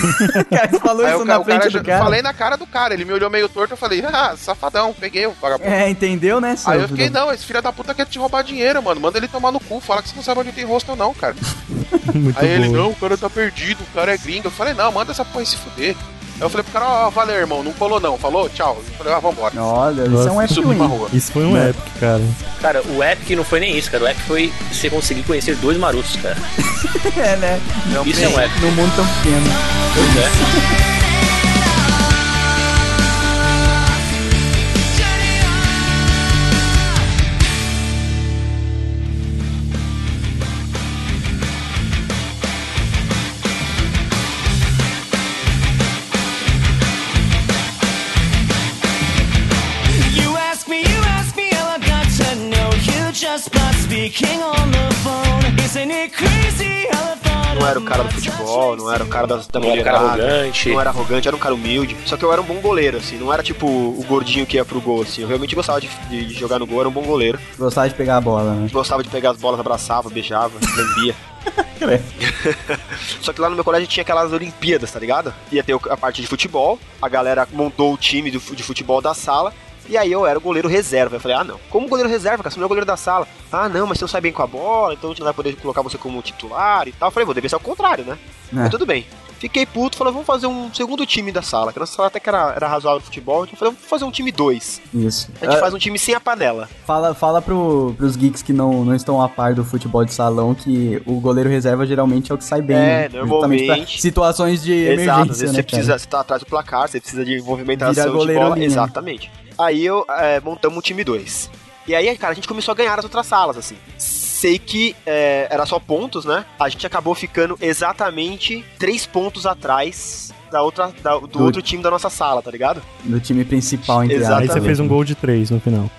Speaker 2: Cara, você falou
Speaker 5: aí
Speaker 2: isso
Speaker 5: o, ca-
Speaker 2: na
Speaker 5: o cara,
Speaker 2: frente
Speaker 5: já-
Speaker 2: do cara.
Speaker 5: falei na cara do cara, ele me olhou meio torto, eu falei, ah, safadão, peguei o vagabundo.
Speaker 2: É, entendeu, né, seu?
Speaker 5: Aí eu fiquei,
Speaker 2: filho da-
Speaker 5: não, esse filho da puta quer te roubar dinheiro, mano. Manda ele tomar no cu, fala que você não sabe onde tem hostel, não, cara.
Speaker 4: Muito
Speaker 5: Aí ele,
Speaker 4: bom.
Speaker 5: não, o cara tá perdido, o cara é gringo. Eu falei, não, manda essa porra aí se fuder. Aí eu falei pro cara, ó, valeu, irmão, não colou não, falou, tchau. Eu falei, ah, vambora.
Speaker 2: Olha, isso é um
Speaker 5: Subi pra rua.
Speaker 2: F1.
Speaker 4: Isso foi um épico, cara.
Speaker 3: Cara, o Epic não foi nem isso, cara. O Epic foi você conseguir conhecer dois marotos, cara.
Speaker 2: É, né?
Speaker 3: Isso é um Epic.
Speaker 2: Num mundo tão pequeno.
Speaker 3: Pois é.
Speaker 1: You ask me, you ask me, all I got to know. You just not speaking on the phone. Isn't it crazy? All I thought
Speaker 6: Não era o cara do futebol, não era o cara das, da
Speaker 3: Não era o cara
Speaker 6: mulherada,
Speaker 3: arrogante.
Speaker 6: Não era arrogante, era um cara humilde. Só que eu era um bom goleiro, assim. Não era tipo o gordinho que ia pro gol, assim. Eu realmente gostava de, de jogar no gol, era um bom goleiro.
Speaker 2: Gostava de pegar a bola, né?
Speaker 6: Gostava de pegar as bolas, abraçava, beijava, lambia. Só que lá no meu colégio tinha aquelas Olimpíadas, tá ligado? Ia ter o- a parte de futebol, a galera montou o time do fu- de futebol da sala. E aí eu era o goleiro reserva. Eu falei, ah não, como goleiro reserva, cara? Você não é o goleiro da sala. Ah não, mas você não sai bem com a bola, então a gente não vai poder colocar você como titular e tal. Eu falei, vou dever ser ao contrário, né? Mas tudo bem. Fiquei puto, falei, vamos fazer um segundo time da sala. Que a nossa sala até que era, era razoável no futebol. Então eu falei, vamos fazer um time 2.
Speaker 2: Isso.
Speaker 5: É
Speaker 6: A gente
Speaker 2: Ah,
Speaker 6: faz um time sem a panela.
Speaker 2: Fala, fala pro, pros geeks que não, não estão a par do futebol de salão que o goleiro reserva geralmente é o que sai bem. né?
Speaker 6: É, normalmente.
Speaker 2: Justamente pra situações de
Speaker 6: Exato, às
Speaker 2: emergência,
Speaker 6: vezes
Speaker 2: né, cara?
Speaker 6: você precisa, você tá atrás do placar, você precisa de movimentação
Speaker 2: Vira
Speaker 6: de
Speaker 2: goleiro
Speaker 6: bola.
Speaker 2: ali, né?
Speaker 6: Exatamente. Aí eu é, montamos o time 2. E aí, cara, a gente começou a ganhar as outras salas, assim. Sei que é, era só pontos, né? A gente acabou ficando exatamente três pontos atrás da outra, da- do,
Speaker 2: Do-
Speaker 6: outro time da nossa sala, tá ligado?
Speaker 2: Do time principal, entre né?
Speaker 4: Aí
Speaker 6: Exatamente.
Speaker 4: você fez um gol de três no final.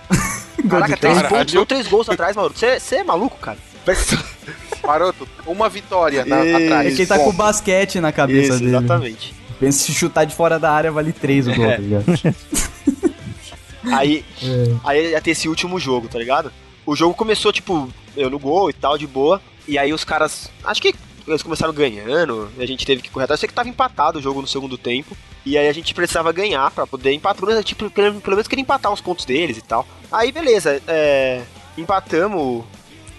Speaker 2: Então,
Speaker 6: Caraca, três
Speaker 5: Caralho.
Speaker 6: pontos, não três gols atrás, mano. Você você é maluco, cara?
Speaker 5: Maroto, uma vitória na,
Speaker 6: Ei,
Speaker 5: atrás.
Speaker 2: É que ele tá com
Speaker 5: Bom,
Speaker 2: o basquete na cabeça
Speaker 6: Isso,
Speaker 2: dele.
Speaker 6: exatamente.
Speaker 2: Pensa se chutar de fora da área vale 3 o gol, tá ligado?
Speaker 6: Aí,
Speaker 4: É.
Speaker 6: aí ia ter esse último jogo, tá ligado? O jogo começou, tipo, eu no gol e tal, de boa. E aí os caras. Acho que eles começaram ganhando. E a gente teve que correr atrás. Eu sei que tava empatado o jogo no segundo tempo. E aí a gente precisava ganhar pra poder empatar. Mas, tipo, pelo pelo menos queria empatar uns pontos deles e tal. Aí beleza, é, empatamos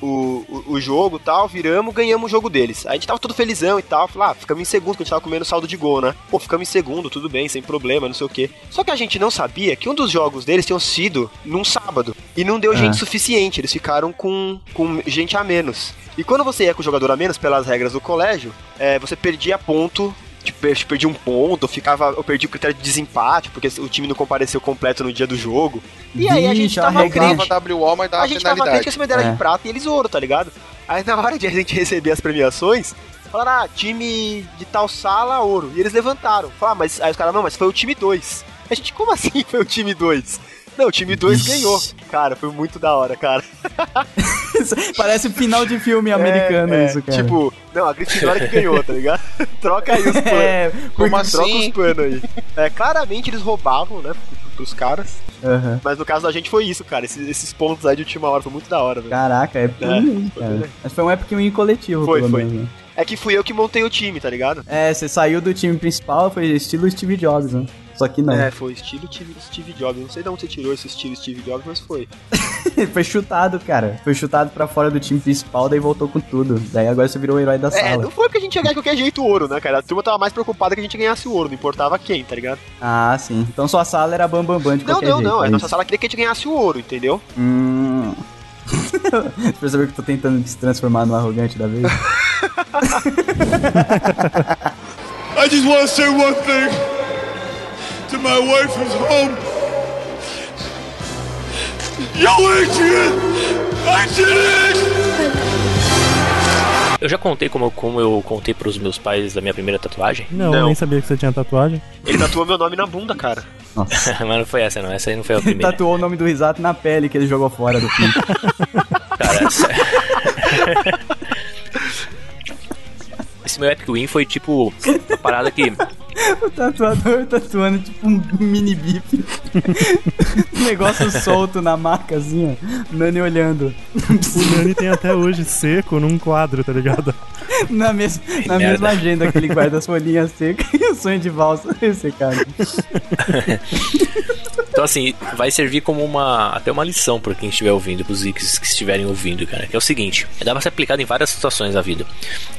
Speaker 6: o, o, o jogo e tal, viramos, ganhamos o jogo deles. Aí a gente tava todo felizão e tal, falou, ah, ficamos em segundo, que a gente tava comendo saldo de gol, né? Pô, ficamos em segundo, tudo bem, sem problema, não sei o quê. Só que a gente não sabia que um dos jogos deles tinham sido num sábado. E não deu
Speaker 2: Ah.
Speaker 6: gente suficiente, eles ficaram com, com gente a menos. E quando você ia com o jogador a menos, pelas regras do colégio, é, você perdia ponto. tipo, per- perdi um ponto, eu ficava, eu perdi o critério de desempate, porque o time não compareceu completo no dia do jogo. E aí a gente
Speaker 9: Vixe, a
Speaker 6: tava
Speaker 9: regra-
Speaker 6: crítico.
Speaker 5: Dava WO, mas dava
Speaker 6: A gente tava
Speaker 5: penalidade.
Speaker 6: crítica essa medalha
Speaker 9: É.
Speaker 6: de prata e eles ouro, tá ligado? Aí na hora de a gente receber as premiações, falaram, ah, time de tal sala, ouro. E eles levantaram. Falaram, ah, mas aí os caras, não, mas foi o time 2. A gente, como assim foi o time 2? Não, o time 2
Speaker 9: Ixi.
Speaker 6: ganhou. Cara, foi muito da hora, cara.
Speaker 2: Parece final de filme americano
Speaker 6: É,
Speaker 2: isso, cara.
Speaker 6: Tipo, não, a Grifindora que ganhou, tá ligado? Troca aí os panos.
Speaker 2: é,
Speaker 5: Como
Speaker 6: Troca os
Speaker 5: assim?
Speaker 6: panos aí. É, claramente eles roubavam, né, pros caras.
Speaker 2: aham.
Speaker 6: Mas no caso da gente foi isso, cara. Esses, esses pontos aí de última hora foi muito da hora, velho.
Speaker 2: Caraca, é por
Speaker 6: É,
Speaker 2: isso, cara. Mas foi um epic win coletivo,
Speaker 6: Foi,
Speaker 2: pelo
Speaker 6: foi.
Speaker 2: menos. né?
Speaker 6: É que fui eu que montei o time, tá ligado?
Speaker 2: É, você saiu do time principal, foi estilo Steve Jobs, né? Só que não.
Speaker 6: É, foi estilo Steve, Steve Jobs. Não sei de onde você tirou esse estilo Steve Jobs, mas foi.
Speaker 2: foi chutado, cara. Foi chutado pra fora do time principal, daí voltou com tudo. Daí agora você virou o herói da
Speaker 6: É,
Speaker 2: sala.
Speaker 6: não foi porque a gente ia ganhar de qualquer jeito o ouro, né, cara? A turma tava mais preocupada que a gente ganhasse o ouro, não importava quem, tá ligado?
Speaker 2: Ah, sim. Então sua sala era bambambam bam, bam de
Speaker 6: Não,
Speaker 2: qualquer
Speaker 6: não,
Speaker 2: jeito.
Speaker 6: não.
Speaker 2: é
Speaker 6: A nossa
Speaker 2: isso.
Speaker 6: sala queria que a gente ganhasse o ouro, entendeu?
Speaker 2: Hum. Você percebeu que eu tô tentando se transformar no arrogante da vez?
Speaker 7: I just want to say one thing to my wife who's home. Yo, Adrian! I did it!
Speaker 3: Eu já contei como, como eu contei pros meus pais da minha primeira tatuagem,
Speaker 4: Não,
Speaker 6: Não.
Speaker 4: eu nem sabia que você tinha tatuagem.
Speaker 6: Ele tatuou meu nome na bunda, cara.
Speaker 3: mas não foi essa, não. Essa aí não foi a primeira.
Speaker 2: Tatuou o nome do Risato na pele que ele jogou fora do filme.
Speaker 3: Cara, essa- Esse meu Epic Win foi tipo uma parada que.
Speaker 2: o tatuador tatuando tipo um mini bip. um negócio solto na marcazinha. Nani olhando.
Speaker 4: O Nani tem até hoje seco num quadro, tá ligado?
Speaker 2: Na, mes na
Speaker 3: merda.
Speaker 2: mesma agenda que ele guarda as folhinhas secas e o sonho de valsa ressecado.
Speaker 3: Então, assim, vai servir como uma. Até uma lição pra quem estiver ouvindo, pros geeks que estiverem ouvindo, cara. Que é o seguinte: dá pra ser aplicado em várias situações da vida.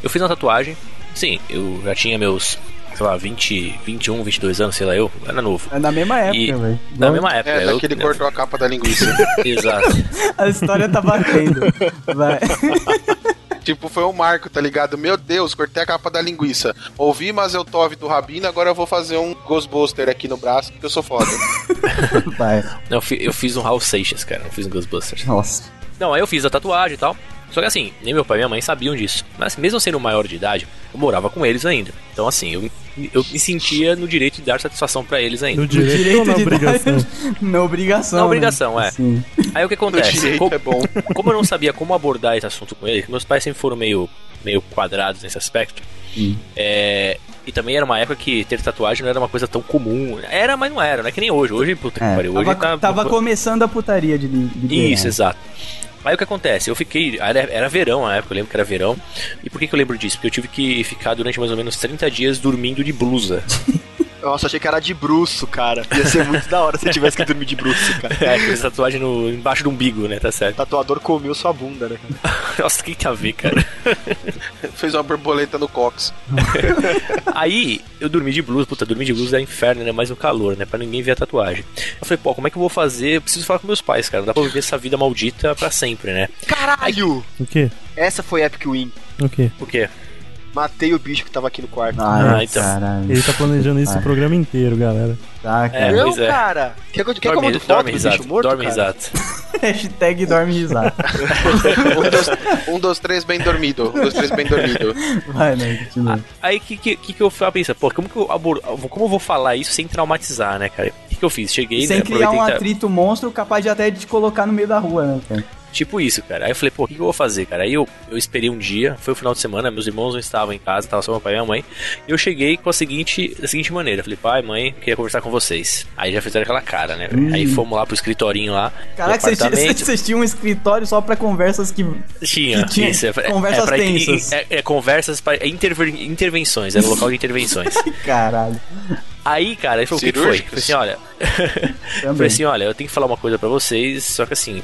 Speaker 3: Eu fiz uma tatuagem, sim, eu já tinha meus. Sei lá, 20, 21, 22 anos, sei lá, eu era novo.
Speaker 2: É na mesma época,
Speaker 3: E-
Speaker 2: velho.
Speaker 3: Na mesma época,
Speaker 5: É,
Speaker 3: eu. né?
Speaker 5: daquele cortou a capa da linguiça.
Speaker 3: Exato.
Speaker 2: A história tá batendo. Vai.
Speaker 5: tipo, foi um marco, tá ligado? Meu Deus, cortei a capa da linguiça. Ouvi Mazel Tov do Rabino, agora eu vou fazer um Ghostbuster aqui no braço, porque eu sou foda.
Speaker 2: Vai.
Speaker 3: Não, eu, fi- eu fiz um Hal Seixas, cara, não fiz um Ghostbusters.
Speaker 2: Nossa.
Speaker 3: Não, aí eu fiz a tatuagem e tal. Só que assim, nem meu pai e minha mãe sabiam disso. Mas mesmo sendo um maior de idade, eu morava com eles ainda. Então assim, eu, eu me sentia no direito de dar satisfação pra eles ainda.
Speaker 4: No direito, ou na
Speaker 2: de
Speaker 4: obrigação?
Speaker 2: dar- na obrigação.
Speaker 3: Na
Speaker 2: né?
Speaker 3: obrigação, é.
Speaker 2: Sim.
Speaker 3: Aí o que
Speaker 5: No
Speaker 3: acontece?
Speaker 5: direito
Speaker 3: Co-
Speaker 5: é bom.
Speaker 3: como eu não sabia como abordar esse assunto com ele, que meus pais sempre foram meio, meio quadrados nesse aspecto.
Speaker 5: Hum.
Speaker 3: é, e também era uma época que ter tatuagem não era uma coisa tão comum. Era, mas não era, não é que nem hoje. Hoje, puta que
Speaker 2: É,
Speaker 3: pariu. Hoje tá
Speaker 2: tava, tava começando a putaria de, li- de
Speaker 3: Isso,
Speaker 6: É.
Speaker 2: liberar.
Speaker 3: exato. Aí o que acontece? Eu fiquei. Era, era verão na época, eu lembro que era verão. E por que, que eu lembro disso? Porque eu tive que ficar durante mais ou menos 30 dias dormindo de blusa.
Speaker 6: Nossa, achei que era de bruxo, cara. Ia ser muito da hora se eu tivesse que dormir de bruxo, cara.
Speaker 3: É, fiz tatuagem no, embaixo do umbigo, né? Tá
Speaker 6: O
Speaker 3: certo.
Speaker 6: tatuador comeu sua bunda, né? cara?
Speaker 3: Nossa, o que que tem a ver, cara?
Speaker 5: Fez uma borboleta no cox.
Speaker 3: Aí eu dormi de blusa, puta, dormir de blusa é inferno, né? Mais o calor, né? Pra ninguém ver a tatuagem. Eu falei, pô, como é que eu vou fazer? Eu preciso falar com meus pais, cara. Não dá pra viver essa vida maldita pra sempre, né?
Speaker 6: Caralho!
Speaker 4: O quê?
Speaker 6: Essa foi Epic Win.
Speaker 4: O quê?
Speaker 3: Por quê?
Speaker 6: Matei o bicho que tava aqui no quarto.
Speaker 2: Ah,
Speaker 3: Ah, então.
Speaker 2: caralho.
Speaker 4: Ele tá planejando isso o programa inteiro, galera.
Speaker 2: Tá,
Speaker 3: É,
Speaker 2: cara.
Speaker 6: não,
Speaker 3: pois é.
Speaker 6: cara! Quer que eu, quer que eu
Speaker 3: dorme,
Speaker 6: mando foto
Speaker 3: dorme
Speaker 6: do bicho
Speaker 3: risado.
Speaker 6: morto,
Speaker 3: dorme
Speaker 6: cara?
Speaker 3: risado.
Speaker 2: Hashtag dorme risada.
Speaker 5: Um, dois, um, dois, três, bem dormido. Um, dois, três, bem dormido.
Speaker 2: Vai, né? Continua.
Speaker 3: Aí que, que, que, que eu fui pensar, pô, como que eu abor- como eu vou falar isso sem traumatizar, né, cara? O que, que eu fiz? Cheguei,
Speaker 2: Sem
Speaker 3: né,
Speaker 2: criar um
Speaker 3: aproveitei que tá-
Speaker 2: atrito monstro capaz de até te colocar no meio da rua, né, cara?
Speaker 3: Tipo isso, cara. Aí eu falei, pô, o que, que eu vou fazer, cara? Aí eu, eu esperei um dia, foi o final de semana, meus irmãos não estavam em casa, tava só meu pai e minha mãe. E eu cheguei com a seguinte, da seguinte maneira. Eu falei, pai, mãe, queria conversar com vocês. Aí já fizeram aquela cara, né? velho? Aí fomos lá pro escritorinho lá.
Speaker 2: Hum. Caraca,
Speaker 3: pro
Speaker 2: vocês tinham-
Speaker 3: apartamento.
Speaker 2: vocês tinham um escritório só pra conversas que.
Speaker 3: Tinha,
Speaker 2: que tinha
Speaker 3: isso. É, pra-
Speaker 2: conversas
Speaker 3: é pra-
Speaker 2: tensas.
Speaker 3: É, é conversas para intervenções, era o local de intervenções.
Speaker 2: Caralho.
Speaker 3: Aí, cara, ele falou, o que que foi? Eu falei
Speaker 5: Cirúrgicas?
Speaker 3: assim, olha... Eu
Speaker 2: Também.
Speaker 3: Falei assim, olha, eu tenho que falar uma coisa pra vocês, só que assim,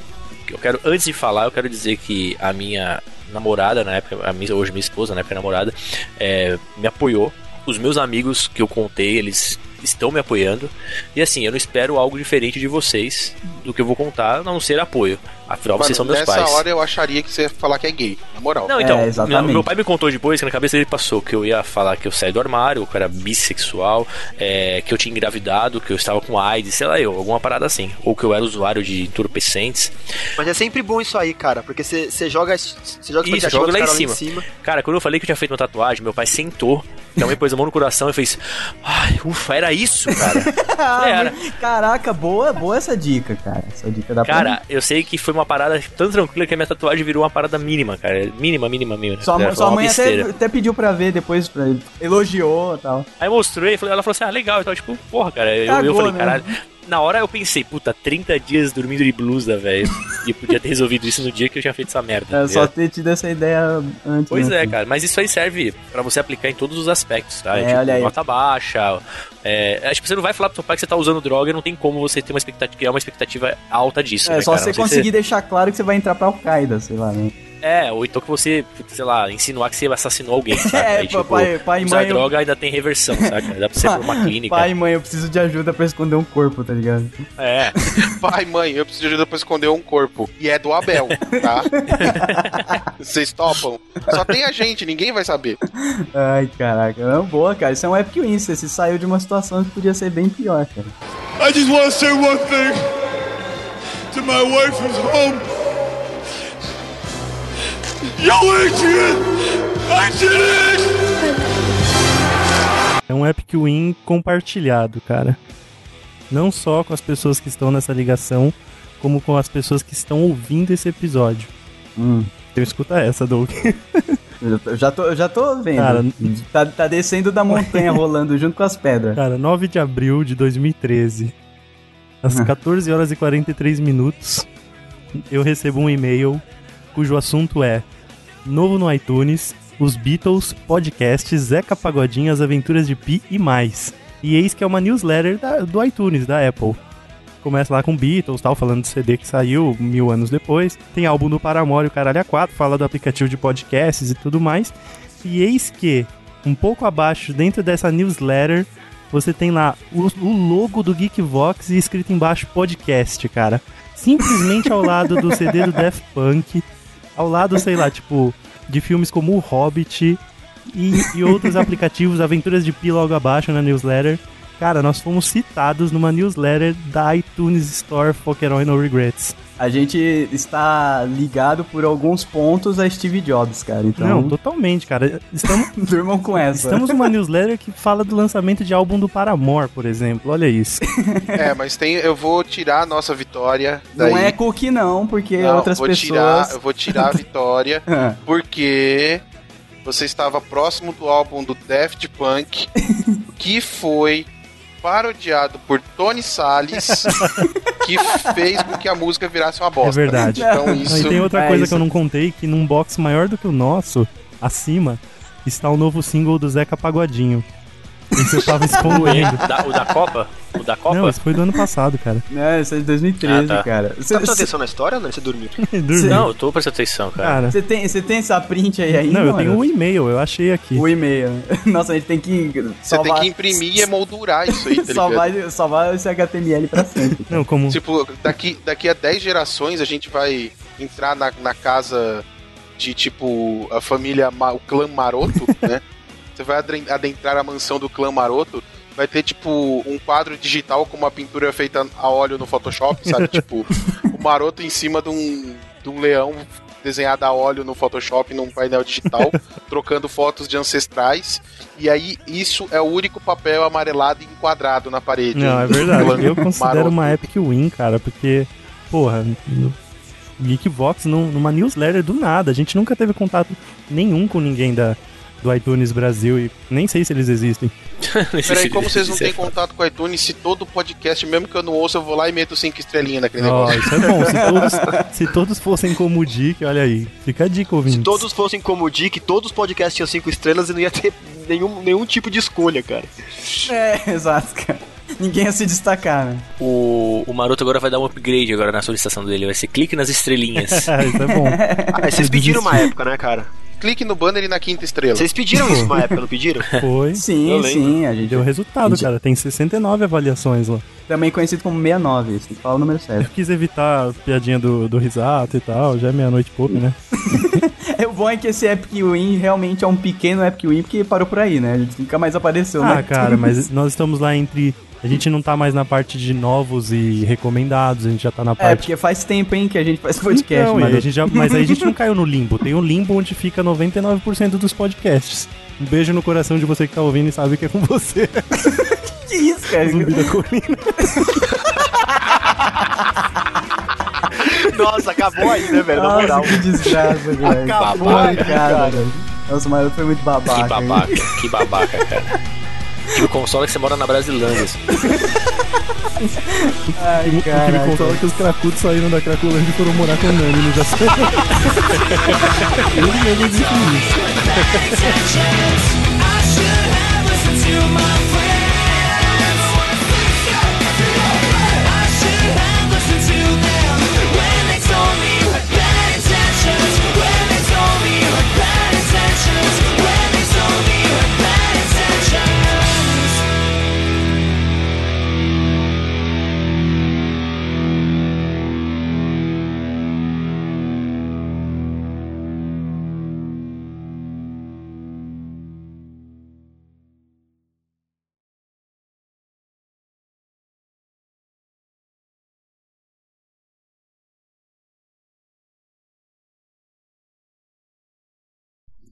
Speaker 3: eu quero, antes de falar, eu quero dizer que a minha namorada, na época, a minha, hoje minha esposa, na época namorada, é, me apoiou. Os meus amigos que eu contei, eles estão me apoiando. E assim, eu não espero algo diferente de vocês do que eu vou contar, a não ser apoio. Afinal, vocês são meus
Speaker 5: nessa
Speaker 3: pais.
Speaker 5: hora eu acharia que você ia falar que é gay, na moral.
Speaker 3: Não, então,
Speaker 2: É,
Speaker 3: meu,
Speaker 2: exatamente.
Speaker 3: meu pai me contou depois que na cabeça dele passou que eu ia falar que eu saí do armário, que eu era bissexual, é, que eu tinha engravidado, que eu estava com AIDS, sei lá eu, alguma parada assim. Ou que eu era usuário de entorpecentes.
Speaker 6: Mas é sempre bom isso aí, cara, porque você você joga você joga
Speaker 3: Isso,
Speaker 6: essa
Speaker 3: joga lá em
Speaker 6: pateativa,
Speaker 3: cima.
Speaker 6: os caras
Speaker 3: Cara, quando eu falei que eu tinha feito uma tatuagem, meu pai sentou, também pôs a mão no coração e fez. Ai, ufa, era isso, cara.
Speaker 8: Ah,
Speaker 3: Era.
Speaker 8: mas-
Speaker 2: Caraca, boa, boa essa dica, cara. Essa dica dá pra
Speaker 3: Cara, eu sei que foi uma parada tão tranquila que a minha tatuagem virou uma parada mínima, cara. Mínima, mínima, mínima.
Speaker 2: Sua,
Speaker 3: Era
Speaker 2: mãe-
Speaker 3: só
Speaker 2: sua
Speaker 3: uma
Speaker 2: mãe até,
Speaker 3: besteira.
Speaker 2: até pediu pra ver depois, pra, elogiou e tal.
Speaker 3: Aí eu mostrei, falei- ela falou assim, ah, legal. Então, tipo, porra, cara. Eu, eu
Speaker 8: Cagou,
Speaker 3: falei,
Speaker 8: né?
Speaker 3: caralho. Na hora eu pensei, puta, 30 dias dormindo de blusa, velho. e eu podia ter resolvido isso no dia que eu tinha feito essa merda.
Speaker 2: É,
Speaker 3: tá
Speaker 2: só
Speaker 3: ligado?
Speaker 2: ter tido essa ideia antes.
Speaker 3: Pois
Speaker 2: né?
Speaker 3: é, cara, mas isso aí serve pra você aplicar em todos os aspectos, tá?
Speaker 2: É, olha aí.
Speaker 3: nota baixa. É, é, tipo, você não vai falar pro seu pai que você tá usando droga e não tem como você ter uma expectativa, criar uma expectativa alta disso.
Speaker 2: É,
Speaker 3: né,
Speaker 2: só
Speaker 3: cara? A
Speaker 2: você
Speaker 3: não ser que
Speaker 2: conseguir deixar claro que você vai entrar pra Al-Qaeda, sei lá, né?
Speaker 3: É, ou então que você, sei lá, insinuar que você assassinou alguém, sabe?
Speaker 2: É, papai- pai e
Speaker 3: usar
Speaker 2: mãe-
Speaker 3: droga ainda tem reversão, sabe? Dá pra você ir pra uma clínica.
Speaker 2: Pai, mãe, eu preciso de ajuda pra esconder um corpo, tá ligado?
Speaker 3: É,
Speaker 5: Pai, mãe, eu preciso de ajuda pra esconder um corpo. E é do Abel, tá? Vocês topam? Só tem a gente, ninguém vai saber.
Speaker 2: Ai, caraca. Não, boa, cara. Isso é um epic win. Você se saiu de uma situação que podia ser bem pior, cara.
Speaker 7: I just want to say one thing to my wife who's home. Yo, Adrian! I did it!
Speaker 4: É um epic win compartilhado, cara. Não só com as pessoas que estão nessa ligação, como com as pessoas que estão ouvindo esse episódio.
Speaker 2: Hum.
Speaker 4: Então escuta essa, Doug.
Speaker 2: Eu tô- eu já tô, eu já tô vendo.
Speaker 4: Cara,
Speaker 2: tá, tá descendo da montanha rolando junto com as pedras.
Speaker 4: Cara, 9 de abril de 2013, às 14 horas e 43 minutos, eu recebo um e-mail cujo assunto é Novo no iTunes, os Beatles, podcast, Zeca Pagodinho, as aventuras de Pi e mais. E eis que é uma newsletter da- do iTunes, da Apple. Começa lá com Beatles, tal, falando do CD que saiu mil anos depois. Tem álbum do Paramore, o Caralho A4, fala do aplicativo de podcasts e tudo mais. E eis que, um pouco abaixo, dentro dessa newsletter, você tem lá o, o logo do Geekvox e escrito embaixo podcast, cara. Simplesmente ao lado do CD do Daft Punk, ao lado, sei lá, tipo, de filmes como O Hobbit e, e outros aplicativos, Aventuras de Pi logo abaixo na newsletter. Cara, nós fomos citados numa newsletter da iTunes Store Foqueroy No Regrets.
Speaker 2: A gente está ligado por alguns pontos a Steve Jobs, cara. Então,
Speaker 4: Não, totalmente, cara. Estamos,
Speaker 2: durmam com essa.
Speaker 4: estamos numa newsletter que fala do lançamento de álbum do Paramore, por exemplo. Olha isso.
Speaker 5: É, mas tem. Eu vou tirar a nossa vitória. Daí.
Speaker 2: Não é cookie, não, porque
Speaker 5: Não,
Speaker 2: outras
Speaker 5: vou
Speaker 2: pessoas.
Speaker 5: Tirar, eu vou tirar a vitória,
Speaker 2: Ah,
Speaker 5: porque você estava próximo do álbum do Daft Punk, que foi parodiado por Tony Salles, que fez com que a música virasse uma bosta.
Speaker 4: É verdade.
Speaker 5: Então
Speaker 4: Não,
Speaker 5: isso.
Speaker 4: e tem outra
Speaker 2: é
Speaker 4: coisa
Speaker 2: isso.
Speaker 4: que eu não contei, que num box maior do que o nosso, acima, está o novo single do Zeca Pagodinho. Isso eu tava escondendo.
Speaker 3: o da, o da Copa? O da Copa?
Speaker 4: Não, isso foi do ano passado, cara.
Speaker 2: Não, isso é de 2013,
Speaker 3: Ah, tá.
Speaker 2: cara.
Speaker 6: Você
Speaker 2: Você
Speaker 6: tá prestando atenção na história ou não? Você dormiu?
Speaker 4: Dormi.
Speaker 3: Não, eu tô prestando atenção, cara.
Speaker 4: cara.
Speaker 2: tem, você tem essa print aí ainda?
Speaker 4: Não, eu
Speaker 2: mano?
Speaker 4: tenho um e-mail, eu achei aqui.
Speaker 2: o e-mail. Nossa, a gente tem que
Speaker 5: Você tem
Speaker 2: salvar-
Speaker 5: que imprimir e emoldurar isso aí, tá ligado?
Speaker 2: salvar, salvar esse HTML pra sempre.
Speaker 4: Não, como.
Speaker 5: Tipo, daqui, daqui a 10 gerações a gente vai entrar na, na casa de, tipo, a família, Ma- o clã maroto, né? Você vai adren- adentrar a mansão do clã maroto, vai ter, tipo, um quadro digital com uma pintura feita a óleo no Photoshop, sabe? tipo, o maroto em cima de um, de um leão desenhado a óleo no Photoshop num painel digital, trocando fotos de ancestrais. E aí, isso é o único papel amarelado e enquadrado na parede.
Speaker 4: Não, é
Speaker 5: do clã
Speaker 4: verdade. Eu considero
Speaker 5: maroto.
Speaker 4: uma epic win, cara, porque, porra, no- Geekbox num- numa newsletter do nada. A gente nunca teve contato nenhum com ninguém da, do iTunes Brasil e nem sei se eles existem.
Speaker 3: Nesse
Speaker 5: Peraí,
Speaker 3: sentido,
Speaker 5: como vocês não
Speaker 3: isso é
Speaker 5: têm
Speaker 3: foda.
Speaker 5: contato com o iTunes, se todo podcast, mesmo que eu não ouça, eu vou lá e meto cinco estrelinhas naquele
Speaker 4: Ó,
Speaker 5: negócio?
Speaker 4: isso é bom. Se todos, se todos fossem como o Dick, olha aí. Fica a dica, ouvintes.
Speaker 6: Se todos fossem como o Dick, todos os podcasts tinham cinco estrelas e não ia ter nenhum, nenhum tipo de escolha, cara.
Speaker 2: é, exato, cara. Ninguém ia se destacar, né?
Speaker 3: O, o Maroto agora vai dar um upgrade agora na solicitação dele. Vai ser clique nas estrelinhas.
Speaker 4: Ah, isso é bom.
Speaker 6: Ah, vocês pediram uma época, né, cara?
Speaker 5: clique no banner e na quinta estrela.
Speaker 6: Vocês pediram isso na época, não pediram?
Speaker 4: Foi.
Speaker 2: Sim,
Speaker 6: Eu
Speaker 2: sim, a gente
Speaker 4: Deu resultado, cara. Tem 69 avaliações lá.
Speaker 2: Também conhecido como 69, você tem que assim, falar o número
Speaker 4: Eu
Speaker 2: certo.
Speaker 4: quis evitar a piadinha do, do risato e tal. Já é meia-noite e pouco, né?
Speaker 2: É, o bom é que esse Epic Win realmente é um pequeno Epic Win, porque parou por aí, né? Ele nunca mais apareceu,
Speaker 6: Hum.
Speaker 4: Ah,
Speaker 2: né?
Speaker 4: cara, mas nós estamos lá entre. A gente não tá mais na parte de novos e recomendados, a gente já tá na
Speaker 2: É,
Speaker 4: parte.
Speaker 2: porque faz tempo, hein, que a gente faz podcast,
Speaker 4: Então, e
Speaker 2: mano.
Speaker 4: a gente já- mas aí a gente não caiu no limbo. Tem um limbo onde fica 99% dos podcasts. Um beijo no coração de você que tá ouvindo e sabe que é com você.
Speaker 2: Que isso, cara?
Speaker 4: Zumbi da colina.
Speaker 6: Nossa, acabou aí, né, velho? Na
Speaker 2: Nossa,
Speaker 6: moral.
Speaker 2: que desgraça, velho.
Speaker 6: Acabou aí,
Speaker 2: Babaca,
Speaker 6: cara.
Speaker 2: né, cara. Nossa, mas foi muito babaca.
Speaker 3: Que babaca, que babaca, cara. Tipo, consola que você mora na Brasilândia. assim.
Speaker 2: Ai,
Speaker 4: que me
Speaker 2: cara.
Speaker 4: consola que os cracudos saíram da Cracolândia e foram morar com o Nani no Japão. Ele mesmo disse isso.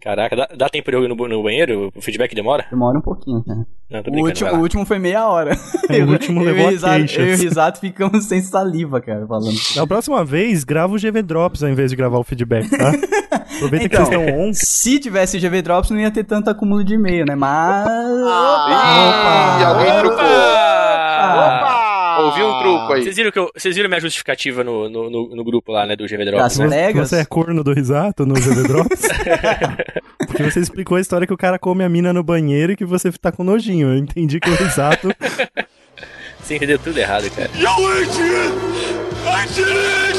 Speaker 3: Caraca, dá, dá tempo de eu ir no, bu- no banheiro? O feedback demora?
Speaker 2: Demora um pouquinho, cara.
Speaker 3: Não,
Speaker 2: O
Speaker 3: tô brincando.
Speaker 2: último,
Speaker 3: vai lá.
Speaker 2: o último foi meia hora.
Speaker 4: É, o último
Speaker 2: eu,
Speaker 4: levou
Speaker 2: e
Speaker 4: a
Speaker 2: o Risato,
Speaker 4: queixas.
Speaker 2: eu e o Risato ficamos sem saliva, cara, falando.
Speaker 4: Na próxima vez, grava o GV Drops ao invés de gravar o feedback, tá? Aproveita
Speaker 2: Então.
Speaker 4: que vocês estão on.
Speaker 2: Se tivesse GV Drops, não ia ter tanto acúmulo de e-mail, né? Mas.
Speaker 5: Ih, alguém trucou.
Speaker 3: Ah,
Speaker 6: Opa!
Speaker 5: Ouvi um truco aí.
Speaker 3: Vocês viram, que eu, vocês viram minha justificativa no, no, no- no grupo lá, né, do GV Drops?
Speaker 2: Das
Speaker 3: né?
Speaker 2: pregas?
Speaker 4: Você é corno do risato no GV Drops? Porque você explicou a história que o cara come a mina no banheiro e que você tá com nojinho. Eu entendi que o risato
Speaker 3: Você entendeu tudo errado, cara.
Speaker 7: Yo, idiot! I did it!